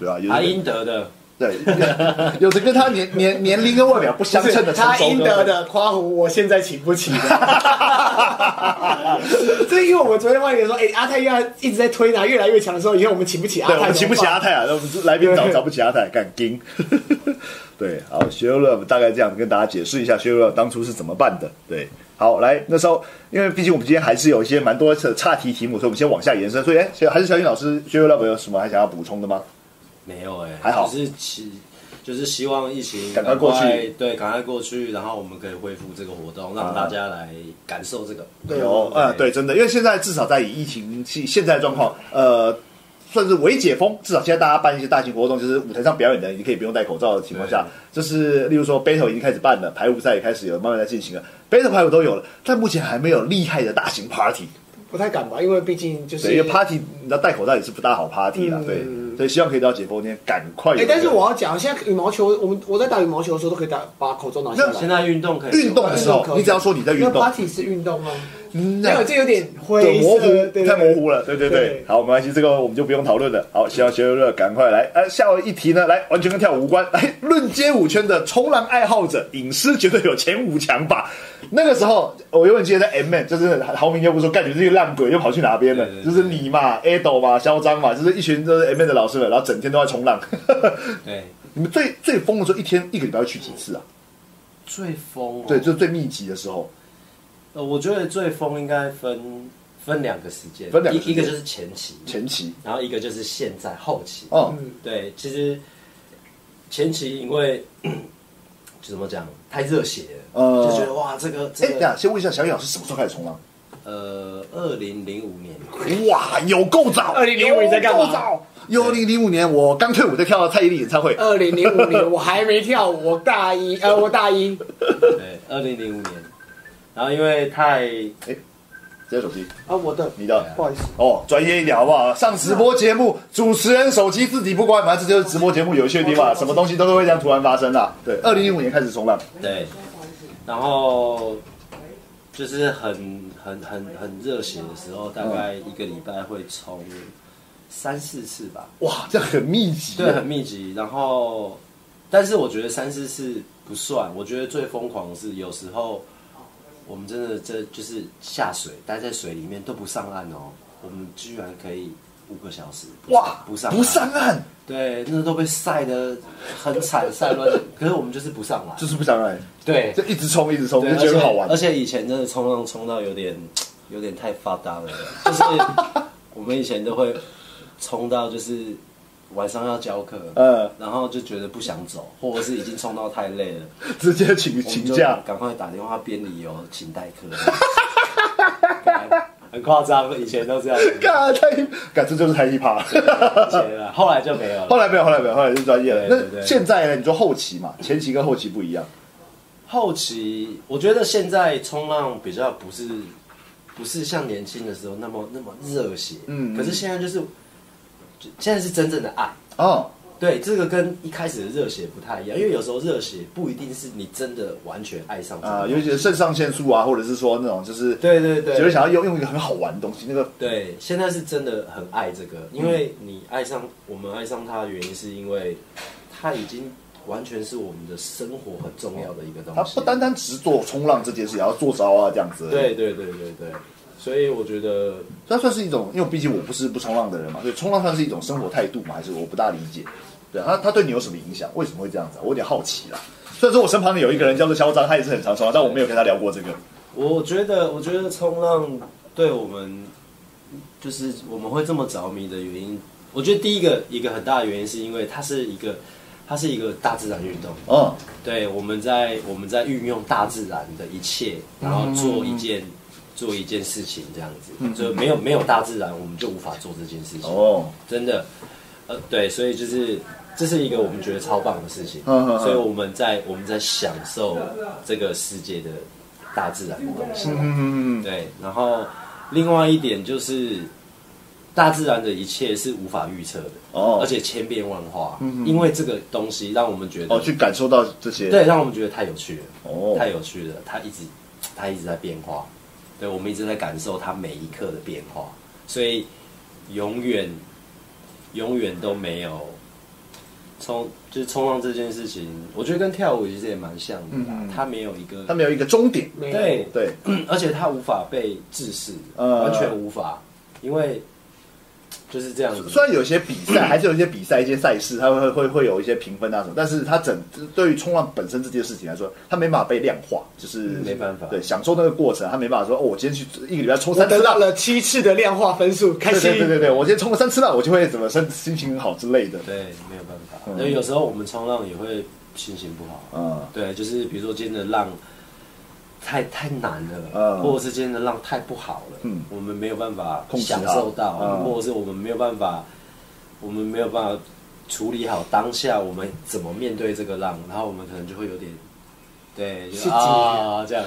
Speaker 1: 对啊，有
Speaker 3: 他
Speaker 1: 的
Speaker 3: 应得的，
Speaker 1: 对，有的跟他年年年龄跟外表不相称的成
Speaker 2: 他
Speaker 1: 熟
Speaker 2: 应
Speaker 1: 歌
Speaker 2: 得
Speaker 1: 手
Speaker 2: 的夸胡，我现在请 不起的。这因为我们昨天问你说，哎、阿泰要一直在推拿越来越强的时候，以后我们请不起阿泰
Speaker 1: 对，我
Speaker 2: 怎么办，
Speaker 1: 们请不起阿泰啊，那我 们来宾找找不起阿泰，干金。 对，好 s h e r Love 大概这样跟大家解释一下 s h e r Love 当初是怎么办的。对，好，来那时候，因为毕竟我们今天还是有一些蛮多的岔题题目，所以我们先往下延伸。所以，哎，还是小雨老师 s h e r Love 有什么还想要补充的吗？
Speaker 3: 没有哎、
Speaker 1: 还好
Speaker 3: 就是希就是希望疫情
Speaker 1: 赶快过去
Speaker 3: 对，赶快过去，然后我们可以恢复这个活动，让大家来感受这个，
Speaker 2: 对
Speaker 1: 有，嗯，对，真的，因为现在至少在以疫情现现在的状况，呃。算是微解封，至少现在大家办一些大型活动，就是舞台上表演的人，你可以不用戴口罩的情况下，就是例如说 battle 已经开始办了，排舞赛也开始有慢慢在进行了，battle 排舞都有了，但目前还没有厉害的大型 party。
Speaker 2: 不太敢吧，因为毕竟就是
Speaker 1: 对，因为 party 你知道戴口罩也是不大好 party 啦，
Speaker 2: 嗯
Speaker 1: 对，所以希望可以到解封那天赶快有
Speaker 2: 哎、
Speaker 1: 人。
Speaker 2: 但是我要讲，现在羽毛球，我们我在打羽毛球的时候都可以打把口罩拿下
Speaker 3: 现
Speaker 2: 来。
Speaker 3: 在运动可以
Speaker 1: 运动的时候
Speaker 2: 运动可，以
Speaker 1: 你只要说你在运
Speaker 2: 那
Speaker 1: 动，
Speaker 2: party 是运动吗？
Speaker 1: 嗯
Speaker 2: 没有，这有点
Speaker 1: 对
Speaker 2: 灰色，
Speaker 1: 模糊
Speaker 2: 对
Speaker 1: 太模糊了，对对对。
Speaker 2: 对
Speaker 1: 好，没关系，这个我们就不用讨论了。好，希望学友乐赶快来。呃，下一题呢，来完全跟跳舞无关，来论街舞圈的冲浪爱好者，隐师觉得有前五强吧？那个时候我永远记得在 M N，就是豪明又不说干你这个烂鬼，又跑去哪边了？
Speaker 3: 对对对
Speaker 1: 就是你嘛，Ado 嘛，嚣张嘛，就是一群就是 M N 的老师们，然后整天都在冲浪。
Speaker 3: 对，
Speaker 1: 你们最最疯的时候，一天一个礼拜会去几次啊？
Speaker 3: 最疯、哦、
Speaker 1: 对，就是最密集的时候。
Speaker 3: 呃，我觉得最疯应该分分两个时间，
Speaker 1: 分两个时
Speaker 3: 一
Speaker 1: 间
Speaker 3: 一个就是前期，
Speaker 1: 前期，
Speaker 3: 然后一个就是现在后期。
Speaker 1: 哦，
Speaker 3: 对，其实前期因为 就怎么讲，太热血了，
Speaker 1: 呃
Speaker 3: 就觉得哇，这个
Speaker 1: 哎、
Speaker 3: 这
Speaker 1: 等一
Speaker 3: 个
Speaker 1: 下先问一下小雨老师什么时候开始冲浪？
Speaker 3: 呃，二零零五年，
Speaker 1: 哇，有够早！
Speaker 2: 2005你在干嘛
Speaker 1: 有够早！二零零五年我刚退伍在跳蔡依林演唱会，
Speaker 2: 二零零五年我还没跳舞，我大一，呃，我大一，
Speaker 3: 对，二零零五年，然后因为太
Speaker 1: 这是手机，
Speaker 2: 啊，我的，
Speaker 1: 你的
Speaker 2: 不好意思，
Speaker 1: 哦，专业一点好不好？上直播节目，主持人手机自己不关，反正这就是直播节目有趣的地方，什么东西都是会这样突然发生啦。对，二零零五年开始冲浪，
Speaker 3: 对，然后就是很很很很热血的时候，大概一个礼拜会冲三四次吧。
Speaker 1: 哇，这很密集。啊
Speaker 3: 对，很密集。然后，但是我觉得三四次不算，我觉得最疯狂的是有时候我们真的这就是下水，待在水里面都不上岸哦，我们居然可以五个小时不
Speaker 1: 哇，
Speaker 3: 不上
Speaker 1: 啊不上
Speaker 3: 岸，
Speaker 1: 岸，
Speaker 3: 对，那都被晒得很惨，晒 乱。可是我们就是不上来，
Speaker 1: 就是不上岸，
Speaker 3: 对
Speaker 1: 就一直冲，一直冲，
Speaker 3: 对，
Speaker 1: 就觉得好玩
Speaker 3: 而。且。而且以前真的冲浪冲到有点有点太发达了， 就是我们以前都会冲到就是晚上要教课，
Speaker 1: 呃，
Speaker 3: 然后就觉得不想走，或者是已经冲到太累了，
Speaker 1: 直接请
Speaker 3: 我们
Speaker 1: 请
Speaker 3: 就
Speaker 1: 假，
Speaker 3: 赶快打电话编理由请代课。 很夸张，以前都这样子，
Speaker 1: 干太，干这就是太一 趴。
Speaker 3: 以前啊后来就没有
Speaker 1: 后
Speaker 3: 了。
Speaker 1: 来没有，后来没有，后来是专业了。
Speaker 3: 对对
Speaker 1: 那
Speaker 3: 对
Speaker 1: 现在呢？你说后期嘛，前期跟后期不一样。
Speaker 3: 后期我觉得现在冲浪比较不是不是像年轻的时候那么那么热血，
Speaker 1: 嗯嗯
Speaker 3: 可是现在就是就现在是真正的爱，
Speaker 1: 哦，
Speaker 3: 对，这个跟一开始的热血不太一样，因为有时候热血不一定是你真的完全爱上这个
Speaker 1: 啊、
Speaker 3: 东西
Speaker 1: 尤其是肾上腺素啊，或者是说那种就是
Speaker 3: 对对对，
Speaker 1: 觉得想要用用一个很好玩的东西，那个
Speaker 3: 对，现在是真的很爱这个，因为
Speaker 1: 嗯
Speaker 3: 你爱上我们爱上它的原因，是因为它已经完全是我们的生活很重要的一个东
Speaker 1: 它
Speaker 3: 西。
Speaker 1: 不单单只做冲浪这件事，也要做招啊这样子。，
Speaker 3: 对对对对对，所以我觉得
Speaker 1: 它算是一种，因为毕竟我不是不冲浪的人嘛，所以冲浪算是一种生活态度嘛，还是我不大理解。对，啊它它对你有什么影响？为什么会这样子、啊？我有点好奇啦。虽然说我身旁的有一个人叫做嚣张，他也是很常冲浪，但我没有跟他聊过这个。
Speaker 3: 我觉得，我觉得冲浪对我们就是我们会这么着迷的原因，我觉得第一个一个很大的原因是因为它是一个它是一个大自然运动，
Speaker 1: 嗯，
Speaker 3: 对，我们在我们在运用大自然的一切，然后做一件、做一件事情这样子，就没有没有大自然，我们就无法做这件事情。
Speaker 1: 嗯哦，
Speaker 3: 真的，呃，对，所以就是这是一个我们觉得超棒的事情，
Speaker 1: 嗯嗯嗯
Speaker 3: 所以我们在我们在享受这个世界的大自然的东西，
Speaker 1: 嗯，
Speaker 3: 对，然后另外一点就是。大自然的一切是无法预测的，
Speaker 1: 哦嗯
Speaker 3: 而且千变万化，因为这个东西让我们觉得，
Speaker 1: 哦，去感受到这些，，
Speaker 3: 对，让我们觉得太有趣了。
Speaker 1: 哦，
Speaker 3: 太有趣了，它一直它一直在变化，对我们一直在感受它每一刻的变化，所以永远永远都没有冲，就是冲浪这件事情，我觉得跟跳舞其实也蛮像的
Speaker 1: 嗯
Speaker 3: 啦，它没有一个
Speaker 1: 他们有一个终点，
Speaker 2: 没有
Speaker 3: 对，
Speaker 1: 对，
Speaker 3: 而且它无法被制式，
Speaker 1: 呃
Speaker 3: 完全无法，因为就是这样子，
Speaker 1: 虽然有些比赛， 还是有一些比赛、一些赛事，它会会会有一些评分啊什么，但是它整对于冲浪本身这件事情来说，它没办法被量化，就是
Speaker 3: 嗯没办法
Speaker 1: 对，享受那个过程，它没办法说，哦，我今天去一个礼拜冲
Speaker 2: 我
Speaker 1: 三次
Speaker 2: 得到
Speaker 1: 浪，
Speaker 2: 了七次的量化分数，开
Speaker 1: 对
Speaker 2: 心。
Speaker 1: 对对对对，我今天冲了三次浪，我就会怎么身心情很好之类的，
Speaker 3: 对，没有办法，所以有时候我们冲浪也会心情不好啊，
Speaker 1: 嗯，
Speaker 3: 对，就是比如说今天的浪太太难了，
Speaker 1: 嗯
Speaker 3: 或者是今天的浪太不好了，
Speaker 1: 嗯
Speaker 3: 我们没有办法
Speaker 1: 控制它
Speaker 3: 享受到，
Speaker 1: 嗯
Speaker 3: 或者是我们没有办法，我们没有办法处理好当下我们怎么面对这个浪，然后我们可能就会有点。对，就
Speaker 2: 失
Speaker 3: 是
Speaker 2: 敬
Speaker 3: 啊，这样，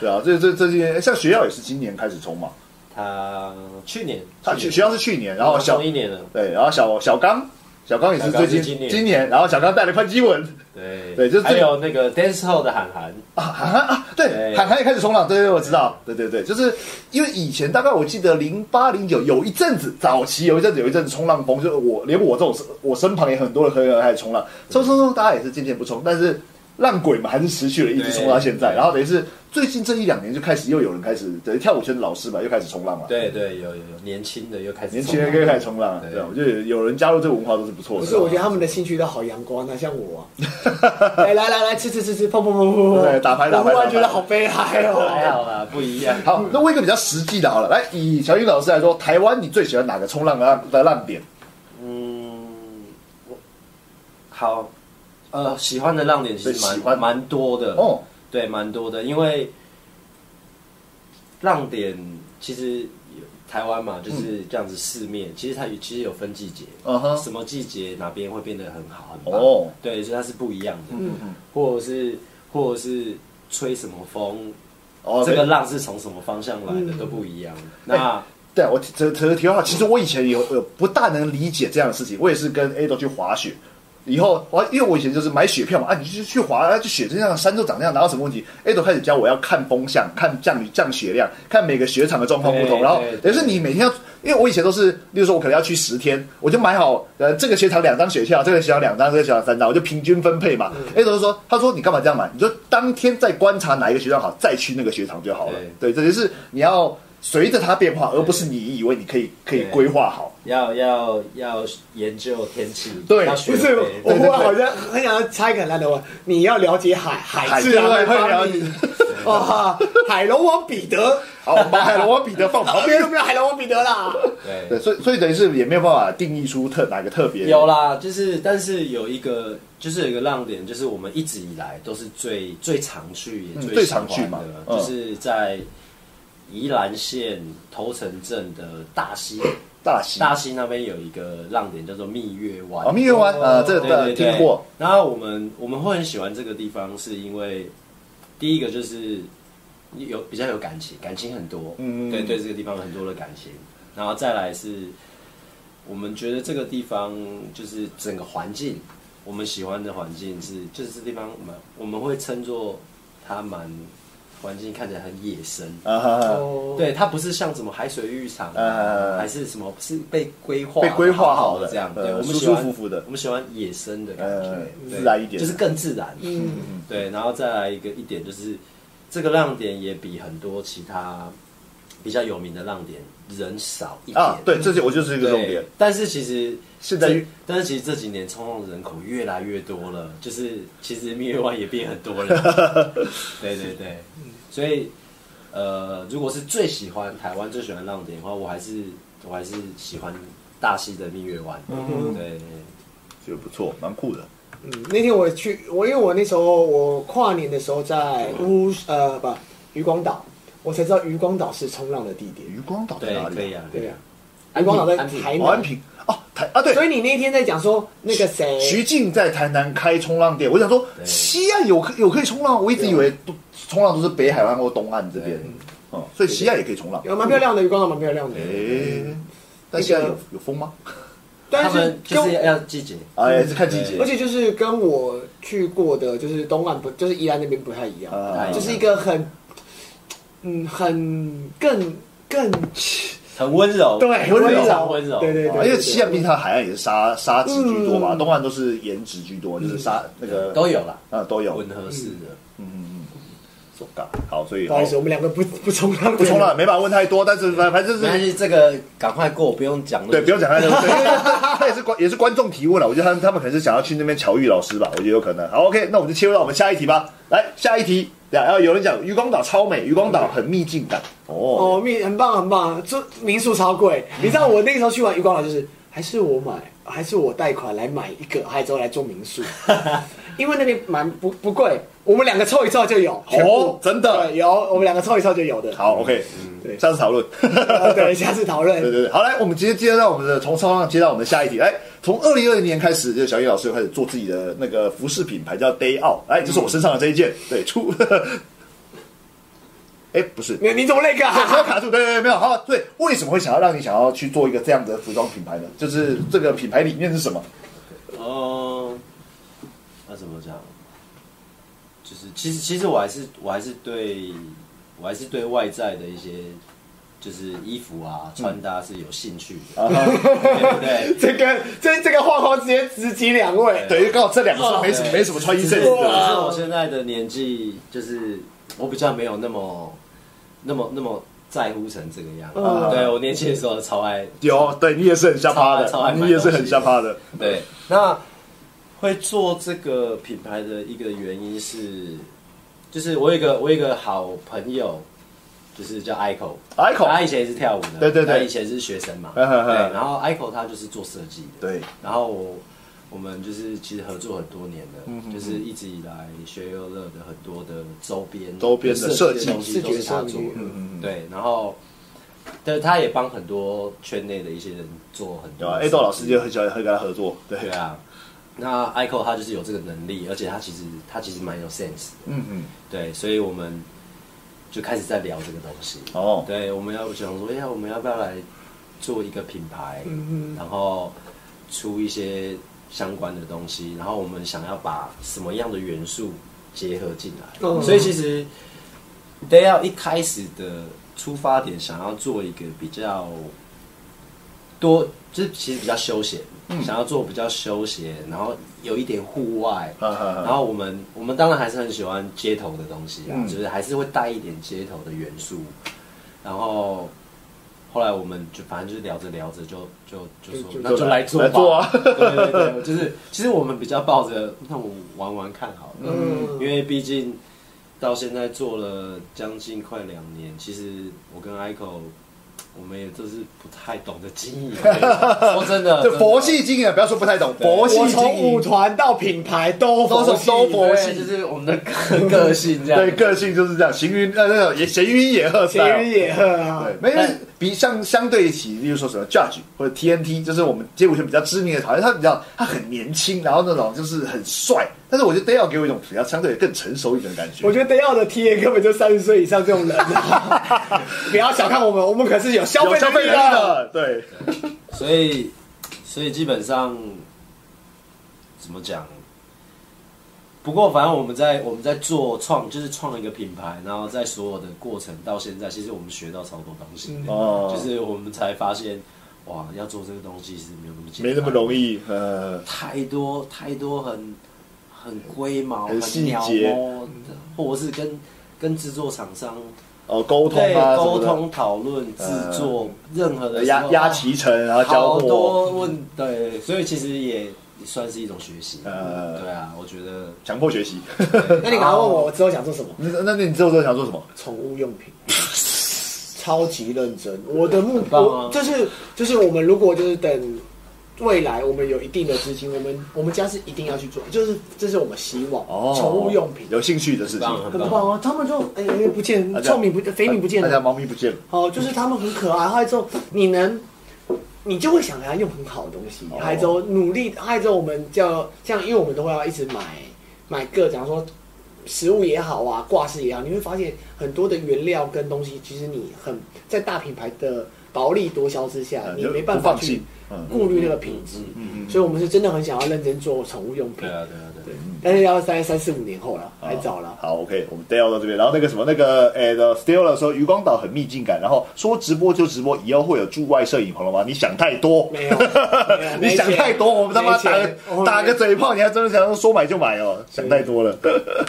Speaker 1: 对啊，这这这些像学校也是今年开始冲嘛，
Speaker 3: 他去年，
Speaker 1: 他学学校是去年，然后
Speaker 3: 然
Speaker 1: 小
Speaker 3: 哦后一年了，
Speaker 1: 对，然后小小刚。小刚也是
Speaker 3: 小刚
Speaker 1: 最近
Speaker 3: 是今年
Speaker 1: 今年，然后小刚带了潘基文
Speaker 3: 对
Speaker 1: 对就是这
Speaker 3: 还有那个 dance hall 的韩寒，
Speaker 1: 啊，韩寒啊，对，
Speaker 3: 对
Speaker 1: 韩寒也开始冲浪，对对，对我知道， 对对对，就是因为以前大概我记得零八零九有一阵子，早期有一阵子有一阵子冲浪风，就是我连我这种我身旁也很多的朋友开始冲浪，冲冲冲，大家也是渐渐不冲，但是浪鬼们还是持续了一直冲到现在，
Speaker 3: 对
Speaker 1: 然后等于是最近这一两年就开始又有人开始，等于跳舞圈的老师嘛又开始冲浪了，，
Speaker 3: 对对，有有有年轻的又开始
Speaker 1: 年
Speaker 3: 冲浪，
Speaker 1: 轻人又开始冲浪了，
Speaker 3: 对
Speaker 1: 对，我觉得有人加入这个文化都是不错
Speaker 2: 不
Speaker 1: 的，
Speaker 2: 是，我觉得他们的兴趣都好阳光啊，像 我、啊，来来来来，吃吃吃吃，砰砰砰砰
Speaker 1: 对
Speaker 2: 砰，
Speaker 1: 打牌打牌
Speaker 2: 我忽然
Speaker 1: 打牌
Speaker 2: 觉得好悲哀
Speaker 3: 还
Speaker 2: 哦。
Speaker 3: 好啦，不一样。
Speaker 1: 好，嗯那问一个比较实际的，好了，来以乔云老师来说，台湾你最喜欢哪个冲浪的浪的浪点？
Speaker 3: 嗯，我好，呃，喜欢的浪点其
Speaker 1: 对喜
Speaker 3: 实
Speaker 1: 欢
Speaker 3: 蛮蛮多的
Speaker 1: 哦，
Speaker 3: 对，蛮多的，因为浪点其实有台湾
Speaker 2: 嗯
Speaker 3: 嘛，就是这样子四面，其实它有其实有分季节，
Speaker 1: 嗯哼。
Speaker 3: 什么季节哪边会变得很好很棒，
Speaker 1: 哦
Speaker 3: 对，所以它是不一样的，
Speaker 2: 嗯
Speaker 3: 或者是或者是吹什么风，
Speaker 1: 哦，
Speaker 3: 这个浪是从什么方向来的、
Speaker 2: 嗯哎
Speaker 3: 都不一样，那。
Speaker 1: 对我提这这题的话，其实我以前有有不大能理解这样的事情，我也是跟 A 都去滑雪。以后我因为我以前就是买雪票嘛，啊，你就去滑，啊，就雪就这样，山就长这样，哪有什么问题？A 都开始教我要看风向、看降雨、降雪量、看每个雪场的状况不同，
Speaker 3: 对
Speaker 1: 然后
Speaker 3: 对
Speaker 1: 等于是
Speaker 3: 对
Speaker 1: 你每天要，因为我以前都是，例如说我可能要去十天，我就买好呃这个雪场两张雪票，这个雪场两张，这个雪场三张，我就平均分配嘛。A
Speaker 3: 嗯
Speaker 1: 都是说，他说你干嘛这样买？你就当天再观察哪一个雪场好，再去那个雪场就好了。对，这就是你要随着它变化，而不是你以为你可以可以
Speaker 3: 对
Speaker 1: 规划好。
Speaker 3: 要要要研究天气，
Speaker 1: 对
Speaker 3: 要
Speaker 2: 不
Speaker 3: 学
Speaker 2: 是，
Speaker 3: 会
Speaker 2: 我忽然好像很想要插一个很烂的话，你要了解海，海自然
Speaker 1: 海自然会
Speaker 2: 会
Speaker 1: 了
Speaker 2: 了
Speaker 1: 解
Speaker 2: 解。 哇，海龙王彼 得，
Speaker 1: 好，我们把海 龙王彼得放旁
Speaker 2: 旁
Speaker 1: 边。
Speaker 2: 边有没有海龙王彼得啦？
Speaker 1: 对，
Speaker 3: 对，
Speaker 1: 所以所以等于是也没有办法定义出特哪个特别。
Speaker 3: 有啦，就是但是有一个就是有一个浪点，就是我们一直以来都是最最常去也
Speaker 1: 嗯
Speaker 3: 最
Speaker 1: 最
Speaker 3: 喜欢
Speaker 1: 常去嘛
Speaker 3: 的
Speaker 1: 嗯
Speaker 3: 就是在宜兰县头城镇的大溪，
Speaker 1: 大溪
Speaker 3: 大溪那边有一个浪点叫做蜜月湾
Speaker 1: 哦，蜜月湾呃，这
Speaker 3: 对
Speaker 1: 个
Speaker 3: 对对
Speaker 1: 听过。
Speaker 3: 然后我们我们会很喜欢这个地方，是因为第一个就是有比较有感情，感情很多，
Speaker 1: 嗯
Speaker 3: 对对，这个地方有很多的感情。然后再来是，我们觉得这个地方就是整个环境，我们喜欢的环境是，就是这地方我们我们会称作它蛮环境看起来很野生，
Speaker 1: 啊哈哈，
Speaker 2: 哦，
Speaker 3: 对，它不是像什么海水浴场、
Speaker 1: 呃
Speaker 3: 啊，还是什么，是被规划
Speaker 1: 被规划好的
Speaker 3: 的这样，
Speaker 1: 呃
Speaker 3: 对，我们
Speaker 1: 舒
Speaker 3: 喜欢
Speaker 1: 舒服服的
Speaker 3: 我们喜欢野生的感觉
Speaker 1: 呃，
Speaker 3: 对
Speaker 1: 自然一点
Speaker 3: 就是更自然。
Speaker 2: 嗯，
Speaker 3: 对，然后再来一个一点就是，这个浪点也比很多其他比较有名的浪点人少一点
Speaker 1: 啊，对，这是我就是一个重点
Speaker 3: 对。，但是其实
Speaker 1: 现在
Speaker 3: 这但是其实这几年冲浪的人口越来越多了， 就是其实蜜月湾也变很多人，对对对，所以呃，如果是最喜欢台湾最喜欢浪点的话，我还是我还是喜欢大溪的蜜月湾。
Speaker 2: 嗯
Speaker 3: 对，
Speaker 1: 觉得不错，蛮酷的。
Speaker 2: 嗯，那天我去，我因为我那时候我跨年的时候在乌呃不渔光岛，我才知道渔光岛是冲浪的地点。
Speaker 1: 渔光哦岛在
Speaker 3: 对
Speaker 1: 哪，里？
Speaker 3: 可以啊，
Speaker 2: 对呀、
Speaker 3: 安平
Speaker 2: 渔光岛在
Speaker 3: 安平
Speaker 2: 台
Speaker 1: 哦，安
Speaker 2: 南，
Speaker 1: 平哦，台啊对，
Speaker 2: 所以你那天在讲说那个谁，
Speaker 1: 徐静在台南开冲浪店，我想说
Speaker 3: 对
Speaker 1: 西岸有可有可以冲浪，我一直以为都冲浪都是北海湾或东岸这边
Speaker 3: 对，
Speaker 1: 嗯，所以西岸也可以冲浪。
Speaker 2: 有蛮漂亮的渔光岛，蛮漂亮的。
Speaker 1: 诶，但
Speaker 2: 那个
Speaker 1: 西岸有有风吗？
Speaker 3: 他
Speaker 2: 但是
Speaker 3: 们
Speaker 2: 跟
Speaker 3: 就
Speaker 2: 我
Speaker 3: 是要季节，
Speaker 1: 哎，是看季
Speaker 3: 对
Speaker 1: 节
Speaker 2: 而，且就是跟我去过的，就是东岸不就是宜兰那边不太一样，
Speaker 1: 啊
Speaker 2: 就是一个很嗯很更更
Speaker 3: 很温柔，
Speaker 1: 对
Speaker 3: 温
Speaker 1: 温柔
Speaker 3: 温柔，
Speaker 2: 对对对
Speaker 1: 啊因为西岸毕竟它海岸也是沙沙质居多嘛，
Speaker 2: 嗯
Speaker 1: 东岸都是岩质居多，就是沙那个
Speaker 3: 都有啦，
Speaker 1: 啊都有。
Speaker 3: 混合式的。
Speaker 1: 嗯 So ga，好，所以
Speaker 2: 不好意思，我们两个不不冲浪，
Speaker 1: 不冲浪，没办法问太多，但是反反正
Speaker 3: 没关
Speaker 1: 是
Speaker 3: 系，这个赶快过，不用讲那么
Speaker 1: 对，
Speaker 3: 久。
Speaker 1: 不用讲 太多，对，因为他也是观也是观众提问了，我觉得他们他们可能是想要去那边巧遇老师吧，我觉得有可能。好，OK，那我们就切入到我们下一题吧。来，下一题，然后有人讲渔光岛超美，渔光岛很秘境感哦，嗯
Speaker 2: 哦，蜜很棒很棒，这民宿超贵。你知道我那个时候去玩渔光岛，就是还是我买，还是我贷款来买一个，还之后来做 民宿，因为那边蛮不不贵，我们两个凑一凑就有。全部
Speaker 1: 哦真的
Speaker 2: 对有，我们两个凑一凑就有的。
Speaker 1: 好，OK，
Speaker 2: 对
Speaker 1: 下次讨论。
Speaker 2: 呃，对，下次讨
Speaker 1: 对
Speaker 2: 论。
Speaker 1: 对对，好来，我们直接接到我们的从超浪接到我们的下一题。来，从二零二零年开始，就小叶老师又开始做自己的那个服饰品牌，叫 Day Out。来，这是我身上的这一件，对，出， 哎，不是，
Speaker 2: 你你怎么那个啊、
Speaker 1: 不要卡住，对对对，没有好，对，为什么会想要让你想要去做一个这样的服装品牌呢？就是这个品牌理念是什么？
Speaker 3: 哦，那怎么讲？就是其实其实我还是我还是对我还是对外在的一些就是衣服啊穿搭是有兴趣的，
Speaker 1: 啊
Speaker 3: 对不对？
Speaker 2: 这个这这个画框直接直击两
Speaker 3: 哎
Speaker 2: 位，
Speaker 1: 对，因为刚好这两个是 没什
Speaker 3: 哦
Speaker 1: 么没什么穿衣
Speaker 3: 只
Speaker 1: 阵
Speaker 3: 是只
Speaker 1: 的
Speaker 3: 是
Speaker 2: 哇
Speaker 3: 我现在的年纪，就是我比较没有那么那么那么在乎成这个样子。
Speaker 1: 啊
Speaker 2: 嗯
Speaker 3: 对我年轻的时候超爱
Speaker 1: 有，对你也是很瞎趴
Speaker 3: 超爱
Speaker 1: 的，
Speaker 3: 买
Speaker 1: 你也是很瞎趴的，
Speaker 3: 对，那会做这个品牌的一个原因是，就是我有一个我有一个好朋友，就是叫 Ico。
Speaker 1: Ico
Speaker 3: 他以前也是跳舞的，
Speaker 1: 对对对
Speaker 3: 他以前是学生嘛，对。
Speaker 1: 嗯嗯嗯
Speaker 3: 然后 Ico 他就是做设计的，
Speaker 1: 对，
Speaker 3: 然后我我们就是其实合作很多年
Speaker 1: 嗯
Speaker 3: 了，就是一直以来学优乐的很多的周边
Speaker 1: 周边的
Speaker 3: 设
Speaker 1: 设计
Speaker 3: 的东西都是他做
Speaker 2: 视觉设计
Speaker 3: 的
Speaker 2: 嗯
Speaker 1: 嗯嗯，
Speaker 3: 对，然后。但他也帮很多圈内的一些人做很
Speaker 1: 有
Speaker 3: 多
Speaker 1: 啊
Speaker 3: 的设计。
Speaker 1: ，A 豆老师就很喜欢很跟他合作，对，
Speaker 3: 对啊，那 Ico 他就是有这个能力，而且他其实他其实蛮有 sense 的，
Speaker 1: 嗯嗯，
Speaker 3: 对，所以我们就开始在聊这个东西。
Speaker 1: 哦，
Speaker 3: 对，我们要想说，哎呀，我们要不要来做一个品牌，
Speaker 2: 嗯
Speaker 3: 然后出一些相关的东西，然后我们想要把什么样的元素结合进来，
Speaker 2: 嗯
Speaker 3: 所以其实 Day Out 一开始的出发点，想要做一个比较多，就是其实比较休闲，想要做比较休闲，然后有一点户外，
Speaker 1: 哈哈哈
Speaker 3: 然后我们我们当然还是很喜欢街头的东西啊，
Speaker 1: 嗯
Speaker 3: 就是还是会带一点街头的元素。然后后来我们就反正就是聊着聊着就就就说
Speaker 2: 就就
Speaker 3: 那就来做
Speaker 1: 来
Speaker 3: 吧
Speaker 1: 做啊
Speaker 3: 对对对，就是其实我们比较抱着那我玩玩看好了，
Speaker 2: 嗯
Speaker 3: 因为毕竟到现在做了将近快两年，其实我跟 Ico。我们也就是不太懂得经营，说 真的，
Speaker 1: 这
Speaker 3: 真的
Speaker 1: 佛系经营，不要说不太懂，
Speaker 3: 对
Speaker 1: 佛系
Speaker 2: 我
Speaker 1: 经
Speaker 2: 从舞
Speaker 1: 营，
Speaker 2: 团到品牌都
Speaker 1: 都是
Speaker 2: 佛系
Speaker 1: 都佛系
Speaker 3: 对就是我们的个个性这样。
Speaker 1: 对，个性就是这样，行云呃那种也闲云野鹤
Speaker 2: 闲
Speaker 1: style，
Speaker 2: 云野鹤啊
Speaker 1: 对，，没有
Speaker 3: 但
Speaker 1: 比像相对起，例如说什么 Judge 或者 TNT，就是我们街舞圈比较知名的团，他比较他很年轻，然后那种就是很帅，但是我觉得 Dale 给我一种比较相对更成熟一点的感觉。
Speaker 2: 我觉得 Dale 的 TA 根本就三十岁以上这种 人啊，不要小看我们，我们可是有消
Speaker 1: 有
Speaker 2: 费
Speaker 1: 消费
Speaker 2: 力
Speaker 1: 能
Speaker 2: 啊
Speaker 1: 力。的，对，
Speaker 3: 所以，所以基本上怎么讲？不过，反正我们在我们在做创，就是创一个品牌，然后在所有的过程到现在，其实我们学到超多东西，
Speaker 2: 嗯
Speaker 1: 哦，
Speaker 3: 就是我们才发现，哇，要做这个东西是没有那么简单，
Speaker 1: 没那么容，易，呃，
Speaker 3: 太多太多很很龟毛、
Speaker 1: 很
Speaker 3: 很
Speaker 1: 细
Speaker 3: 鸟
Speaker 1: 节
Speaker 3: 毛，或者是跟跟制作厂商
Speaker 1: 哦沟通
Speaker 3: 对
Speaker 1: 啊，什
Speaker 3: 沟
Speaker 1: 么的
Speaker 3: 通、讨论、制作，任何的时
Speaker 1: 压
Speaker 3: 候
Speaker 1: 压
Speaker 3: 啊
Speaker 1: 脐橙，然后交
Speaker 3: 好
Speaker 1: 货，
Speaker 3: 多问，对，所以其实也算是一种学习。
Speaker 1: 呃
Speaker 3: 对啊，我觉得
Speaker 1: 强迫学习。
Speaker 2: 那你赶快问我，我之后想做什么？
Speaker 1: 那那那你之后都想做什么？
Speaker 2: 宠物用 品，超级认真。我的目
Speaker 3: 棒啊
Speaker 2: 我就是就是我们如果就是等未来我们有一定的资金，我们我们家是一定要去做，就是这是我们希望
Speaker 1: 哦，
Speaker 2: 宠物用品。
Speaker 1: 有兴趣的事情。
Speaker 3: 棒
Speaker 2: 很棒啊！他们就哎、哎不见
Speaker 1: 大家
Speaker 2: 臭米不肥米不见
Speaker 1: 大
Speaker 2: 了
Speaker 1: 啊家，猫咪不见了。
Speaker 2: 哦，就是他们很可爱，还有之后你能，你就会想给他用很好的东西，
Speaker 1: 哦
Speaker 2: 还有之后努力，还有之后我们叫像，因为我们都会要一直买买各，假如说食物也好啊，挂饰也好，你会发现很多的原料跟东西，其实你很在大品牌的薄利多销之下，
Speaker 1: 嗯
Speaker 2: 你
Speaker 1: 就
Speaker 2: 没办
Speaker 1: 不
Speaker 2: 法
Speaker 1: 放
Speaker 2: 去
Speaker 1: 心嗯
Speaker 2: 顾虑那个品质，所以我们是真的很想要认真做宠物用品
Speaker 3: 对，啊，对啊，对啊。
Speaker 2: 但是要在三四五年后了，
Speaker 1: 哦
Speaker 2: 还早了。
Speaker 1: 好，OK，我们 d a l 到这边，然后那个什么那个诶的 Still 的时候，渔光岛很秘境感，然后说直播就直播，以后会有驻外摄影棚了吗？你想太多，
Speaker 2: 没有，没有
Speaker 1: 你想太多，我们他妈
Speaker 2: 没钱
Speaker 1: 打个
Speaker 2: 我们
Speaker 1: 打个嘴炮，你还真的想说说买就买哦，想太多了。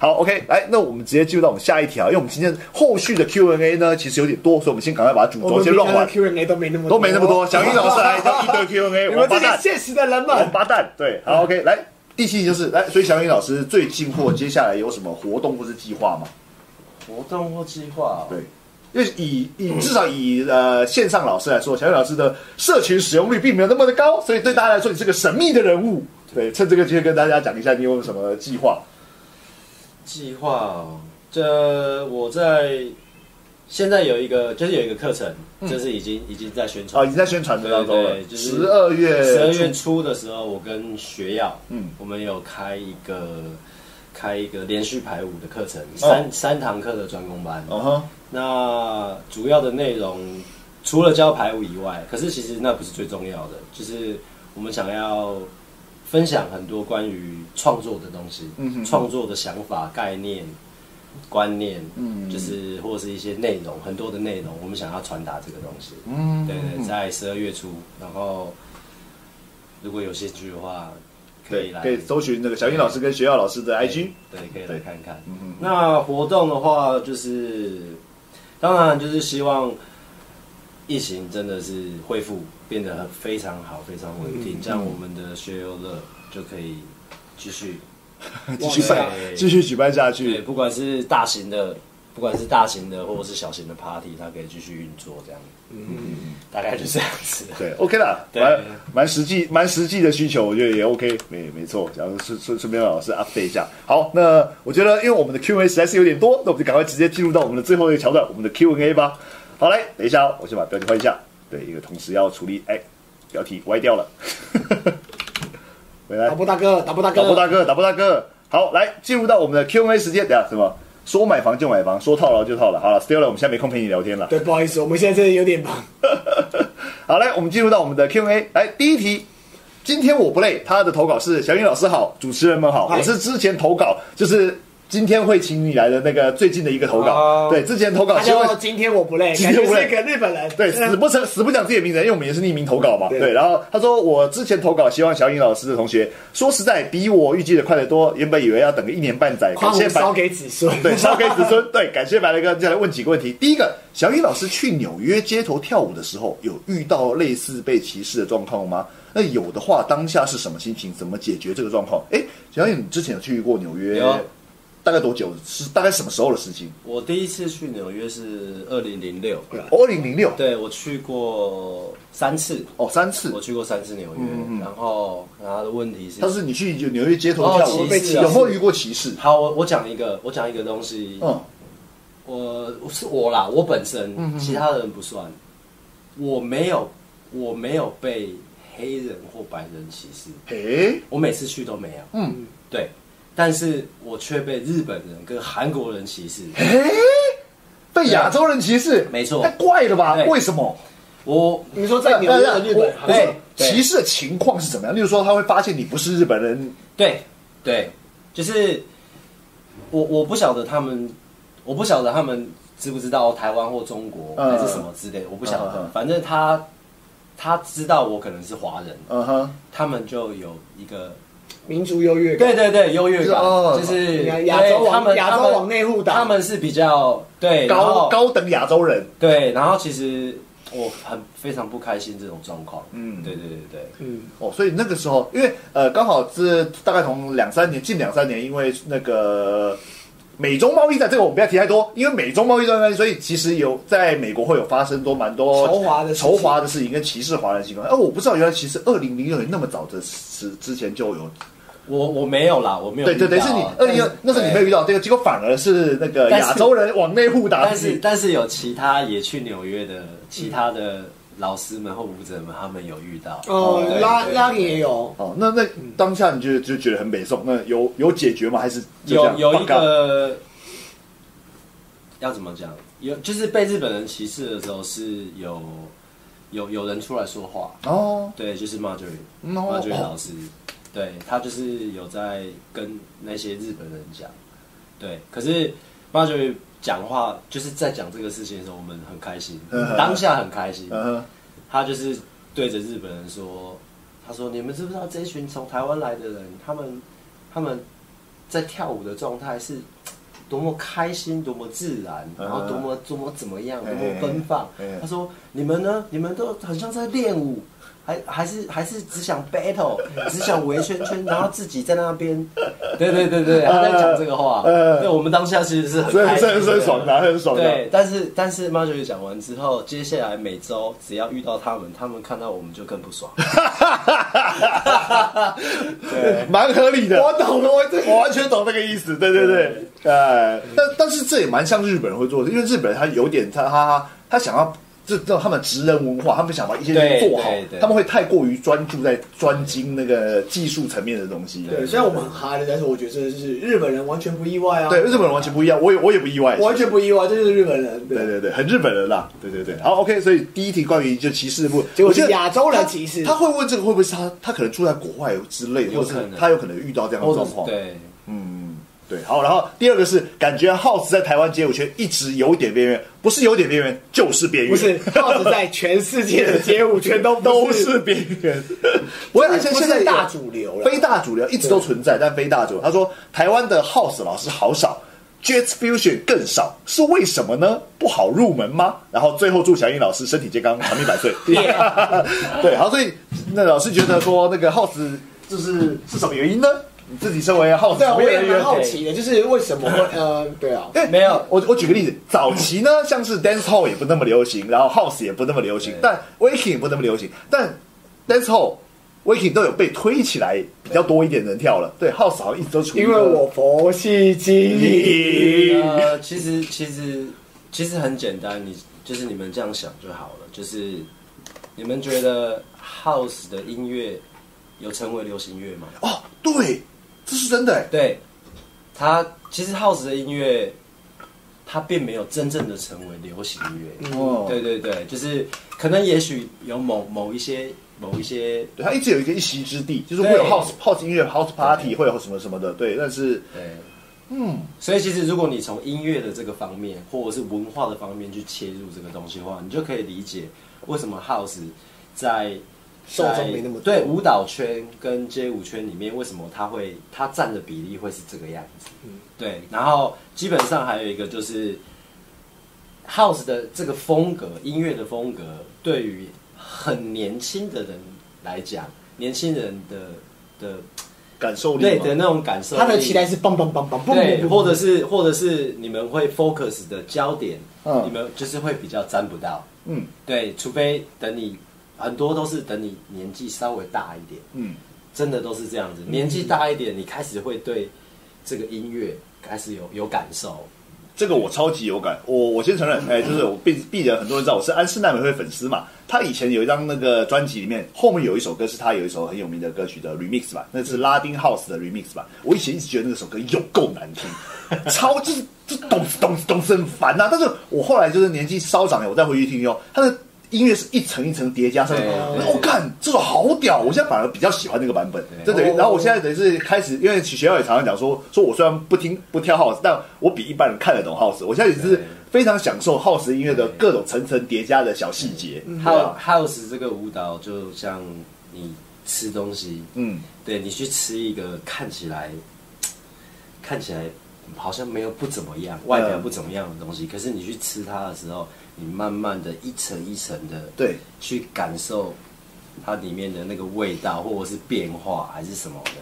Speaker 1: 好，OK，来，那我们直接进入到我们下一条，因为我们今天后续的 Q&A 呢，其实有点多，所以我们先赶快把主
Speaker 2: 我
Speaker 1: 轴
Speaker 2: 们
Speaker 1: 先
Speaker 2: 平
Speaker 1: 乱
Speaker 2: 常的
Speaker 1: 完，
Speaker 2: Q&A 都没那么
Speaker 1: 都没那么 多，小一老师来一堆 Q&A，
Speaker 2: 你
Speaker 1: 王
Speaker 2: 们这
Speaker 1: 八
Speaker 2: 些
Speaker 1: 蛋，
Speaker 2: 现实的人
Speaker 1: 王
Speaker 2: 们，
Speaker 1: 八蛋，对，好，OK，来。第七题就是来，所以小颖老师最近或接下来有什么活动或是计划吗？
Speaker 3: 活动或计划哦，
Speaker 1: 对，因为以以至少以呃线上老师来说，小雨老师的社群使用率并没有那么的高，所以对大家来说，你是个神秘的人物。对，趁这个机会跟大家讲一下，你有什么计划？
Speaker 3: 计划哦，这我在现在有一个，就是有一个课程，就是已经已经在宣
Speaker 1: 哦，
Speaker 3: 传
Speaker 1: 已。经在宣传的当中了
Speaker 3: 对对。就是
Speaker 1: 十二月，
Speaker 3: 十二月，初的时候，我跟学耀，
Speaker 1: 嗯
Speaker 3: 嗯，我们有开一个开一个连续排舞的课程，三、三堂课的专攻班。
Speaker 1: 嗯哼，
Speaker 3: 那主要的内容除了教排舞以外，可是其实那不是最重要的，就是我们想要分享很多关于创作的东西
Speaker 1: 嗯哼，
Speaker 3: 创、作的想法、概念、观念，
Speaker 1: 嗯
Speaker 3: 嗯，就是或是一些内容，很多的内容，我们想要传达这个东西。
Speaker 1: 嗯，
Speaker 3: 对对，在十二月初，然后如果有兴趣的话，可以
Speaker 1: 对
Speaker 3: 来，
Speaker 1: 可以搜寻那个小颖老师跟学校老师的 IG。
Speaker 3: 对，可以
Speaker 1: 对
Speaker 3: 来看看
Speaker 1: 嗯。
Speaker 3: 那活动的话，就是当然就是希望疫情真的是恢复，变得非常好，非常稳
Speaker 1: 嗯
Speaker 3: 定，这样我们的学游乐就可以继续。
Speaker 1: 继续办，
Speaker 3: 对
Speaker 1: 继续举办下
Speaker 3: 对，
Speaker 1: 去。
Speaker 3: 不管是大型的，不管是大型的或者是小型的 party，它可以继续运作这样。嗯，大概就这样子。
Speaker 1: 对，OK 啦，
Speaker 3: 对
Speaker 1: 蛮蛮实际，蛮实际的需求，我觉得也 OK，没没错。然后顺顺顺便让老师 update 一下。好，那我觉得因为我们的 Q&A 实在是有点多，那我们就赶快直接进入到我们的最后一个桥段，我们的 Q&A 吧。好，来，等一下、哦，我先把标题换一下。对，因为同时要处理，哎，标题歪掉了。 回来
Speaker 2: 打，波大哥，打波大哥，
Speaker 1: 打波大哥，打波大哥。好，来进入到我们的 Q&A 时间。等一下什么？说买房就买房，说套牢就套牢。好了，Still，我们现在没空陪你聊天了。
Speaker 2: 对，不好意思，我们现在真的有点 忙。
Speaker 1: 好，来，我们进入到我们的 Q&A。来，第一题，今天我不累。他的投稿是：小雨老师好，主持人们好，
Speaker 2: 嗨
Speaker 1: 我是之前投稿，就是今天会请你来的那个最近的一个投稿。
Speaker 3: 哦
Speaker 1: 对，之前投稿
Speaker 2: 他
Speaker 1: 希
Speaker 2: 叫
Speaker 1: 望
Speaker 2: 今天我不累，
Speaker 1: 今
Speaker 2: 感
Speaker 1: 天
Speaker 2: 觉
Speaker 1: 我不累
Speaker 2: 是一个日本人。
Speaker 1: 对，死 不承死不讲自己的名字，因为我们也是匿名投稿嘛。对，
Speaker 2: 对
Speaker 1: 然后他说我之前投稿，希望小颖老师的同学，说实在比我预计的快得多。原本以为要等个一年半载，
Speaker 2: 花
Speaker 1: 感谢
Speaker 2: 红
Speaker 1: 白
Speaker 2: 烧给子孙。
Speaker 1: 对，烧给子孙。对，感谢白雷哥。接下来问几个问题。第一个，小雨老师去纽约街头跳舞的时候，有遇到类似被歧视的状况吗？那有的话，当下是什么心情？怎么解决这个状况？哎，小雨，你之前有去过纽约
Speaker 3: 有？
Speaker 1: 大概多久？是大概什么时候的事情？
Speaker 3: 我第一次去纽约是二零零六，
Speaker 1: 二零零六。
Speaker 3: 对我去过三次，
Speaker 1: 哦，三次
Speaker 3: 我。去过三次纽约，然后然后他的问题是
Speaker 1: 嗯他，是你去纽约街头跳舞
Speaker 3: 哦，
Speaker 1: 被
Speaker 3: 歧
Speaker 1: 歧
Speaker 3: 视啊
Speaker 1: 有没有遇过歧视？
Speaker 3: 好，我我讲一个，我讲一个东西，
Speaker 1: 嗯，
Speaker 3: 我我是我啦，我本身，其他人不算，我没有我没有被黑人或白人歧视，
Speaker 1: 诶，
Speaker 3: 我每次去都没有，
Speaker 1: 嗯，
Speaker 3: 对，但是我却被日本人跟韩国人歧视，
Speaker 1: 诶，被亚洲人歧视，
Speaker 3: 没错
Speaker 1: 太怪了吧？
Speaker 3: 对
Speaker 1: 为什么？
Speaker 3: 我
Speaker 2: 你说在纽约的日本，
Speaker 1: 我
Speaker 2: 还是
Speaker 1: 我
Speaker 3: 对
Speaker 1: 说歧视的情况是怎么样？例如说，他会发现你不是日本人，
Speaker 3: 对对，就是我我不晓得他们，我不晓得他们知不知道台湾或中国
Speaker 1: 嗯
Speaker 3: 还是什么之类，我不晓
Speaker 1: 嗯
Speaker 3: 得
Speaker 1: 嗯。
Speaker 3: 反正他他知道我可能是华人，
Speaker 1: 嗯哼，
Speaker 3: 他们就有一个
Speaker 2: 民族优越感
Speaker 3: 对，对对，优越感
Speaker 1: 哦
Speaker 3: 就是
Speaker 2: 你看亚洲
Speaker 3: 对他
Speaker 2: 往
Speaker 3: 们
Speaker 2: 亚
Speaker 3: 他
Speaker 2: 洲
Speaker 3: 们
Speaker 2: 往内互
Speaker 3: 他
Speaker 2: 打，
Speaker 3: 们是比较对然
Speaker 1: 呃高
Speaker 3: 后
Speaker 1: 高等亚洲人，
Speaker 3: 对，然后其实我很非常不开心这种状况。
Speaker 1: 嗯
Speaker 3: 嗯，对对对对
Speaker 2: 嗯，
Speaker 1: 哦，所以那个时候，因为呃，刚好是大概从两三年，近两三年，因为那个美中贸易战，这个我们不要提太多，因为美中贸易战，所以其实有在美国会有发生多蛮 多
Speaker 2: 仇华的事情
Speaker 1: 仇华的事情跟歧视华人的情况。而、我不知道原来其实二零零六年那么早的时之前就有，
Speaker 3: 我我没有啦，我没有
Speaker 1: 对对对，是你二零
Speaker 3: 二
Speaker 1: 那时候你没有遇到这个，结果反而是那个
Speaker 3: 但是
Speaker 1: 亚洲人往内互打
Speaker 3: 但
Speaker 1: 自己，
Speaker 3: 是但是有其他也去纽约的其他的老师们或舞者们，他们有遇到
Speaker 2: 哦，
Speaker 3: 对
Speaker 2: 拉
Speaker 3: 对
Speaker 2: 拉
Speaker 3: 对
Speaker 2: 里也有，
Speaker 1: 哦，那那当下你就就觉得很北宋，那有有解决吗？还是就这
Speaker 3: 有
Speaker 1: 样
Speaker 3: 有一
Speaker 1: fuck up？
Speaker 3: 个要怎么讲？有就是被日本人歧视的时候是有有有人出来说话，
Speaker 1: 哦，
Speaker 3: 对，就是 Marjorie，
Speaker 1: 嗯
Speaker 3: m
Speaker 1: 哦
Speaker 3: a r j o r i e 老师，对他就是有在跟那些日本人讲，对，可是 Marjorie 讲话就是在讲这个事情的时候，我们很开心
Speaker 1: 嗯，
Speaker 3: 当下很开心，
Speaker 1: 嗯哼。
Speaker 3: 他就是对着日本人说，他说你们知不知道这一群从台湾来的人，他们他们在跳舞的状态是多么开心，多么自然，
Speaker 1: 嗯
Speaker 3: 然后多么多么怎么样，
Speaker 1: 嗯
Speaker 3: 多么奔放
Speaker 1: 嗯嗯。
Speaker 3: 他说你们呢，你们都很像在练舞。还还是还是只想 battle，只 想围圈圈，然后自己在那边，对对对对，他在讲这个话，
Speaker 1: 呃
Speaker 3: 对我们当下其实是很
Speaker 1: 这
Speaker 3: 开
Speaker 1: 这
Speaker 3: 心
Speaker 1: 这
Speaker 3: 的
Speaker 1: 很爽的，啊很爽的。
Speaker 3: 对，但是但是 Marjorie 讲完之后，接下来每周只要遇到他们，他们看到我们就更不 爽。对，
Speaker 1: 蛮合理的。
Speaker 2: 我懂了，我这
Speaker 1: 我完全懂那个意思，对对对，呃，但但是这也蛮像日本人会做的，因为日本人他有点他他他想要这这种他们职人文化，他们想把一些事情做好
Speaker 3: 对对，对
Speaker 1: 他们会太过于专注在专精那个技术层面的东西。
Speaker 2: 对，虽然我们很哈的，但是我觉得这是日本人完全不意外啊，
Speaker 1: 对，日本人完全不一样，我也我也不意外。
Speaker 2: 完全不意外，这就是日本人，
Speaker 1: 对对对，很日本人啦，对对对。好，OK，所以第一题关于就歧视的部分，
Speaker 2: 结果
Speaker 1: 我
Speaker 2: 是
Speaker 1: 觉得
Speaker 2: 亚洲人歧视
Speaker 1: 他会问这个会不会是他他可能住在国外之类的，
Speaker 3: 有
Speaker 1: 或者
Speaker 3: 可能
Speaker 1: 他有可能遇到这样的
Speaker 3: 或者
Speaker 1: 状
Speaker 3: 哦是
Speaker 1: 况。
Speaker 3: 对，
Speaker 1: 嗯，对，好，然后第二个是感觉 House 在台湾街舞圈一直有点边缘，不是有点边缘，就是边缘，
Speaker 2: 不是，耗子在全世界的街舞圈都
Speaker 1: 都
Speaker 2: 不
Speaker 1: 是边缘。我
Speaker 2: 不
Speaker 1: 想
Speaker 2: 是
Speaker 1: 现现在有
Speaker 2: 大主流了
Speaker 1: 非大主流一直都存在，但非大主流。他说台湾的 House 老师好少。Jet Fusion 更少，是为什么呢？不好入门吗？然后最后祝小英老师身体健康，长命百 岁。 对，好，所以那老师觉得说那个 House 就是是什么原因呢？你自己身为 House
Speaker 2: 对啊，
Speaker 1: 从
Speaker 2: 我
Speaker 1: 业
Speaker 2: 也
Speaker 1: 人员
Speaker 2: 蛮好奇的，就是为什么会，呃，对啊，
Speaker 1: 因为
Speaker 3: 没 有
Speaker 1: 我我举个例子，早期呢，像是 dance hall 也不那么流行，然后 house 也不那么流行
Speaker 3: 对，
Speaker 1: 但 waking 也不那么流行，但 dance hall、waking 都有被推起来比较多一点人跳了。对，house 好像一直都处于一
Speaker 2: 因
Speaker 1: 个
Speaker 2: 为我佛系经营，
Speaker 3: 呃，其实其实其实很简单，你就是你们这样想就好了，就是你们觉得 House 的音乐有成为流行乐吗？
Speaker 1: 哦，对，这是真的欸。
Speaker 3: 对，它其实 House 的音乐，它并没有真正的成为流行乐。
Speaker 1: 哦，
Speaker 3: 对对对，就是可能也许有某某一些某一些
Speaker 1: 对，它一直有一个一席之地，就是会有
Speaker 3: 对
Speaker 1: house house 音乐 house party，会有什么什么的，对，但是
Speaker 3: 对，嗯，所以其实如果你从音乐的这个方面，或者是文化的方面去切入这个东西的话，你就可以理解为什么 House 在
Speaker 2: 受
Speaker 3: 在
Speaker 2: 众没那么多
Speaker 3: 对舞蹈圈跟街舞圈里面，为什么它会它占的比例会是这个样子？
Speaker 2: 嗯
Speaker 3: 对，然后基本上还有一个就是 House 的这个风格，音乐的风格，对于很年轻的人来讲，年轻人的的
Speaker 1: 感受力
Speaker 3: 对
Speaker 1: 嘛
Speaker 3: 的那种感受力，
Speaker 2: 他的期待是棒棒棒棒，
Speaker 3: 对，
Speaker 2: 蹦蹦蹦
Speaker 3: 或者是或者是你们会 focus 的焦点，
Speaker 1: 嗯
Speaker 3: 你们就是会比较沾不到，
Speaker 1: 嗯
Speaker 3: 对，除非等你很多都是等你年纪稍微大一点，
Speaker 1: 嗯，
Speaker 3: 真的都是这样
Speaker 2: 嗯
Speaker 3: 子，年纪大一点，你开始会对这个音乐开始有有感受，
Speaker 1: 这个我超级有感，我我先承认，哎，就是我必必然很多人知道我是安室奈美惠粉丝嘛。他以前有一张那个专辑里面，后面有一首歌是他有一首很有名的歌曲的 remix 吧，那是拉丁 house 的 remix 吧。我以前一直觉得那首歌有够难听，超 就是就咚咚咚很烦呐、但是我后来就是年纪稍长了，我再回去听哟，他的音乐是一层一层叠加上去，
Speaker 3: 对
Speaker 1: 我
Speaker 3: 对
Speaker 1: 说我干这个好屌，我现在反而比较喜欢那个版本。这
Speaker 3: 对
Speaker 1: 等于，
Speaker 2: 哦
Speaker 1: 然后我现在。现在等于是开始，因为学校也常常讲说，说我虽然不听不跳 house，但我比一般人看得懂 house。我现在也是
Speaker 3: 对
Speaker 1: 非常享受 house 音乐的各
Speaker 2: 嗯
Speaker 1: 种层层叠加的小细节。
Speaker 3: House House 这个舞蹈就像你吃东西，
Speaker 1: 嗯，
Speaker 3: 对你去吃一个看起来看起来好像没有不怎么样，
Speaker 1: 嗯
Speaker 3: 外表不怎么样的东西，可是你去吃它的时候，你慢慢的一层一层的
Speaker 1: 对
Speaker 3: 去感受它里面的那个味道，或者是变化还是什么的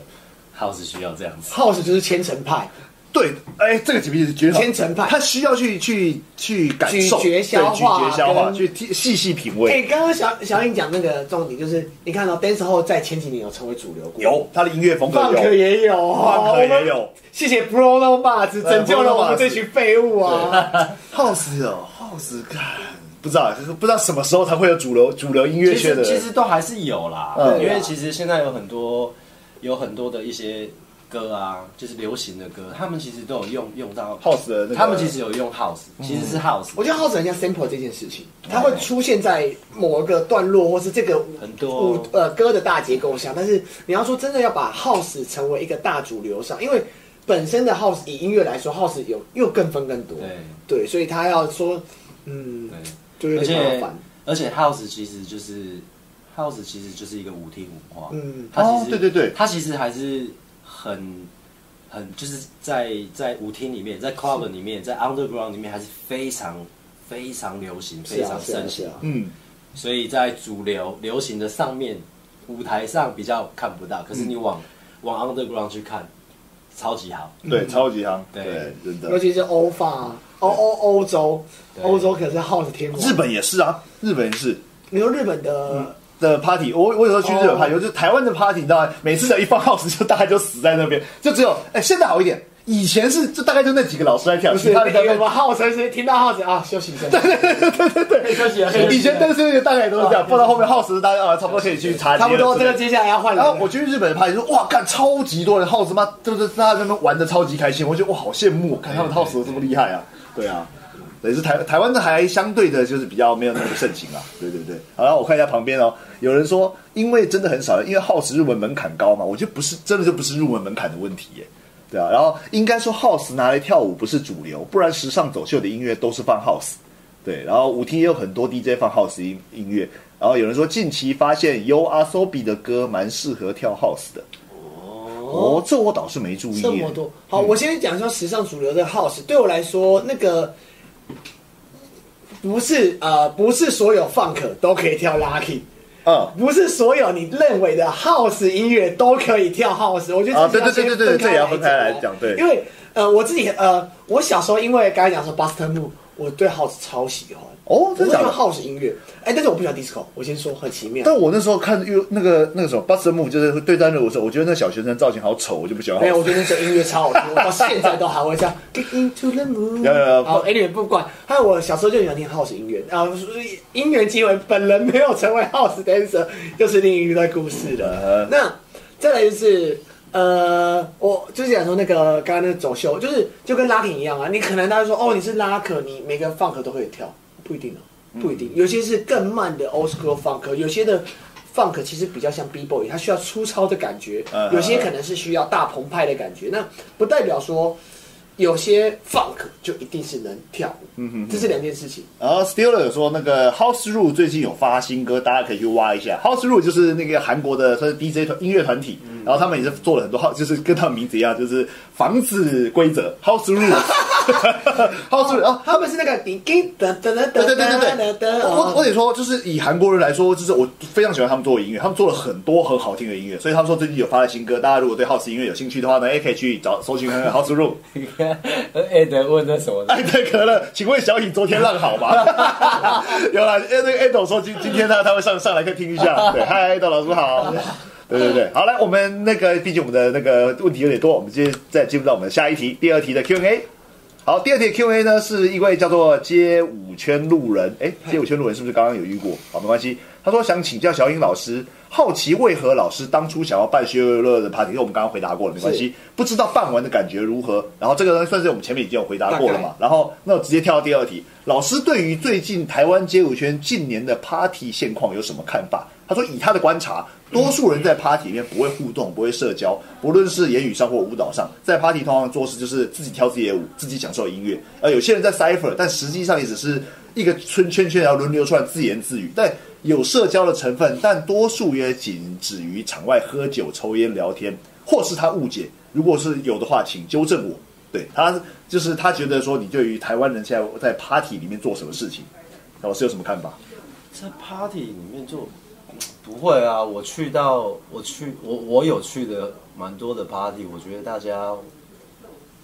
Speaker 3: ，house 需要这样子。
Speaker 2: House 就是千层派，
Speaker 1: 对，哎，这个几是绝
Speaker 2: 千层派
Speaker 1: 他需要去去去感受、
Speaker 2: 咀嚼消化
Speaker 1: 对咀嚼消化，
Speaker 2: 跟
Speaker 1: 去细细细品
Speaker 2: 哎、
Speaker 1: 味。
Speaker 2: 刚刚小小颖讲那个重点就是，你看到 dance hall 在前几年有成为主流过，
Speaker 1: 有他的音乐风格
Speaker 2: 放
Speaker 1: 有
Speaker 2: 克也有，
Speaker 1: 放克也有
Speaker 2: 我们谢谢 Bruno Mars 拯救了我们这群废物啊！
Speaker 1: house 哦，house 看不知道不知道什么时候才会有主流主流音乐
Speaker 3: 其
Speaker 1: 圈的
Speaker 3: 实其
Speaker 1: 人。
Speaker 3: 实都还是有啦，
Speaker 1: 嗯
Speaker 3: 因为其实现在有很多有很多的一些歌啊，就是流行的歌，他们其实都有用用到
Speaker 1: House 的那个
Speaker 3: 他们其实有用 house，其实是 house，、
Speaker 2: 嗯我觉得 House 很像 sample 这件事情，它会出现在某一个段落或是这个
Speaker 3: 很多
Speaker 2: 舞呃歌的大结构下，但是你要说真的要把 House 成为一个大主流上，因为本身的 House 以音乐来说，House 有又更分更多，对所以他要说嗯，就
Speaker 3: 对，
Speaker 2: 有
Speaker 3: 而
Speaker 2: 点麻
Speaker 3: 且
Speaker 2: 烦。
Speaker 3: 而且 house 其实就是 house 其实就是一个舞厅文化，
Speaker 2: 嗯
Speaker 3: 它其实、
Speaker 1: 哦对对对
Speaker 3: 它其实还是很。很就是在在舞厅里面，在 club 里面，在 underground 里面还是非常非常流行，
Speaker 2: 是
Speaker 3: 非
Speaker 2: 啊
Speaker 3: 常
Speaker 2: 是啊
Speaker 3: 盛
Speaker 2: 是
Speaker 3: 行
Speaker 2: 啊。
Speaker 1: 嗯，
Speaker 3: 所以在主流流行的上面，舞台上比较看不到，可是你往、往 underground 去看，超级好。
Speaker 1: 对，超级夯，
Speaker 3: 对
Speaker 1: 对，真
Speaker 2: 嗯尤
Speaker 1: 的。
Speaker 2: 其是欧法、欧欧欧洲，
Speaker 3: 对
Speaker 2: 欧洲可是耗子天王。
Speaker 1: 日，本也是啊，日本也是。
Speaker 2: 你说日本的，
Speaker 1: 的 party，我我有时候去日
Speaker 2: 哦
Speaker 1: 本 party，、就是台湾的 party，你知道吗？每次只要一放 house，就大概就死在那边，就只有哎、现在好一点，以前是就大概就那几个老师在跳，
Speaker 2: 不
Speaker 1: 其
Speaker 2: 是
Speaker 1: 他的在
Speaker 2: 我
Speaker 1: 那
Speaker 2: 们耗子是听到耗子啊，休息一下。对对对对对，休息啊，
Speaker 1: 边。
Speaker 2: 以
Speaker 1: 以前
Speaker 2: 前
Speaker 1: 但是大概也都是这样，放到后面 house 大家啊，差不多可以去查。
Speaker 2: 差不多，这个接下来要换人
Speaker 1: 然
Speaker 2: 了。
Speaker 1: 后我去日本的 party，说哇，干超级多人 house 妈，就是大家在那边玩的超级开心，我觉得哇，好羡慕，啊看他们 house 都这么厉害啊，对啊。也是台台湾的还相对的，就是比较没有那么盛行啊。对对对，好，然后我看一下旁边哦，有人说，因为真的很少人，因为 house 入门门槛高嘛，我觉得不是真的就不是入门门槛的问题耶，对啊。然后应该说 house 拿来跳舞不是主流，不然时尚走秀的音乐都是放 house，对。然后舞厅也有很多 DJ 放 house 音音乐，然后有人说近期发现 U R Sobi 的歌蛮适合跳 house 的，哦，这我倒是没注意耶，嗯
Speaker 2: 这么多。好，我先讲说时尚主流的 house，对我来说，那个不是呃，不是所有 funk 都可以跳 lucky。
Speaker 1: 嗯。
Speaker 2: 不是所有你认为的 house 音乐都可以跳 house，我觉得
Speaker 1: 啊
Speaker 2: 这是
Speaker 1: 对对
Speaker 2: 要先
Speaker 1: 对对对
Speaker 2: 分开
Speaker 1: 这也要分开来
Speaker 2: 的
Speaker 1: 讲对
Speaker 2: 哦因为呃，我自己呃，我小时候因为刚才讲说 Buster Move，我对 house 超喜欢
Speaker 1: 哦真的假的
Speaker 2: 我喜欢 house 音乐，哎，但是我不喜欢 disco，我先说很奇妙，
Speaker 1: 但我那时候看又那个那个什么 Buster Move，就是对战热舞的时候，我觉得那小学生造型好丑，我就不喜欢。
Speaker 2: 没有，我觉得那首音乐 超好听，我到现在都还会唱 Get into the moon。
Speaker 1: 有有有
Speaker 2: 好，anyway 不管，还有我小时候就喜欢听 house 音乐，啊，所以因缘机会，本人没有成为 house dancer，又是另一段故事
Speaker 1: 呃
Speaker 2: 了。那再来就是。呃，我就是讲说那个刚刚那个走秀，就是就跟拉丁一样啊，你可能大家说哦你是拉克，你每个 funk 都可以跳，不一定哦，
Speaker 1: 嗯
Speaker 2: 不一定，有些是更慢的 old school funk，有些的 funk 其实比较像 b boy，它需要粗糙的感觉
Speaker 1: 嗯，
Speaker 2: 有些可能是需要大澎湃的感觉，那不代表说有些 funk 就一定是能跳舞，嗯哼，这是两件事情。
Speaker 1: 然后 Steeler 有说那个 House Rule 最近有发新歌，大家可以去挖一下。House Rule 就是那个韩国的算是 DJ 团音乐团体，
Speaker 2: 嗯
Speaker 1: 然后他们也是做了很多 House，就是跟他们名字一样，就是房子规则 House Rule，House Rule 啊。
Speaker 2: 他们是那个叮叮哒哒哒哒
Speaker 1: 对对对对
Speaker 2: 哒
Speaker 1: 对，
Speaker 2: 哒，
Speaker 3: 哦
Speaker 1: 我我得说，就是以韩国人来说，就是我非常喜欢他们做的音乐，他们做了很多很好听的音乐，所以他们说最近有发了新歌，大家如果对 House 音乐有兴趣的话呢，哎也可以去找搜寻看看 House Rule。
Speaker 3: 艾德哎问那什么
Speaker 1: 艾特可乐，请问小颖昨天浪 好吗？有啦，哎，那个艾董说今今天他他会上上来可以听一下。对，嗨，艾董老师好。对对对，好来，我们那个毕竟我们的那个问题有点多，我们接再进入到我们下一题，第二题的 Q&A。好，第二题的 Q&A 呢是一位叫做街舞圈路人，哎，街舞圈路人是不是刚刚有遇过？好，没关系。他说想请教小颖老师，好奇为何老师当初想要办薛乐乐的 party，因为我们刚刚回答过了，没关系。不知道办完的感觉如何？然后这个呢，算是我们前面已经有回答过了嘛。然后那我直接跳到第二题，老师对于最近台湾街舞圈近年的 party 现况有什么看法？他说，以他的观察，多数人在 party 里面不会互动，不会社交，不论是言语上或舞蹈上，在 party 通常做事就是自己跳自己的舞，自己享受音乐。呃，有些人在 cipher，但实际上也只是一个圈圈圈，然后轮流出来自言自语，但有社交的成分，但多数也仅止于场外喝酒、抽烟、聊天，或是他误解。如果是有的话，请纠正我。对他就是他觉得说，你对于台湾人现在在 party 里面做什么事情，老师有什么看法？
Speaker 3: 在 party 里面就不会啊，我去到我去我我有去的蛮多的 party，我觉得大家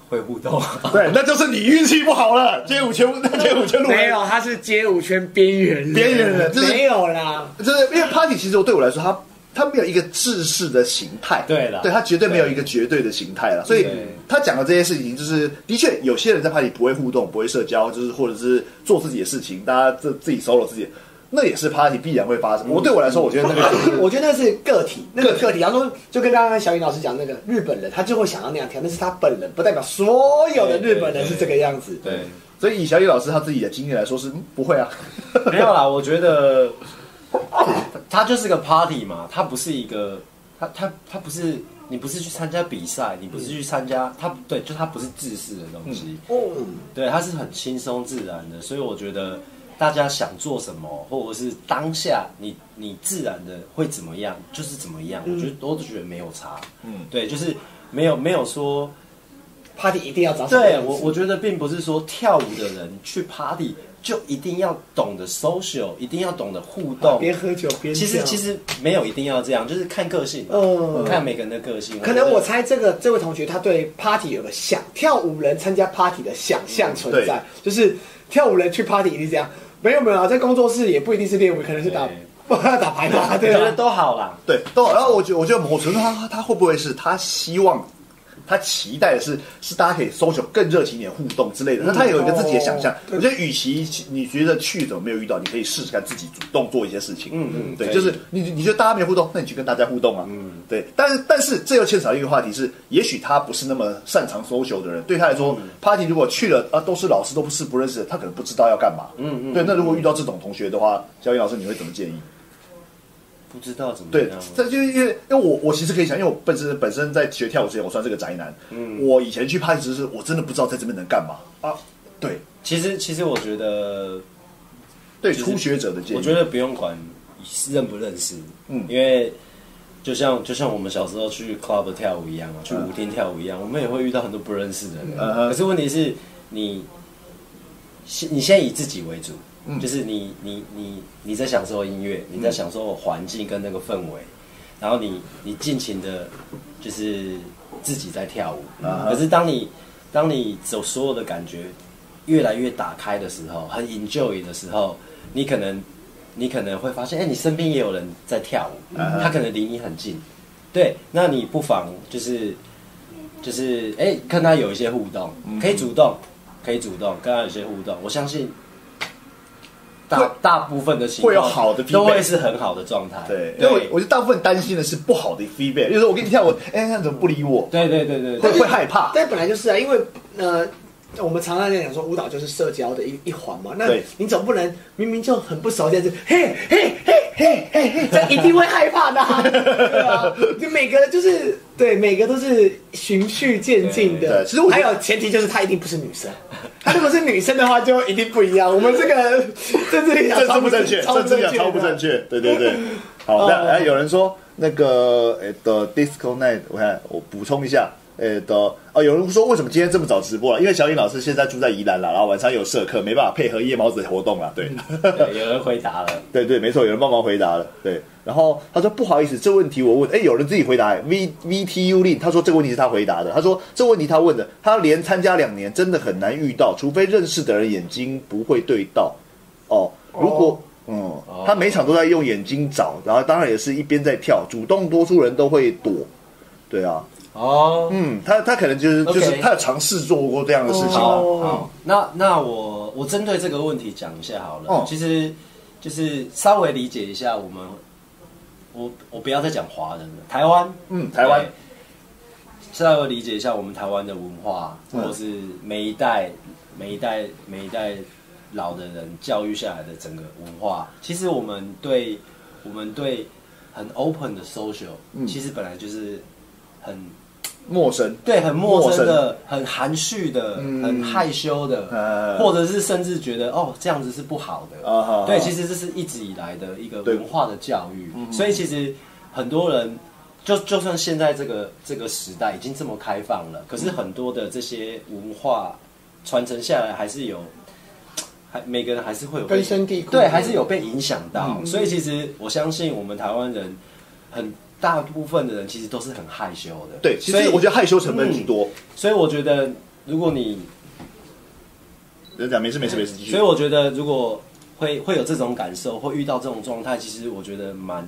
Speaker 3: 会互动。
Speaker 1: 对，那就是你运气不好了，街舞圈街舞圈路
Speaker 2: 没有，他是街舞圈边缘人，
Speaker 1: 边缘人就是
Speaker 2: 没有啦。
Speaker 1: 就是因为 party 其实对我来说，它它没有一个制式的形态，
Speaker 3: 对啦
Speaker 1: 对，它绝对没有一个绝对的形态了。所以
Speaker 3: 对
Speaker 1: 他讲的这些事情，就是的确有些人在 party 不会互动，不会社交，就是或者是做自己的事情，大家自自己 solo 自己，那也是 party 必然会发生。我对我来说，我觉得那个就是
Speaker 2: 我觉得那是个体，那个个体，然后说就跟刚刚小颖老师讲那个日本人，他就会想要那样跳，那是他本人，不代表所有的日本人是这个样子。
Speaker 3: 对，
Speaker 1: 所以以小雨老师他自己的经验来说是嗯不会啊，
Speaker 3: 没有啦，我觉得 它就是个 party 嘛，它不是一个，它它它不是，你不是去参加比赛，你不是去参加，它对，就它不是制式的东西，
Speaker 2: 哦，
Speaker 3: 对，它是很轻松自然的，所以我觉得大家想做什么，或者是当下你你自然的会怎么样，就是怎么
Speaker 2: 嗯
Speaker 3: 样，我觉得我都觉得没有差，嗯，对，就是没有没有说。
Speaker 2: party 一定要找什么
Speaker 3: 对
Speaker 2: 样子
Speaker 3: 我，我觉得并不是说跳舞的人去 party 就一定要懂得 social，一定要懂得互动。
Speaker 2: 边啊喝酒边
Speaker 3: 其实
Speaker 2: 跳
Speaker 3: 其实没有一定要这样，就是看个性，
Speaker 2: 嗯
Speaker 3: 看每个人的个性。
Speaker 2: 可能
Speaker 3: 觉
Speaker 2: 我
Speaker 3: 得
Speaker 2: 猜这个这位同学他对 party 有个想跳舞人参加 party 的想象存在，就是跳舞人去 party 一定这样。没有没有啊，在工作室也不一定是练舞，可能是打 打牌吧，对
Speaker 3: 我觉得
Speaker 2: 啊。
Speaker 3: 都好啦。
Speaker 1: 对，都然后我觉我觉得某种程度上他他会不会是他希望。他期待的是，是大家可以 social 更热情一点互动之类的。那他有一个自己的想象
Speaker 2: 哦。
Speaker 1: 我觉得，与其你觉得去怎么没有遇到，你可以试试看自己主动做一些事情。嗯
Speaker 3: 嗯
Speaker 1: 对，
Speaker 3: 可以
Speaker 1: 就是你你觉得大家没有互动，那你去跟大家互动啊。嗯，对。但是但是这又牵扯到一个话题是，也许他不是那么擅长 social 的人，对他来说、p a r t y 如果去了啊，都是老师，都不是不认识的，他可能不知道要干嘛。嗯嗯。对，那如果遇到这种同学的话，肖云老师你会怎么建议？
Speaker 3: 不知道怎么
Speaker 1: 对
Speaker 3: 样，，
Speaker 1: 这就是因为因为我我其实可以想，因为我本身本身在学跳舞之前，我算是个宅男。嗯，我以前去拍，只是我真的不知道在这边能干嘛啊。对
Speaker 3: 其实其实我觉得
Speaker 1: 对，
Speaker 3: 就是
Speaker 1: 初学者的建议，
Speaker 3: 我觉得不用管认不认识，
Speaker 1: 嗯
Speaker 3: 嗯，因为就像就像我们小时候去 club 跳舞一样啊，去舞厅跳舞一样，我们也会遇到很多不认识的人。
Speaker 1: 嗯
Speaker 3: 可是问题是你，先你先以自己为主，
Speaker 1: 嗯
Speaker 3: 就是你你你你在享受音乐，你在享受环境跟那个氛围，然后你你尽情的，就是自己在跳舞。
Speaker 1: 嗯
Speaker 3: 可是当你当你走所有的感觉越来越打开的时候，很 enjoy 的时候，你可能你可能会发现，哎、你身边也有人在跳舞，
Speaker 1: 嗯
Speaker 3: 他可能离你很近，对，那你不妨就是就是哎、跟他有一些互动，
Speaker 1: 嗯
Speaker 3: 可以主动，可以主动跟他有一些互动，我相信。
Speaker 1: 会
Speaker 3: 大大部分的情
Speaker 1: 会有
Speaker 3: 况
Speaker 1: 好的
Speaker 3: 都
Speaker 1: feedback
Speaker 3: 会是很好的状态。
Speaker 1: 对，因为
Speaker 3: 对，
Speaker 1: 我我觉得大部分担心的是不好的 feedback，就是我跟你跳舞，哎，那怎么不理我？
Speaker 3: 对对对对
Speaker 1: 会
Speaker 3: 对，
Speaker 1: 会害怕。
Speaker 2: 但本来就是啊，因为呃，我们常常在讲说舞蹈就是社交的一一环嘛。那
Speaker 1: 对
Speaker 2: 你总不能明明就很不熟，这样子嘿嘿嘿嘿嘿嘿，这一定会害怕 的、啊。对啊，就每个就是对每个都是循序渐进
Speaker 1: 对对
Speaker 2: 的。
Speaker 1: 其实我觉
Speaker 2: 还
Speaker 1: 得
Speaker 2: 有前提就是她一定不是女生，她如果是女生的话就一定不一样。我们这个政治立 场
Speaker 1: 这
Speaker 2: 超
Speaker 1: 不正确，
Speaker 2: 超
Speaker 1: 这真
Speaker 2: 不正
Speaker 1: 的
Speaker 2: 确，啊
Speaker 1: 超不正。确。对对 对，好，那哎，有人说那个呃的 disco night，我看我补充一下。呃的哦，有人说为什么今天这么早直播了？因为小颖老师现在住在宜兰啦，然后晚上有社课，没办法配合夜猫子的活动 啦。对，
Speaker 3: 对有人回答了。
Speaker 1: 对对，没错，有人帮忙回答了。对，然后他说不好意思，这问题我问，哎，有人自己回答，V V T U 令，他说这个问题是他回答的，他说这问题他问的，他连参加两年真的很难遇到，除非认识的人眼睛不会对到。哦，如果、嗯，他每场都在用眼睛找，然后当然也是一边在跳，主动多数人都会躲。对啊，
Speaker 3: 哦，
Speaker 1: 嗯，他他可能就是
Speaker 3: OK
Speaker 1: 就是他有尝试做过这样的事情啊。
Speaker 2: 哦
Speaker 3: 好，那那我我针对这个问题讲一下好了。
Speaker 1: 哦
Speaker 3: 其实就是稍微理解一下我们，我我不要再讲华人了，台湾，
Speaker 1: 嗯，台湾
Speaker 3: 对，稍微理解一下我们台湾的文化，
Speaker 1: 嗯
Speaker 3: 或是每一代每一代每一代老的人教育下来的整个文化，其实我们对我们对很 open 的 social，、其
Speaker 1: 嗯
Speaker 3: 实本来就是很
Speaker 1: 陌生，
Speaker 3: 对很陌
Speaker 1: 陌
Speaker 3: 生的、很含蓄的、
Speaker 1: 嗯
Speaker 3: 很害羞的，
Speaker 1: 呃
Speaker 3: 或者是甚至觉得哦这样子是不好的。
Speaker 1: 啊哈
Speaker 3: 对，
Speaker 1: 哈
Speaker 3: 其实这是一直以来的一个
Speaker 1: 对嗯
Speaker 3: 文化的教育，所以其实很多人就就算现在这个这个时代已经这么开放了，可是很多的这些文化传承下来，还是有，还每个人还是会有被
Speaker 2: 根深蒂固
Speaker 3: 对，还是有被影响到。
Speaker 1: 嗯
Speaker 3: 所以其实我相信我们台湾人很大部分的人其实都是很害羞的，
Speaker 1: 对，其
Speaker 3: 所以嗯
Speaker 1: 实我觉得害羞成分居多。
Speaker 3: 所以我觉得如果你
Speaker 1: 人讲没事没事没事，继续
Speaker 3: 所以。我觉得，如果会会有这种感受，会遇到这种状态，其实我觉得蛮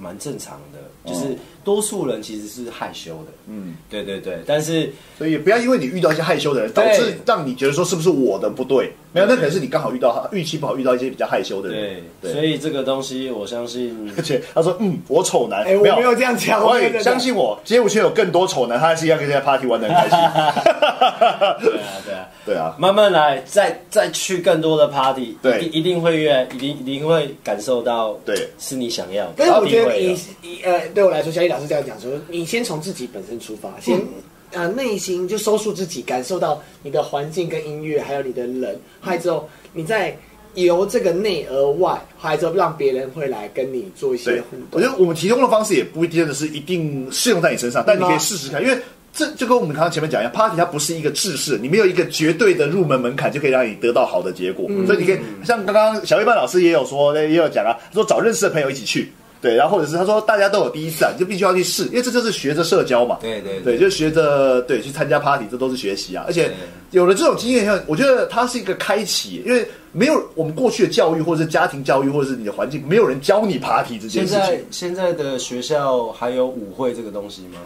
Speaker 3: 蛮正常的，就是多数人其实是害羞的，嗯，对对对，但是
Speaker 1: 所以不要因为你遇到一些害羞的人，导
Speaker 3: 对
Speaker 1: 致让你觉得说是不是我的不对？没有，那可能是你刚好遇到他运气不好，遇到一些比较害羞的人
Speaker 3: 对。，
Speaker 1: 对，
Speaker 3: 所以这个东西我相信
Speaker 1: 而且他说嗯，我丑男，
Speaker 2: 哎我没有这样讲我没有这
Speaker 1: 喂，
Speaker 2: 样
Speaker 1: 相信我，街舞圈有更多丑男，他还是一样跟这些 party 玩的很开心。
Speaker 3: 对啊对啊，
Speaker 1: 对啊，
Speaker 3: 慢慢来，再再去更多的 party，
Speaker 1: 对
Speaker 3: 一定一定会越来一定一定会感受到，
Speaker 1: 对
Speaker 3: 是你想要的，
Speaker 2: 但是哎我觉
Speaker 3: 一
Speaker 2: 得
Speaker 3: 定会
Speaker 2: 你
Speaker 3: 的
Speaker 2: 你呃，对我来说，小李老师这样讲说，你先从自己本身出发，先、
Speaker 1: 嗯
Speaker 2: 呃内心就收束自己，感受到你的环境跟音乐，还有你的人，还有之后你再由这个内而外，还有之后让别人会来跟你做一些
Speaker 1: 对
Speaker 2: 互，
Speaker 1: 我。
Speaker 2: 动
Speaker 1: 觉得我们提供的方式也不一定真的是一定适用在你身上，但你可以试试看，因为。这就跟我们刚刚前面讲一样，party 它不是一个制式，你没有一个绝对的入门门槛就可以让你得到好的结果，
Speaker 3: 嗯
Speaker 1: 所以你可以像刚刚小一班老师也有说，也有讲啊，他说找认识的朋友一起去，对，然后或者是他说大家都有第一次啊，你就必须要去试，因为这就是学着社交嘛，
Speaker 3: 对对
Speaker 1: 对，就学着对去参加 party，这都是学习啊。而且
Speaker 3: 对
Speaker 1: 有了这种经验以后，我觉得它是一个开启，因为没有我们过去的教育，或者是家庭教育，或者是你的环境，没有人教你 party 这件
Speaker 3: 现
Speaker 1: 事
Speaker 3: 在
Speaker 1: 情。
Speaker 3: 现在的学校还有舞会这个东西吗？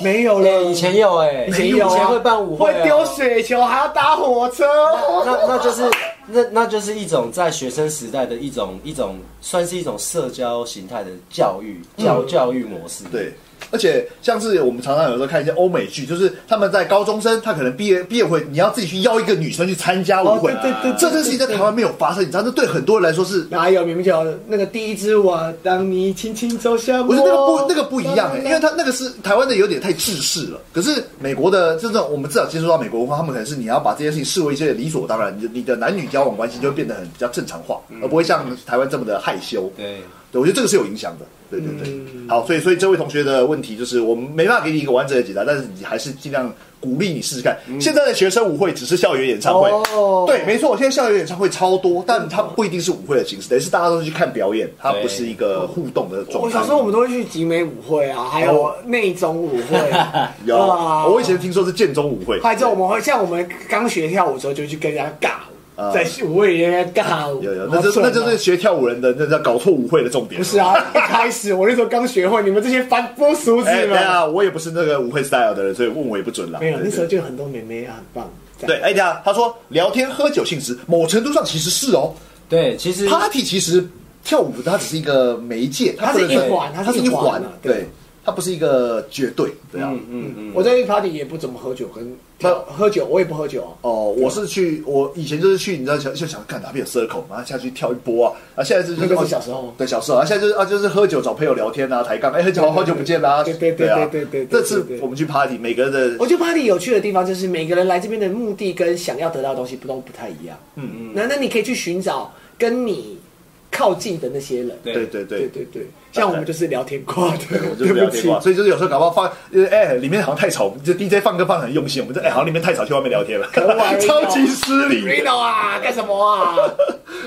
Speaker 2: 没有了，
Speaker 3: 以前有哎、
Speaker 2: 以前
Speaker 3: 以
Speaker 2: 有、啊、
Speaker 3: 前会办舞会、啊，
Speaker 2: 会丢水球，还要搭火车。
Speaker 3: 那那就是那那就是一种在学生时代的一种一种算是一种社交形态的教育教、
Speaker 2: 嗯
Speaker 3: 教育模式。
Speaker 1: 对，而且像是我们常常有时候看一些欧美剧，就是他们在高中生，他可能毕业毕业会，你要自己去邀一个女生去参加舞会，
Speaker 2: 哦对对对对
Speaker 1: 这件事情在台湾没有发生，你知道，这对很多人来说是。
Speaker 2: 哪有明明就有那个第一支我当你轻轻走向我，
Speaker 1: 我觉得那个不那个不一样、欸，因为他那个是台湾的有点太制式了。可是美国的这种，我们至少接触到美国文化，他们可能是你要把这件事情视为一些理所当然，你的你的男女交往关系就会变得很比较正常化，
Speaker 2: 嗯
Speaker 1: 而不会像台湾这么的害羞。
Speaker 3: 对，
Speaker 1: 对，我觉得这个是有影响的。对对对，
Speaker 2: 嗯
Speaker 1: 好，所以所以这位同学的问题就是，我们没办法给你一个完整的解答，但是你还是尽量鼓励你试试看。现在的学生舞会只是校园演唱会，
Speaker 2: 嗯哦嗯
Speaker 1: 对，没错，现在校园演唱会超多，但它不一定是舞会的形式，等于是大家都去看表演，它不是一个互动的状态。哦
Speaker 2: 我小时候我们都会去集美舞会啊，还有内中舞会，
Speaker 1: 有，
Speaker 2: 啊
Speaker 1: 我以前听说是建中舞会，
Speaker 2: 还有之后我们会像我们刚学跳舞的时候就去跟人家尬舞，
Speaker 1: 啊
Speaker 2: 在舞会里面尬舞，
Speaker 1: 有有，
Speaker 2: 好
Speaker 1: 那就是
Speaker 2: 蠢
Speaker 1: 那
Speaker 2: 哦
Speaker 1: 就是学跳舞人的那叫搞错舞会的重点。
Speaker 2: 不 是啊？一开始我那时候刚学会，你们这些凡夫俗子
Speaker 1: 哎，对
Speaker 2: 们，
Speaker 1: 啊，我也不是那个舞会 style 的人，所以问我也不准啦。
Speaker 2: 没有，
Speaker 1: 对
Speaker 2: 那
Speaker 1: 对
Speaker 2: 时候就有很多妹妹啊，很棒。这
Speaker 1: 对，
Speaker 2: 样，
Speaker 1: 哎呀，他说聊天喝酒性质，某程度上其实是哦
Speaker 3: 对，其实
Speaker 1: ，party 其实跳舞它只是一个媒介，
Speaker 2: 它是
Speaker 1: 不能
Speaker 2: 一环
Speaker 1: 它
Speaker 2: 它是
Speaker 1: 是
Speaker 2: 一
Speaker 1: 一
Speaker 2: 环
Speaker 1: 环
Speaker 2: 啊，对
Speaker 1: 对，它不是一个绝对，对啊。
Speaker 3: 嗯嗯，
Speaker 2: 我在那 party 也不怎么喝酒，跟跳喝酒我也不喝酒哦。
Speaker 1: 哦，我是去，我以前就是去，你知道，想就想看哪边有 circle，然后下去跳一波啊。啊，现在是就
Speaker 2: 那个是
Speaker 1: 哦
Speaker 2: 小时候
Speaker 1: 对小时候，啊，现在就是啊，就是喝酒找朋友聊天啊，抬杠，哎，很久好久不见啦，
Speaker 2: 对对对
Speaker 1: 啊
Speaker 2: 对对对对
Speaker 1: 这次
Speaker 2: 对对
Speaker 1: 我们去 party，每个人的
Speaker 2: 我觉得 party 有趣的地方就是每个人来这边的目的跟想要得到的东西不都不太一样。嗯嗯，那那你可以去寻找跟你靠近的那些人。
Speaker 3: 对
Speaker 1: 对对
Speaker 2: 对
Speaker 1: 对。
Speaker 2: 对对，像我们就是聊天挂的，
Speaker 1: 我就是
Speaker 2: 对
Speaker 1: 聊
Speaker 2: 不
Speaker 1: 天
Speaker 2: 起
Speaker 1: 过，。所以就是有时候搞不好放，呃哎、里面好像太吵，就 DJ 放歌放得很用心，我们这哎、好像里面太吵，去外面聊天了
Speaker 2: 可啊 玩，
Speaker 1: 超级失礼。
Speaker 2: Reno 啊，干什 么啊？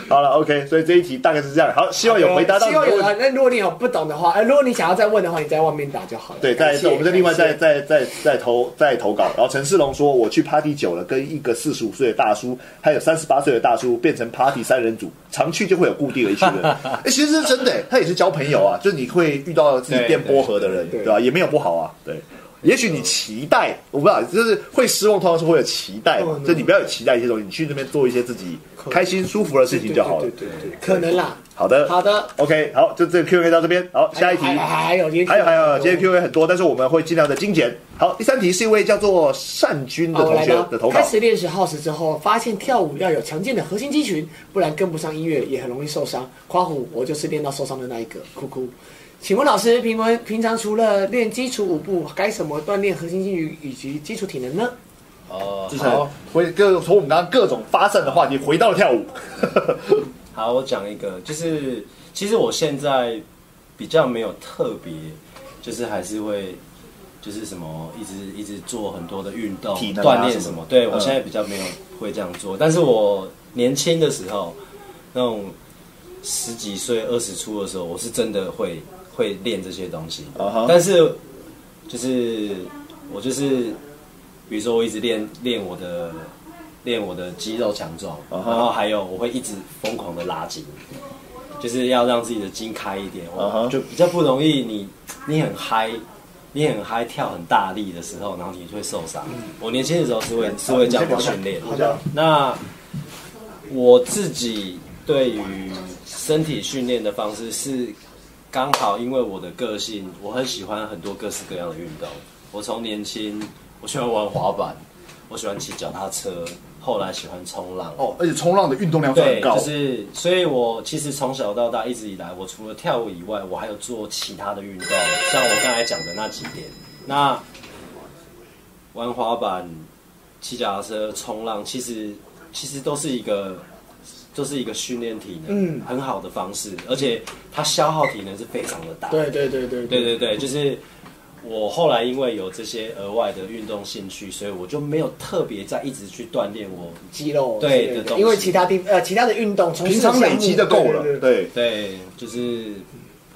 Speaker 1: 好了，OK，所以这一题大概是这样。好，希望有回答到你
Speaker 2: 希
Speaker 1: 的
Speaker 2: 望有
Speaker 1: 问题。
Speaker 2: 人。那如果你有不懂的话，哎，如果你想要再问的话，你在外面打就好了。
Speaker 1: 对，
Speaker 2: 感
Speaker 1: 再
Speaker 2: 谢
Speaker 1: 我们再另外
Speaker 2: 感
Speaker 1: 再再
Speaker 2: 谢
Speaker 1: 再再投再投稿。然后陈世龙说，我去 party 久了，跟一个四十五岁的大叔，还有三十八岁的大叔变成 party 三人组，常去就会有固定的一群 人。哎、其实是真的、他也是交朋友啊，就是你会遇到自己变波合的人，
Speaker 2: 对对对
Speaker 1: 对吧、也没有不好啊，对。也许你期待，我不知道，就是会失望，通常是会有期待嘛
Speaker 2: 嗯，
Speaker 1: 就你不要有期待一些东西，你去那边做一些自己开心舒服的事情就好了
Speaker 2: 对。对对对，对可能啦，
Speaker 1: 好的，
Speaker 2: 好的
Speaker 1: ，OK，好，就这个 Q&A 到这边，好，下一题。
Speaker 2: 还有还有今天
Speaker 1: 还有还有，今天 Q&A 很多，但是我们会尽量的精简。好，第三题是一位叫做善君的
Speaker 2: 哦好，我
Speaker 1: 同
Speaker 2: 来
Speaker 1: 学
Speaker 2: 吧
Speaker 1: 的投。稿
Speaker 2: 开。始练习耗时之后，发现跳舞要有强健的核心肌群，不然跟不上音乐也很容易受伤。夸虎，我就是练到受伤的那一个，哭哭。请问老师，平文平常除了练基础舞步，该怎么锻炼核心肌群以及基础体能呢？
Speaker 3: 哦、
Speaker 1: 就是
Speaker 3: 好，
Speaker 1: 回各从我们刚刚各种发散的话题回到了跳舞。
Speaker 3: 好，我讲一个，就是其实我现在比较没有特别，就是还是会就是什么一直一直做很多的运动、
Speaker 1: 体能啊
Speaker 3: 锻炼
Speaker 1: 什
Speaker 3: 什
Speaker 1: 么
Speaker 3: 么
Speaker 1: 的。
Speaker 3: 对
Speaker 1: 嗯
Speaker 3: 我现在比较没有会这样做，但是我年轻的时候，那种十几岁、二十出的时候，我是真的会会练这些东西。
Speaker 1: 啊哈
Speaker 3: 但是就是我就是，比如说我一直练练我的练我的肌肉强壮
Speaker 1: 啊哈
Speaker 3: 然后还有我会一直疯狂的拉筋，就是要让自己的筋开一点
Speaker 1: 啊哈
Speaker 3: 就比较不容易你你很嗨。你很嗨，跳很大力的时候，然后你就会受伤。
Speaker 1: 嗯
Speaker 3: 我年轻的时候是
Speaker 1: 啊
Speaker 3: 会是会这样子训练，
Speaker 1: 好的
Speaker 3: 那我自己对于身体训练的方式是，刚好因为我的个性，我很喜欢很多各式各样的运动。我从年轻，我喜欢玩滑板，我喜欢骑脚踏车，后来喜欢冲浪。
Speaker 1: 哦，而且冲浪的运动量算很
Speaker 3: 对，
Speaker 1: 高，
Speaker 3: 就是，所以我其实从小到大一直以来，我除了跳舞以外，我还有做其他的运动，像我刚才讲的那几点。那玩滑板、骑脚踏车、冲浪，其实其实都是一个，都是一个训练体能、
Speaker 2: 嗯
Speaker 3: 很好的方式，而且它消耗体能是非常的大。
Speaker 2: 对对对对
Speaker 3: 对对对，就是我后来因为有这些额外的运动兴趣，所以我就没有特别在一直去锻炼我
Speaker 2: 肌肉
Speaker 3: 对
Speaker 2: 之类
Speaker 3: 的东西
Speaker 2: 因为其他地呃其他的运动，从事
Speaker 1: 平常累积的
Speaker 2: 项目
Speaker 1: 够了
Speaker 2: 对对。对
Speaker 1: 对，
Speaker 3: 对，就是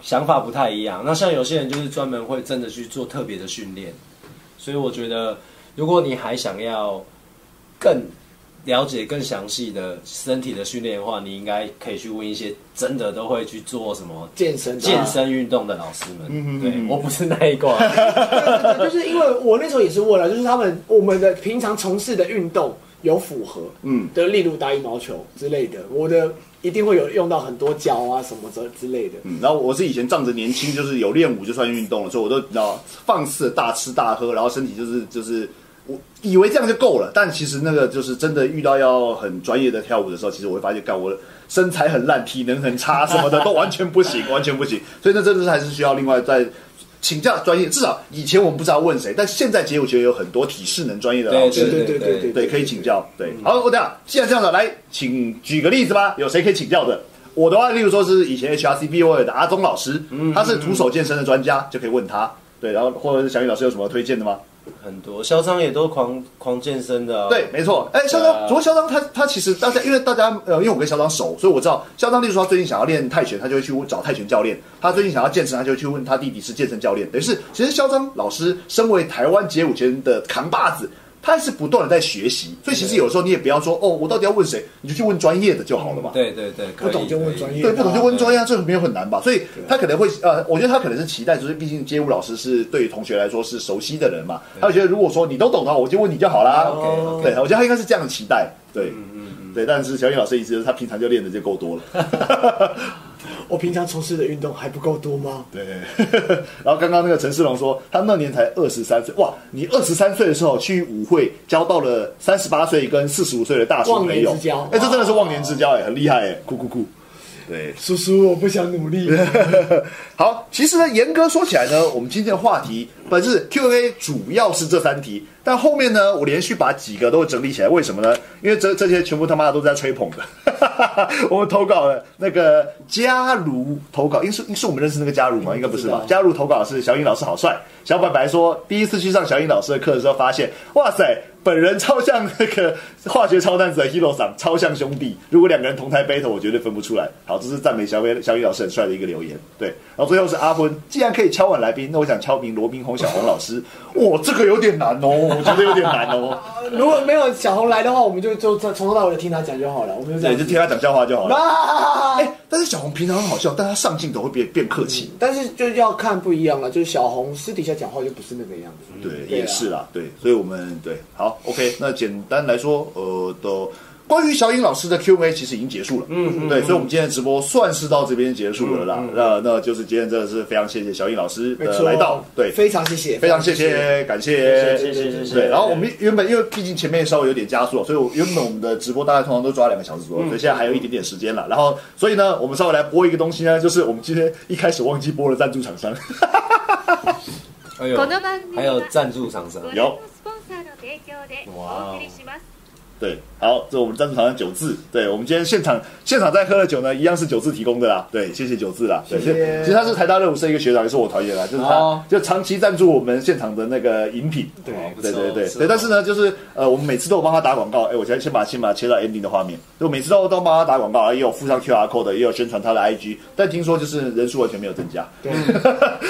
Speaker 3: 想法不太一样。那像有些人就是专门会真的去做特别的训练，所以我觉得，如果你还想要更了解更详细的身体的训练的话，你应该可以去问一些真的都会去做什么
Speaker 2: 健身的
Speaker 3: 健身运动的老师们。
Speaker 1: 嗯
Speaker 3: 对我不是那一挂，
Speaker 2: 对就是因为我那时候也是问了，就是他们我们的平常从事的运动有符合，
Speaker 1: 嗯
Speaker 2: 嗯，的例如打羽毛球之类的，我的一定会有用到很多胶啊什么之之类的。
Speaker 1: 嗯然后我是以前仗着年轻，就是有练舞就算运动了，所以我都你知道放肆地大吃大喝，然后身体就是就是。我以为这样就够了，但其实那个就是真的遇到要很专业的跳舞的时候，其实我会发现，干我的身材很烂，体能很差，什么的都完全不行，完全不行。所以那真的是还是需要另外再请教专业。至少以前我们不知道问谁，但现在其实我觉得有很多体适能专业的老
Speaker 3: 对
Speaker 1: 师，
Speaker 3: 对
Speaker 2: 对
Speaker 3: 对对
Speaker 2: 对
Speaker 3: 对
Speaker 1: 对，可以请教。对，好，我等一下，既然这样的，来，请举个例子吧，有谁可以请教的？我的话，例如说是以前 HRCBO 的阿忠老师，他是徒手健身的专家，就可以问他。对，然后或者是小雨老师有什么推荐的吗？
Speaker 3: 很多嚣张也都狂狂健身的、啊。
Speaker 1: 对，没错。哎，肖
Speaker 3: 对
Speaker 1: 张，
Speaker 3: 啊
Speaker 1: 主要肖张他他其实大家因为大家呃，因为我跟肖张熟，所以我知道肖张，例如说他最近想要练泰拳，他就会去问找泰拳教练；他最近想要健身，他就会去问他弟弟是健身教练。等于是，其实肖张老师身为台湾街舞圈的扛把子。他还是不断的在学习，所以其实有时候你也不要说哦，我到底要问谁，你就去问专业的就好了嘛。
Speaker 3: 对对对，可以
Speaker 2: 不懂就问
Speaker 3: 可以
Speaker 2: 专业
Speaker 1: 对，不懂就问专业啊，这没有很难吧？所以他可能会呃，我觉得他可能是期待，就是毕竟街舞老师是对于同学来说是熟悉的人嘛，他会觉得如果说你都懂的话，我就问你就好啦。
Speaker 3: OK，OK
Speaker 1: 对，我觉得他应该是这样的期待。对，
Speaker 2: 嗯
Speaker 1: 对，但是小野老师意思就是他平常就练的就够多了。
Speaker 2: 我平常从事的运动还不够多吗？
Speaker 1: 对， 然后刚刚那个陈世龙说，他那年才二十三岁，哇，你二十三岁的时候去舞会，交到了三十八岁跟四十五岁的大叔
Speaker 2: 忘年
Speaker 1: 朋友
Speaker 2: 之交，
Speaker 1: 哎，这真的是忘年之交，哎，很厉害，哎，酷酷酷。对，
Speaker 2: 叔叔，我不想努力。
Speaker 1: 好，其实呢，严格说起来呢，我们今天的话题本是 Q&A，主要是这三题，但后面呢，我连续把几个都整理起来，为什么呢？因为这这些全部他妈的都是在吹捧的。 我们投稿了那个嘉如投稿，因是因是我们认识那个嘉如吗？应该不是吧
Speaker 2: 嗯不？知
Speaker 1: 嘉如投稿是小颖老师好帅，小白白说第一次去上小颖老师的课的时候，发现哇塞，本人超像那个化学超男子的 Hero 桑，超像兄弟。如果两个人同台 battle，我绝对分不出来。好，这是赞美小伟小雨老师很帅的一个留言。对，然后最后是阿坤，既然可以敲碗来宾，那我想敲名罗宾红小红老师。哇，这个有点难哦，我觉得有点难哦。
Speaker 2: 如果没有小红来的话，我们就就从从头到尾听他讲就好了。我们就这
Speaker 1: 对，就
Speaker 2: 样。
Speaker 1: 听他讲笑话就好 了。
Speaker 2: 啊！
Speaker 1: 哎，但是小红平常很好笑，但她上镜头会变变客气。
Speaker 2: 但是就要看不一样了，就是小红私底下讲话就不是那个样子。
Speaker 1: 对，
Speaker 2: 对啊
Speaker 1: 也是啦，对，所以我们对好，OK，那简单来说，呃，都关于小颖老师的 Q&A 其实已经结束了，嗯，对，所以我们今天的直播算是到这边结束了啦。那那就是今天真的是非常谢谢小颖老师
Speaker 2: 没
Speaker 1: 的嗯
Speaker 2: 错
Speaker 1: 呃来到，对，
Speaker 2: 非常谢谢，
Speaker 1: 非常谢。谢，感
Speaker 4: 谢
Speaker 1: 谢，
Speaker 4: 谢谢谢谢。
Speaker 1: 对，然后我们原本因为毕竟前面稍微有点加速，所以我原本我们的直播大概通常都抓两个小时左右，所以现在还有一点点时间了。然后，所以呢，我们稍微来播一个东西呢，就是我们今天一开始忘记播了赞助厂商，
Speaker 3: 哎呦
Speaker 5: この番組は
Speaker 3: 还有赞助厂商
Speaker 5: ご。覧のスポンサーの提供でお送りします。
Speaker 1: 对，好，这我们赞助厂商九字，对我们今天现场现场在喝的酒呢，一样是九字提供的啦，对，谢谢九字啦，对，
Speaker 2: 谢谢
Speaker 1: 其实他是台大热舞社一个学长，也是我团员啦，就是他、
Speaker 3: 哦
Speaker 1: 就长期赞助我们现场的那个饮品，哦
Speaker 3: 对不
Speaker 1: 对
Speaker 3: 错
Speaker 1: 对对
Speaker 3: 不错
Speaker 1: 对，但是呢，就是呃，我们每次都有帮他打广告，哎，我先先把先把它切到 ending 的画面，就每次都都帮他打广告，哎也有附上 QR code，也有宣传他的 IG，但听说就是人数完全没有增加，
Speaker 2: 对，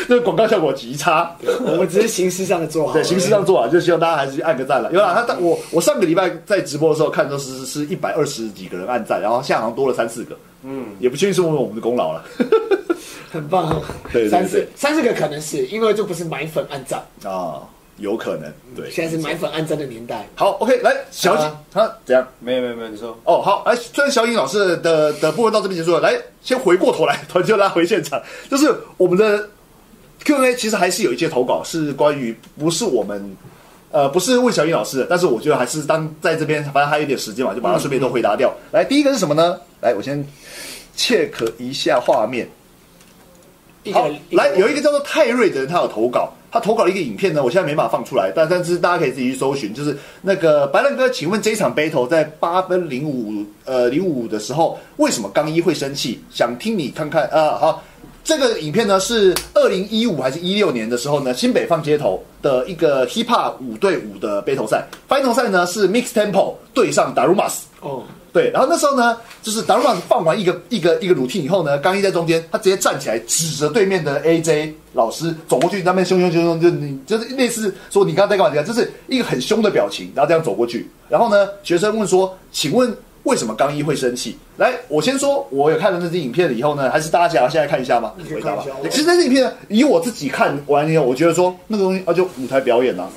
Speaker 1: 这个广告效果极差，
Speaker 2: 我们只是形式上的做好，
Speaker 1: 对，形式上做啊，就希望大家还是去按个赞了。有啦，他他我我上个礼拜在直播的时候看都是是一百二十几个人按赞，然后现在好像多了三四个，嗯，也不确定是不是我们的功劳了。
Speaker 2: 很棒哦。
Speaker 1: 对对对
Speaker 2: 三四三四个可能是因为就不是买粉按赞，
Speaker 1: 啊，有可能，对。
Speaker 2: 现在是买粉按赞的年代。
Speaker 1: 好，OK，来，小景，他、怎样？
Speaker 3: 没有没有没有，你说
Speaker 1: 哦，好，来，虽然小颖老师的的部分到这边结束了，来，先回过头来，团就拉回现场，就是我们的 Q&A 其实还是有一些投稿是关于不是我们。呃，不是问小颖老师的，但是我觉得还是当在这边，反正还有一点时间嘛，就把它顺便都回答掉。来，第一个是什么呢？来，我先 check 一下画面。
Speaker 2: 一
Speaker 1: 好
Speaker 2: 个，
Speaker 1: 来有一个叫做泰瑞的人，他有投稿，他投稿了一个影片呢，我现在没办法放出来，但但是大家可以自己去搜寻，就是那个白浪哥，请问这一场 battle 在八分零五呃零五的时候，为什么刚一会生气？想听你看看啊、呃好。这个影片呢是二零一五还是一六年的时候呢，新北放街头的一个 hip hop 五对五的 battle 赛，final 赛呢是 Mix Tempo 对上 Darumas，
Speaker 2: 哦，
Speaker 1: 对，然后那时候呢，就是达鲁曼放完一个一个一个 routine 以后呢，刚一在中间，他直接站起来指着对面的 AJ 老师走过去，那边凶凶凶凶，就你就是类似说你刚刚在干嘛？这样，就是一个很凶的表情，然后这样走过去。然后呢，学生问说：“请问为什么刚一会生气？”来，我先说，我有看了那支影片了以后呢，还是大家想要现在看一下吗？
Speaker 2: 可以
Speaker 1: 回答吧
Speaker 2: 看一下。
Speaker 1: 其实那支影片呢，以我自己看完以后，我觉得说那个东西啊，就舞台表演啊，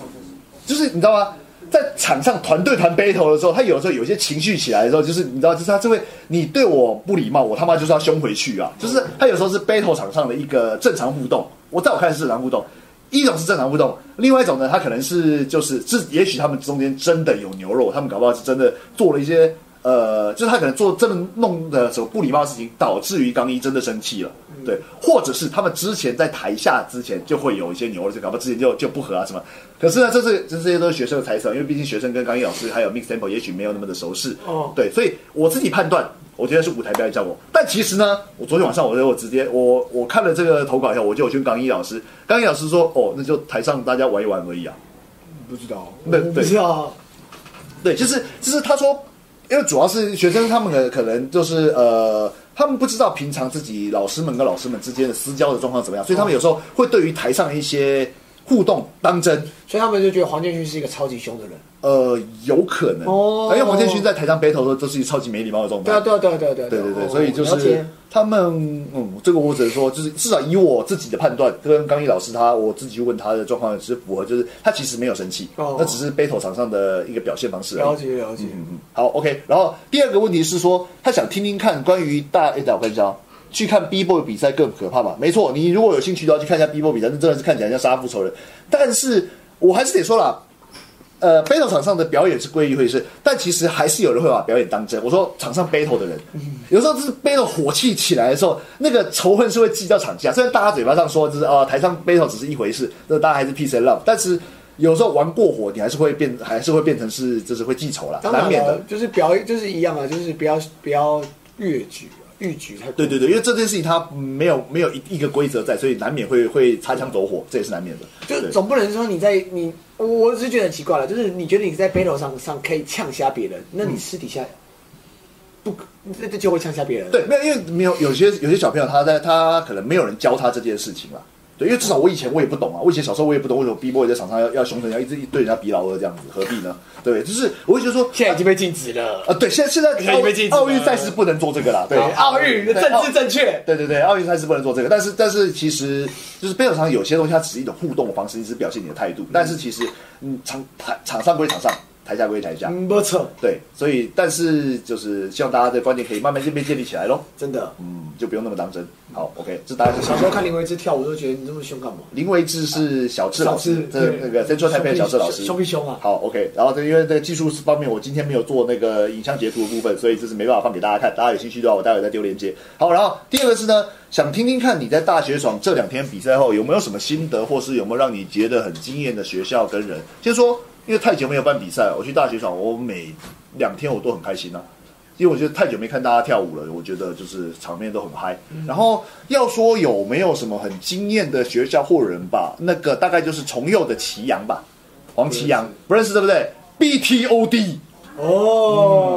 Speaker 1: 就是你知道吗？在场上团队团 battle 的时候，他有时候有些情绪起来的时候，就是你知道，就是他就会你对我不礼貌，我他妈就是要凶回去啊！就是他有时候是 battle 场上的一个正常互动，我在我看是正常互动。一种是正常互动，另外一种呢，他可能是就是是，也许他们中间真的有牛肉，他们搞不好是真的做了一些呃，就是他可能做真的弄的什么不礼貌的事情，导致于刚一真的生气了，对，或者是他们之前在台下之前就会有一些牛肉，就搞不好之前就就不和啊什么。可是呢，这是这这些都是学生的猜测，因为毕竟学生跟刚一老师还有 Mix Temple 也许没有那么的熟识，
Speaker 2: 哦
Speaker 1: 对，所以我自己判断。我觉得是舞台表演效果，但其实呢，我昨天晚上我就我直接我我看了这个投稿以后，我就有去刚一老师，刚一老师说哦，那就台上大家玩一玩而已啊，
Speaker 2: 不知道，
Speaker 1: 对
Speaker 2: 我不
Speaker 1: 对
Speaker 2: 知道，
Speaker 1: 对，就是就是他说，因为主要是学生他们可可能就是呃，他们不知道平常自己老师们跟老师们之间的私交的状况怎么样，所
Speaker 2: 哦
Speaker 1: 以他们有时候会对于台上一些互动当真。
Speaker 2: 所以他们就觉得黄建勋是一个超级凶的人。
Speaker 1: 呃，有可能，
Speaker 2: 哦
Speaker 1: 因为黄建勋在台上 battle 的时候都是一个超级没礼貌的状态，
Speaker 2: 对啊，对啊，对啊，对啊，对啊
Speaker 1: 对对对，
Speaker 2: 哦
Speaker 1: 所以就
Speaker 2: 了解
Speaker 1: 是他们，嗯，这个我只能说，就是至少以我自己的判断，跟刚毅老师他，我自己问他的状况是符合，就是他其实没有生气，
Speaker 2: 哦
Speaker 1: 那只是 battle 场上的一个表现方式而已。
Speaker 2: 了解了解。
Speaker 1: 嗯好，OK。然后第二个问题是说，他想听听看关于大，哎，等我看一下哦。去看 B-boy 比赛更可怕吧？没错，你如果有兴趣的话，去看一下 B-boy 比赛，那真的是看起来像杀父仇人。但是我还是得说啦，呃，battle 场上的表演是归于会是，但其实还是有人会把表演当真。我说场上 battle 的人，
Speaker 2: 嗯
Speaker 1: 有时候就是 battle 火气起来的时候，那个仇恨是会记到场下。虽然大家嘴巴上说就是啊、台上 battle 只是一回事，那大家还是 peace and love，但是有时候玩过火，你还是会变，还是会变成是就是会记仇啦，
Speaker 2: 当
Speaker 1: 难
Speaker 2: 然
Speaker 1: 免的
Speaker 2: 了。，就是表演就是一样啊，就是不要不要越举啊，越举太
Speaker 1: 对对对，因为这件事情它没有没有一一个规则在，所以难免会会擦枪走火，这也是难免的。
Speaker 2: 就
Speaker 1: 对
Speaker 2: 总不能说你在你我我只是觉得很奇怪了，就是你觉得你在 battle 上上可以呛瞎别人，那
Speaker 1: 嗯
Speaker 2: 你私底下不可那这就会呛瞎别人。
Speaker 1: 对，没有，因为没有有些有些小朋友他在他可能没有人教他这件事情啦。对，因为至少我以前我也不懂啊，我以前小时候我也不懂为什么 B boy 在场上要要凶成要一直一对人家比老二这样子，何必呢？对，就是我会觉得说，
Speaker 2: 现在已经被禁止了。
Speaker 1: 啊，对，现在现在
Speaker 2: 现在已经被禁止
Speaker 1: 奥
Speaker 2: 了
Speaker 1: 奥运赛事不能做这个啦，对，
Speaker 2: 好奥运的
Speaker 1: 对
Speaker 2: 政
Speaker 1: 奥
Speaker 2: 治正确，
Speaker 1: 对对对，奥运赛事不能做这个，但是但是其实就是贝尔场有些东西，它只是一种互动的方式，你只是表现你的态度，但是其实嗯场场场上归场上，台下归台下。
Speaker 2: 嗯，不错，
Speaker 1: 对，所以但是就是希望大家的观念可以慢慢渐被建立起来咯。
Speaker 2: 真的。
Speaker 1: 嗯，就不用那么当真。好，OK，这大家是
Speaker 2: 小时候看林维之跳舞，都觉得你这么凶干嘛？
Speaker 1: 林维志是小智老
Speaker 2: 小
Speaker 1: 师
Speaker 2: 智，
Speaker 1: 这
Speaker 2: 对
Speaker 1: 那个 Central Taipei 的小智老师，
Speaker 2: 凶不凶啊
Speaker 1: 好，OK。然后这因为这个技术方面，我今天没有做那个影像截图的部分，所以这是没办法放给大家看。大家有兴趣的话，我待会再丢链接。好，然后第二个是呢，想听听看你在大学爽这两天比赛后有没有什么心得，或是有没有让你觉得很惊艳的学校跟人。先说，因为太久没有办比赛，我去大学爽，我每两天我都很开心啊。因为我觉得太久没看大家跳舞了，我觉得就是场面都很嗨。然后要说有没有什么很惊艳的学校或人吧，那个大概就是重佑的祁阳吧，黄祁阳不认识对不对？BTOD，BTOD
Speaker 2: 哦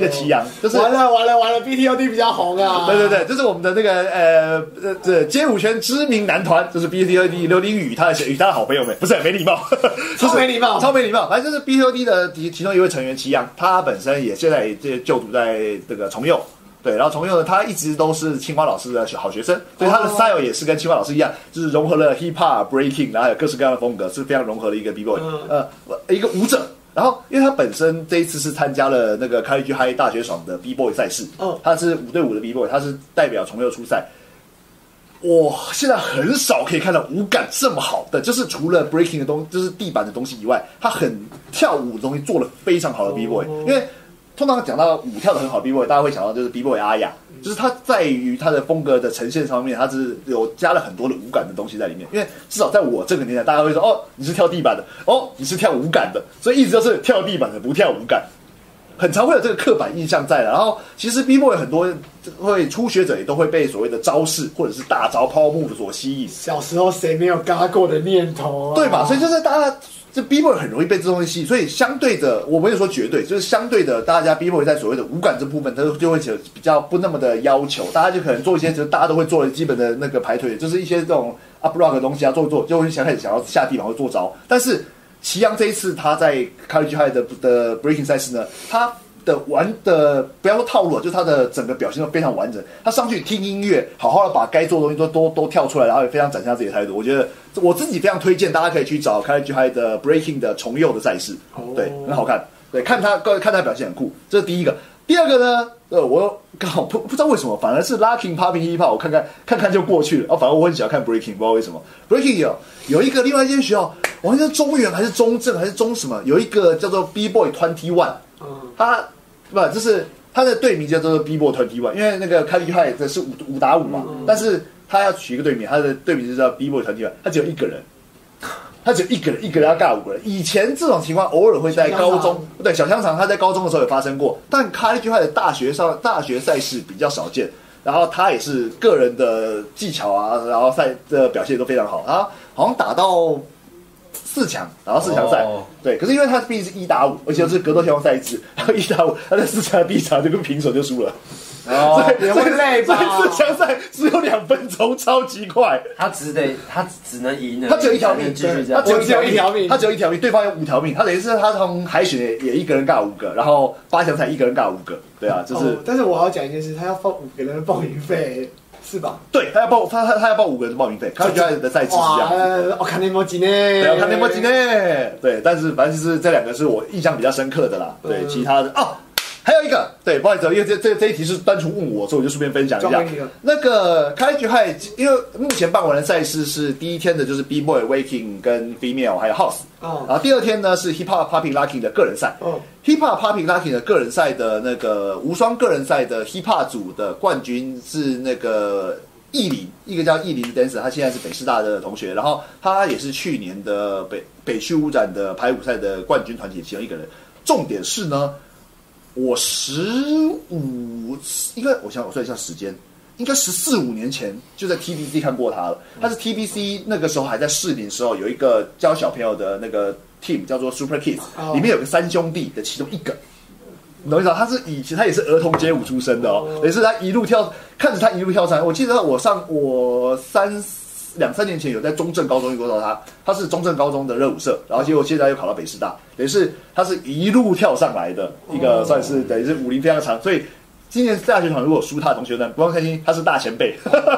Speaker 1: 的祁阳，就是
Speaker 2: 完了完了完了，BTOD 比较红啊。
Speaker 1: 对对对，这是我们的那个呃呃这街舞圈知名男团，就是 BTOD 刘林宇他的与他的好朋友们，不是没礼貌， 就是
Speaker 2: 超没礼貌
Speaker 1: 超没礼貌。反正就是 BTOD 的其其中一位成员祁阳，他本身也现在也就读在这个重佑。对，然后重佑呢，他一直都是清华老师的好学生，所以他的 style 也是跟清华老师一样，就是融合了 hip hop、breaking，然后还有各式各样的风格，是非常融合的一个 b boy，、
Speaker 2: 嗯
Speaker 1: 呃，一个舞者。然后，因为他本身这一次是参加了那个 c o l l e g High 大学爽的 b boy 赛事，
Speaker 2: 嗯
Speaker 1: 他是五对五的 B boy，他是代表重佑出赛。我现在很少可以看到舞感这么好的，就是除了 breaking 的东，就是地板的东西以外，他很跳舞的东西做的非常好的 B boy，、因为。通常讲到舞跳的很好的 B boy，大家会想到就是 B boy 阿雅，就是他在于他的风格的呈现上面，他是有加了很多的舞感的东西在里面。因为至少在我这个年代，大家会说哦，你是跳地板的，哦，你是跳舞感的，所以一直都是跳地板的，不跳舞感。很常会有这个刻板印象在的。然后其实 B boy 很多会初学者也都会被所谓的招式或者是大招抛物所吸引，
Speaker 2: 小时候谁没有嘎过的念头啊？
Speaker 1: 对吧？所以就是大家。这 B boy 很容易被这东西吸引，所以相对的，我没有说绝对，就是相对的，大家 B boy 在所谓的舞感这部分，它就会有比较不那么的要求，大家就可能做一些，就是大家都会做的基本的那个排腿，就是一些这种 up rock 的东西啊，做一做，就会想开始想要下地板会做招。但是祁阳这一次他在 college high 的的 breaking 赛事呢，他的玩的不要说套路了，就是他的整个表现都非常完整。他上去听音乐，好好的把该做的东西都都都跳出来，然后也非常展现他自己的态度。我觉得我自己非常推荐大家可以去找 college high 的 breaking 的重佑的赛事，对，很好看。对，看他看他表现很酷，这是第一个。第二个呢，呃，我又刚好不不知道为什么，反而是 locking、popping、hip hop，我看看看看就过去了。哦，反正我很喜欢看 breaking，不知道为什么 breaking 有有一个另外一间学校，我好像是中原还是中正还是中什么，有一个叫做 B boy Twenty One，他不就是他的队名叫做 B boy Twenty One，因为那个 Kelly High 的是五五打五嘛，
Speaker 2: 嗯
Speaker 1: 但是他要取一个队名，他的队名就叫 B boy Twenty One，他只有一个人。他只有一个人，一个人要尬五个人。以前这种情况偶尔会在高
Speaker 2: 小香
Speaker 1: 中，对小香肠，他在高中的时候有发生过，但 college 的大学上大学赛事比较少见。然后他也是个人的技巧啊，然后赛的表现都非常好，他好像打到四强，然后四强赛，
Speaker 3: 哦
Speaker 1: 对。可是因为他毕竟是一打五，而且又是格斗天王赛制，然后一打五，他在四强第一场就跟平手就输了，
Speaker 3: 哦，
Speaker 1: 所以
Speaker 2: 也会累
Speaker 1: 所
Speaker 2: 吧
Speaker 1: 以四强赛只有两分钟，超级快。
Speaker 4: 他只得他只能赢
Speaker 2: 嗯
Speaker 4: 了，
Speaker 1: 他只有一条命
Speaker 4: 才能继续这样
Speaker 1: 他只。有
Speaker 2: 我只有一条命
Speaker 1: 他只有一条命，对方有五条命，他等于是他从海选也也一个人尬五个，然后八强赛一个人尬五个，对啊，就是、
Speaker 2: 哦但是我好讲一件事，他要放五个人的报名费，是吧？
Speaker 1: 对他要报他他他要报五个人的报名费，他觉得的赛制是这
Speaker 2: 哇，
Speaker 1: 样。
Speaker 2: 呃我看你莫吉呢，
Speaker 1: 对啊，
Speaker 2: 我
Speaker 1: 看那波吉呢？对，但是反正就是这两个是我印象比较深刻的啦。对，
Speaker 2: 哎嗯
Speaker 1: 其他的哦，还有一个，对，不好意思，因为这这这一题是单纯问我，所以我就顺便分享一
Speaker 2: 交
Speaker 1: 下
Speaker 2: 给你了。
Speaker 1: 那个开局还因为目前办完的赛事是第一天的就是 B boy waking 跟 female 还有 house，
Speaker 2: 哦
Speaker 1: 然后第二天呢是 hip hop popping lucky 的个人赛。
Speaker 2: 哦
Speaker 1: hip hop popping lucky 的个人赛的那个无双个人赛的 hip hop 组的冠军是那个艺林，一个叫艺林的 dancer，他现在是北师大的同学，然后他也是去年的北北区舞展的排舞赛的冠军团体其中一个人。重点是呢，我十五，应该我想我算一下时间，应该十四五年前就在 TBC 看过他了。他是 TBC 那个时候还在士林时候有一个教小朋友的那个 team 叫做 Super Kids，
Speaker 2: 哦
Speaker 1: 里面有个三兄弟的其中一个。你懂我意思吧？他是以前他也是儿童街舞出身的哦，也是他一路跳，看着他一路跳上来。我记得我上我三两三年前有在中正高中遇过到他，他是中正高中的热舞社，然后结果现在又考到北
Speaker 2: 哦
Speaker 1: 师大，等于是他是一路跳上来的一个，算是等于是舞龄非常长，所以。今年大学团如果输他的同学呢，嗯不用开心，他是大前辈，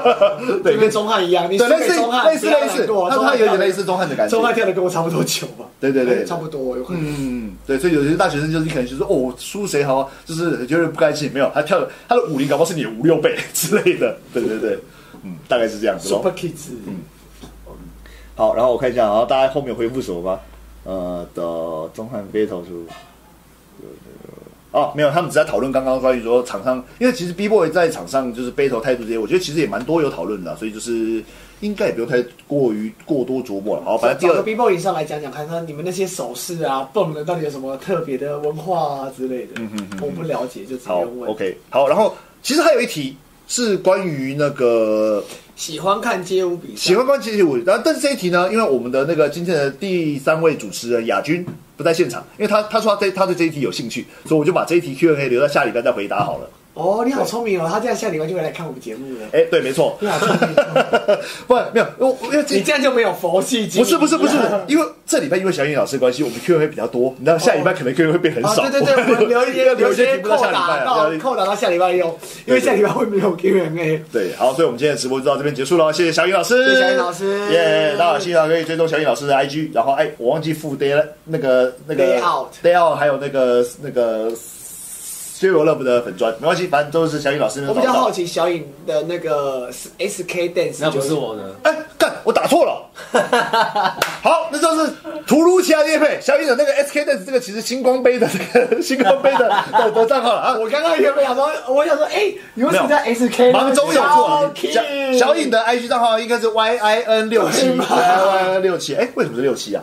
Speaker 1: 对，
Speaker 2: 就跟
Speaker 1: 跟
Speaker 2: 钟汉一样，你
Speaker 1: 对
Speaker 2: 输
Speaker 1: 类
Speaker 2: 给
Speaker 1: 似
Speaker 2: 钟汉
Speaker 1: 类似
Speaker 2: 不要
Speaker 1: 类似
Speaker 2: 难过，
Speaker 1: 他
Speaker 2: 钟
Speaker 1: 他
Speaker 2: 汉
Speaker 1: 有点
Speaker 2: 跳得
Speaker 1: 类似钟汉的感觉
Speaker 2: 钟，汉跳的跟我差不多久吧？哎
Speaker 1: 对对对，
Speaker 2: 差不多有可能。
Speaker 1: 嗯，对，所以有些大学生就是可能就是哦，我输谁好，就是觉得不甘心，没有，他跳的他的武林搞不好是你的五六倍之类的，对对对，嗯，大概是这样子
Speaker 2: Super
Speaker 1: 咯。
Speaker 2: Kids，
Speaker 1: 嗯好，然后我看一下，然后大家后面有回复什么吗？呃的中汉 battle 出。哦，没有，他们只在讨论刚刚关于说场上，因为其实 B boy 在场上就是 battle 态度这些，我觉得其实也蛮多有讨论的啊、所以就是应该也不用太过于过多琢磨了。好，哦反正第
Speaker 2: 找
Speaker 1: 二
Speaker 2: 个 B boy 上来讲讲看，看你们那些手势啊、蹦的到底有什么特别的文化啊之类的，
Speaker 1: 嗯
Speaker 2: 我不了解就直接
Speaker 1: 好
Speaker 2: 问。
Speaker 1: ，OK，好，然后其实还有一题是关于那个
Speaker 2: 喜欢看街舞比赛，
Speaker 1: 喜欢关其实我，然后但是这一题呢，因为我们的那个今天的第三位主持人亚军不在现场，因为他他说他对他对这一题有兴趣，所以我就把这一题 Q&A 留到下礼拜再回答好了。
Speaker 2: 哦，你好聪明哦，他这样下礼拜就会来看我们节目 了。
Speaker 1: 哎，对，没错，
Speaker 2: 你好聪明，
Speaker 1: 不然没有，我因为这
Speaker 2: 你这样就没有佛系啊精
Speaker 1: 不
Speaker 2: 英
Speaker 1: 是不是不是，因为这礼拜因为小颖老师的关系，我们 Q&A 比较多，你知道下礼拜可能 Q&A 会变很
Speaker 2: 啊，
Speaker 1: 少。
Speaker 2: 对对对，我们留一 些留
Speaker 1: 有
Speaker 2: 一
Speaker 1: 些
Speaker 2: 些
Speaker 1: 题目到
Speaker 2: 扣
Speaker 1: 下礼
Speaker 2: 打
Speaker 1: 拜
Speaker 2: 到
Speaker 1: 啊，
Speaker 2: 扣打到下礼拜用，因为下礼拜会没有 Q&A。
Speaker 1: 对，好，所以我们今天的直播就到这边结束了，谢谢小颖老师，
Speaker 2: 谢谢小颖老师
Speaker 1: 耶、大家有兴趣的话可以追踪小颖老师的 IG，然后哎，我忘记附 day 了那个那个
Speaker 2: Layout
Speaker 1: layout 还有那个那个 s t e r e o love 的粉砖，没关系，反正都是小颖老师那
Speaker 2: 我
Speaker 1: 边
Speaker 2: 比
Speaker 1: 找
Speaker 2: 较
Speaker 1: 得到
Speaker 2: 好。奇小颖的那个 S K dance，
Speaker 3: 那不是我呢？
Speaker 1: 哎，干，我打错 了。好，那就是突如其来的叶配，小颖的那个 SK dance 这个其实星光杯的这个星光杯 的的的账号了啊，
Speaker 2: 我刚刚原本想说，我想说，哎、你为什么在 S K
Speaker 1: 忙中有错。小小颖
Speaker 2: 的
Speaker 1: 的 IG 账号应该是 YIN 六七，YIN 六七。哎，为什么是六七啊？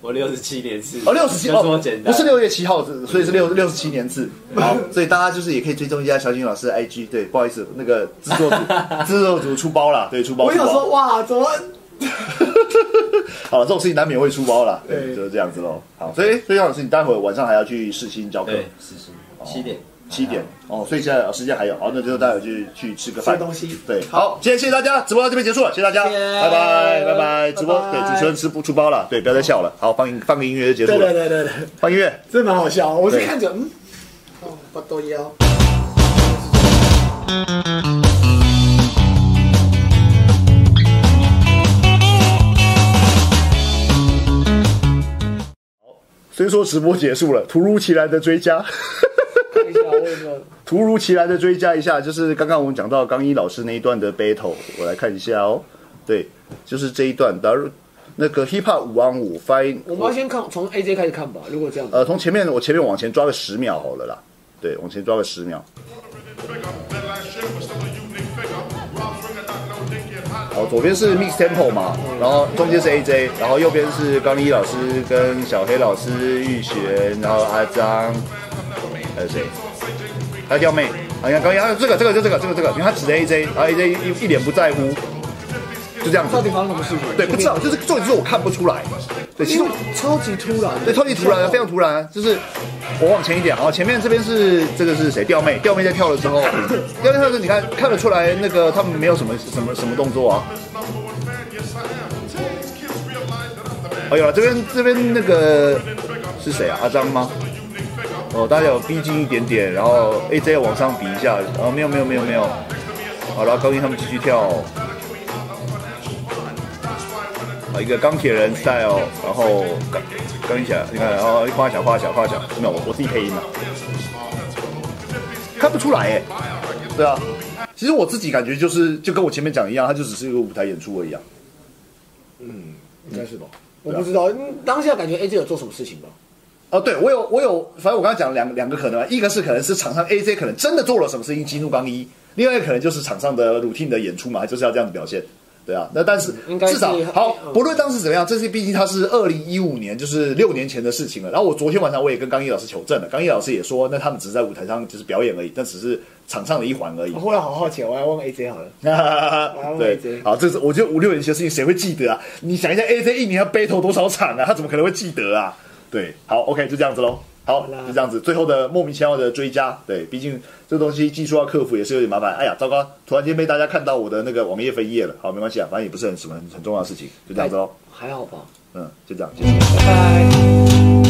Speaker 3: 我六十七年次，
Speaker 1: 哦，六十七
Speaker 3: 就这
Speaker 1: 哦
Speaker 3: 么简，单，
Speaker 1: 不是六月七号，所以是六六十七年次。好，所以大家就是也可以追踪一下小景老师的 IG。对，不好意思，那个制作 组制作组出包了，对，出包。
Speaker 2: 我
Speaker 1: 出
Speaker 2: 想说，
Speaker 1: 包。
Speaker 2: 哇，怎么
Speaker 1: 好了，这种事情难免会出包啦，对，
Speaker 2: 对
Speaker 1: 就是这样子喽。好，所以所以小老师，你待会晚上还要去试新教课，
Speaker 3: 对，是是七点。
Speaker 1: 七点哦，所以现在哦时间还有，好，那就待会去去吃个饭
Speaker 2: 哎吃东西
Speaker 1: 对，好，今天谢谢大家，直播到这边结束了，谢谢大家，
Speaker 2: 谢谢
Speaker 1: 拜拜拜拜，
Speaker 2: 拜
Speaker 1: 直播
Speaker 2: 拜
Speaker 1: 对主持人吃不出包了，对，不要再笑了，好，放音放个音乐就结
Speaker 2: 对
Speaker 1: 束
Speaker 2: 对
Speaker 1: 了，
Speaker 2: 对对对，
Speaker 1: 放音乐。
Speaker 2: 这蛮好笑。我是
Speaker 1: 对
Speaker 2: 看着，嗯，哦，不多腰。
Speaker 1: 虽说直播结束了，突如其来的追加，
Speaker 2: 看一下我有没有
Speaker 1: 突如其来的追加一下，就是刚刚我们讲到刚一老师那一段的 battle，我来看一下哦。对，就是这一段，当然那个 hip hop 五万五 fine，
Speaker 2: 我们要先看从 A J 开始看吧，如果这样，
Speaker 1: 呃，从前面我前面往前抓个十秒好了啦，对，往前抓个十秒，好，左边是 mix tempo 嘛，然后中间是 AJ，然后右边是刚一老师跟小黑老师、玉璇，然后阿张，还有谁？还有吊妹，啊，你看刚一，还有这个这个就这个这个这个，因为他指着 AJ，然后 AJ 一一脸不在乎，就这样子
Speaker 2: 到。底发生什么事情？
Speaker 1: 对，不知道，就是重点是我看不出来。对，其
Speaker 2: 因
Speaker 1: 实
Speaker 2: 为超级突然，
Speaker 1: 对，超级突然的，非常突然啊，就是我往前一点，好，前面这边是这个是谁？吊妹，吊妹在跳了之后，吊妹跳的时候，你看看得出来，那个他们没有什么什么什么动作啊。哦，有了，这边这边那个是谁啊？阿张吗？哦，大家有逼近一点点，然后 AJ 往上比一下，然后没有没有没有没有，好，然后高音他们继续跳。哦啊，一个钢铁人 style，然后钢钢一起来，你看，然后画小画小画小，没有，我我自己配音的，看不出来哎，对啊，其实我自己感觉就是就跟我前面讲一样，它就只是一个舞台演出而已啊，
Speaker 2: 嗯应该是吧？我不知道，嗯当下感觉 A J 有做什么事情吧？
Speaker 1: 哦，对我有我有，反正我刚刚讲两两个可能啊，一个是可能是场上 AJ 可能真的做了什么事情激怒刚一，另外一个可能就是场上的 routine 的演出嘛，就是要这样子表现。对啊，那但是
Speaker 2: 应该是
Speaker 1: 至少好
Speaker 2: 嗯，
Speaker 1: 不论当时怎么样，这是毕竟它是二零一五年，就是六年前的事情了。然后我昨天晚上我也跟刚毅老师求证了，刚毅老师也说，那他们只是在舞台上就是表演而已，但只是场上的一环而已
Speaker 2: 我。忽然好好奇，我来问 A J 好了。
Speaker 1: 对，好，这是我觉得五六年前的事情谁会记得啊？你想一下，AJ 一年要 battle 多少场啊？他怎么可能会记得啊？对，好，OK，就这样子喽。好
Speaker 2: 好，啦
Speaker 1: 就这样子，最后的莫名其妙的追加，对，毕竟这东西技术要克服也是有点麻烦。哎呀，糟糕，突然间被大家看到我的那个网页分页了。好，没关系啊，反正也不是很什么很很重要的事情，就这样子喽。
Speaker 2: 还好吧？
Speaker 1: 嗯，就这样结束。
Speaker 2: 拜拜。